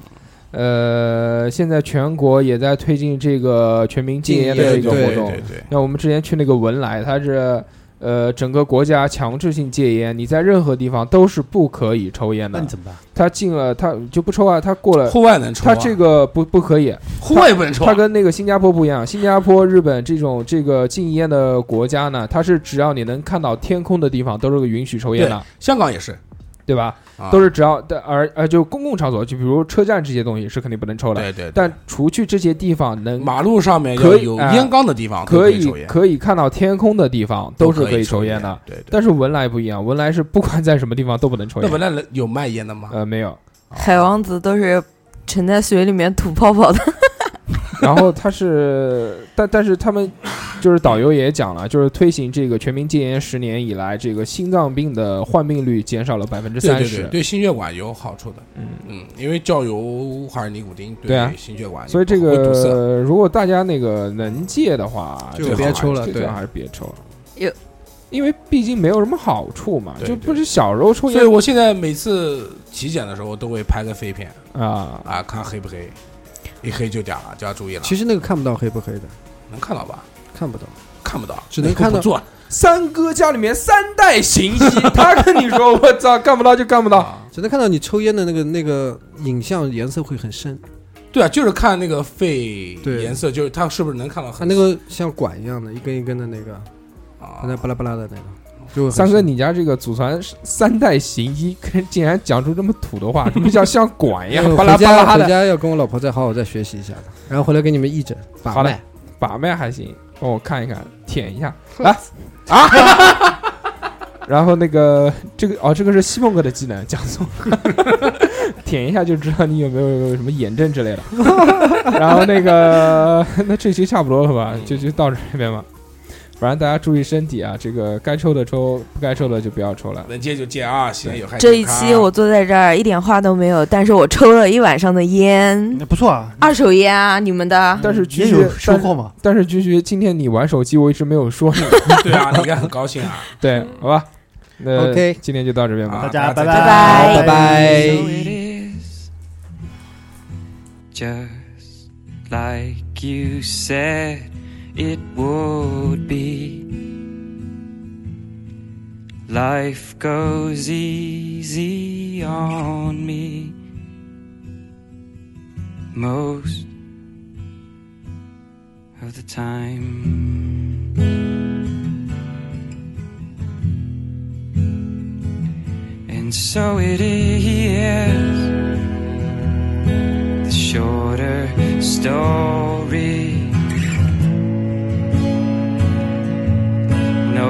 呃，现在全国也在推进这个全民禁烟的这对个对活对动，对对，那我们之前去那个文莱，它是呃整个国家强制性戒烟，你在任何地方都是不可以抽烟那的你。怎么办？它进了，它就不抽啊，它过了。户外能抽它啊，这个不不可以，户外也不能抽啊它。跟那个新加坡不一样。新加坡、日本这种这个禁烟的国家呢，它是只要你能看到天空的地方，都是允许抽烟的，香港也是，对吧？啊都是只要但而而就公共场所，就比如车站这些东西是肯定不能抽的。对对。对但除去这些地方能马路上面可有以有哎烟缸的地方都可以抽烟，可以看到天空的地方，都是可以抽烟的。。对对。但是文莱不一样，文莱是不管在什么地方都不能抽那烟。本来人有卖烟的吗？呃，没有。海王子都是沉在水里面吐泡泡的。然后他是，但但是他们就是导游也讲了，就是推行这个全民戒烟十年以来，这个心脏病的患病率减少了百分之对三对对，十。对心血管有好处的。嗯嗯，因为焦油还是尼古丁对啊心血管，所以这会堵塞个如果大家那个能戒的话，就最好别还是抽了最对好还是别抽了。有因为毕竟没有什么好处嘛，对就对不是小时候抽所以烟我现在每次体检的时候都会拍个肺片啊，啊，看黑不黑，一黑就点了，就要注意了。其实那个看不到黑不黑的，能看到吧？看不到。看不到，只能看到不 做三哥家里面三代行医，他跟你说，我操，干不到就干不到。只能看到你抽烟的那个那个影像颜色会很深，对啊，就是看那个肺对颜色，就是它是不是能看到啊它很那个像管一样的，一根一根的那个，啊它？那巴拉巴拉的那个，就会很三哥，深你家这个祖传三代行医，跟竟然讲出这么土的 话，什么叫像管一样巴拉巴嗯回家拉回的？家要跟我老婆再好好再学习一下的，然后回来给你们义诊把好嘞脉。，把脉还行，帮我看一看，舔一 下，来啊！啊 然后那个这个哦，这个是西梦哥的技能，讲错 了，舔一下就知道你有没有有没有什么炎症之类的。 然后那个， 那这期差不多了吧？嗯就就到这边吧。反正大家注意身体啊，这个该抽的抽，不该抽的就不要抽了。能戒就戒啊，现在有害 这一健康期我坐在这儿一点话都没有，但是我抽了一晚上的嗯烟，那不错啊，二手烟啊，你们的。但是也继续有收获嘛。但是君君，今天你玩手机，我一直没有说你。 对啊，你应该很高兴啊。对，好吧，那 OK 今天就到这边吧。啊大家拜大家拜拜拜 So it is just like you said it would be. Life goes easy on me most of the time. And so it is. The shorter story. No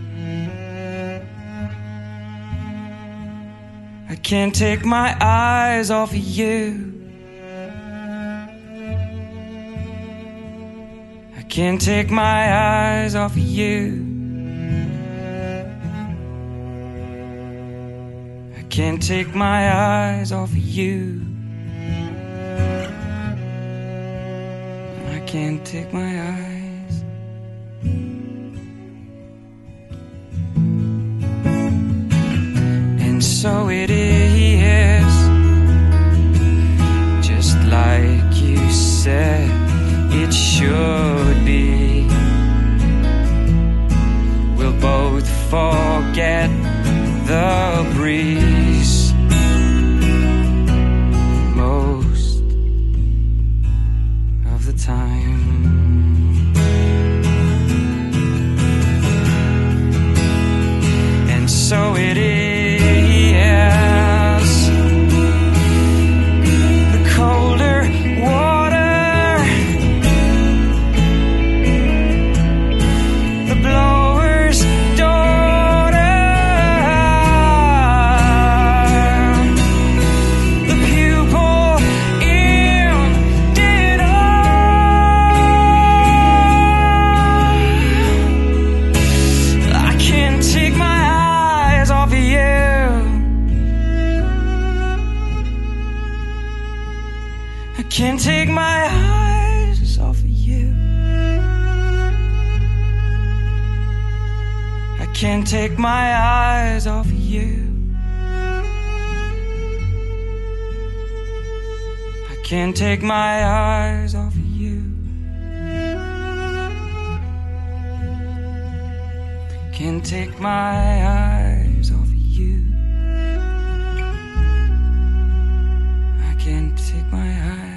I can't take my eyes off of you. I can't take my eyes off of you. I can't take my eyes off of you. I can't take my eyes. And so it is. Just like you said, it should be. We'll both forget the breeze most of the time. And so it is. The colder water, the blower's daughter. The pupil in dinner. I can't take my eyes off of you. I can't take my eyes off of you. I can't take my eyes off of you. I can't take my eyes off of you. I can't take my eyes off of you. I can't take my eye. eye,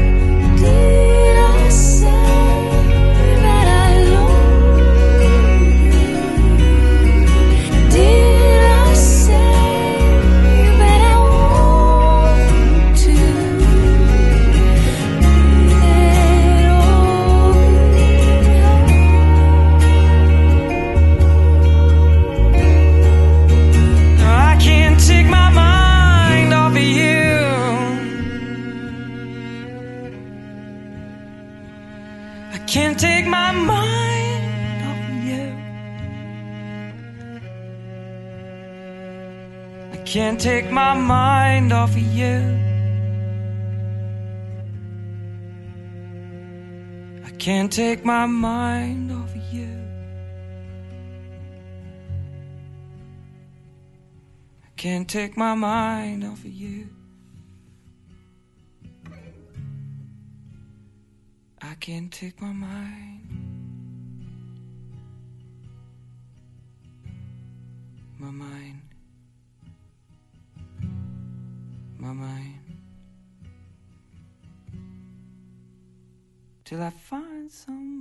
Did I say that I love Did I say that I want to? Let all I can't take my mind off of you. I can't take my mind off of you. I can't take my mind off of you. I can't take my mind off of you. I can't take my mind off of you. I can't take my mind. My mind. My mind. Till I find someone.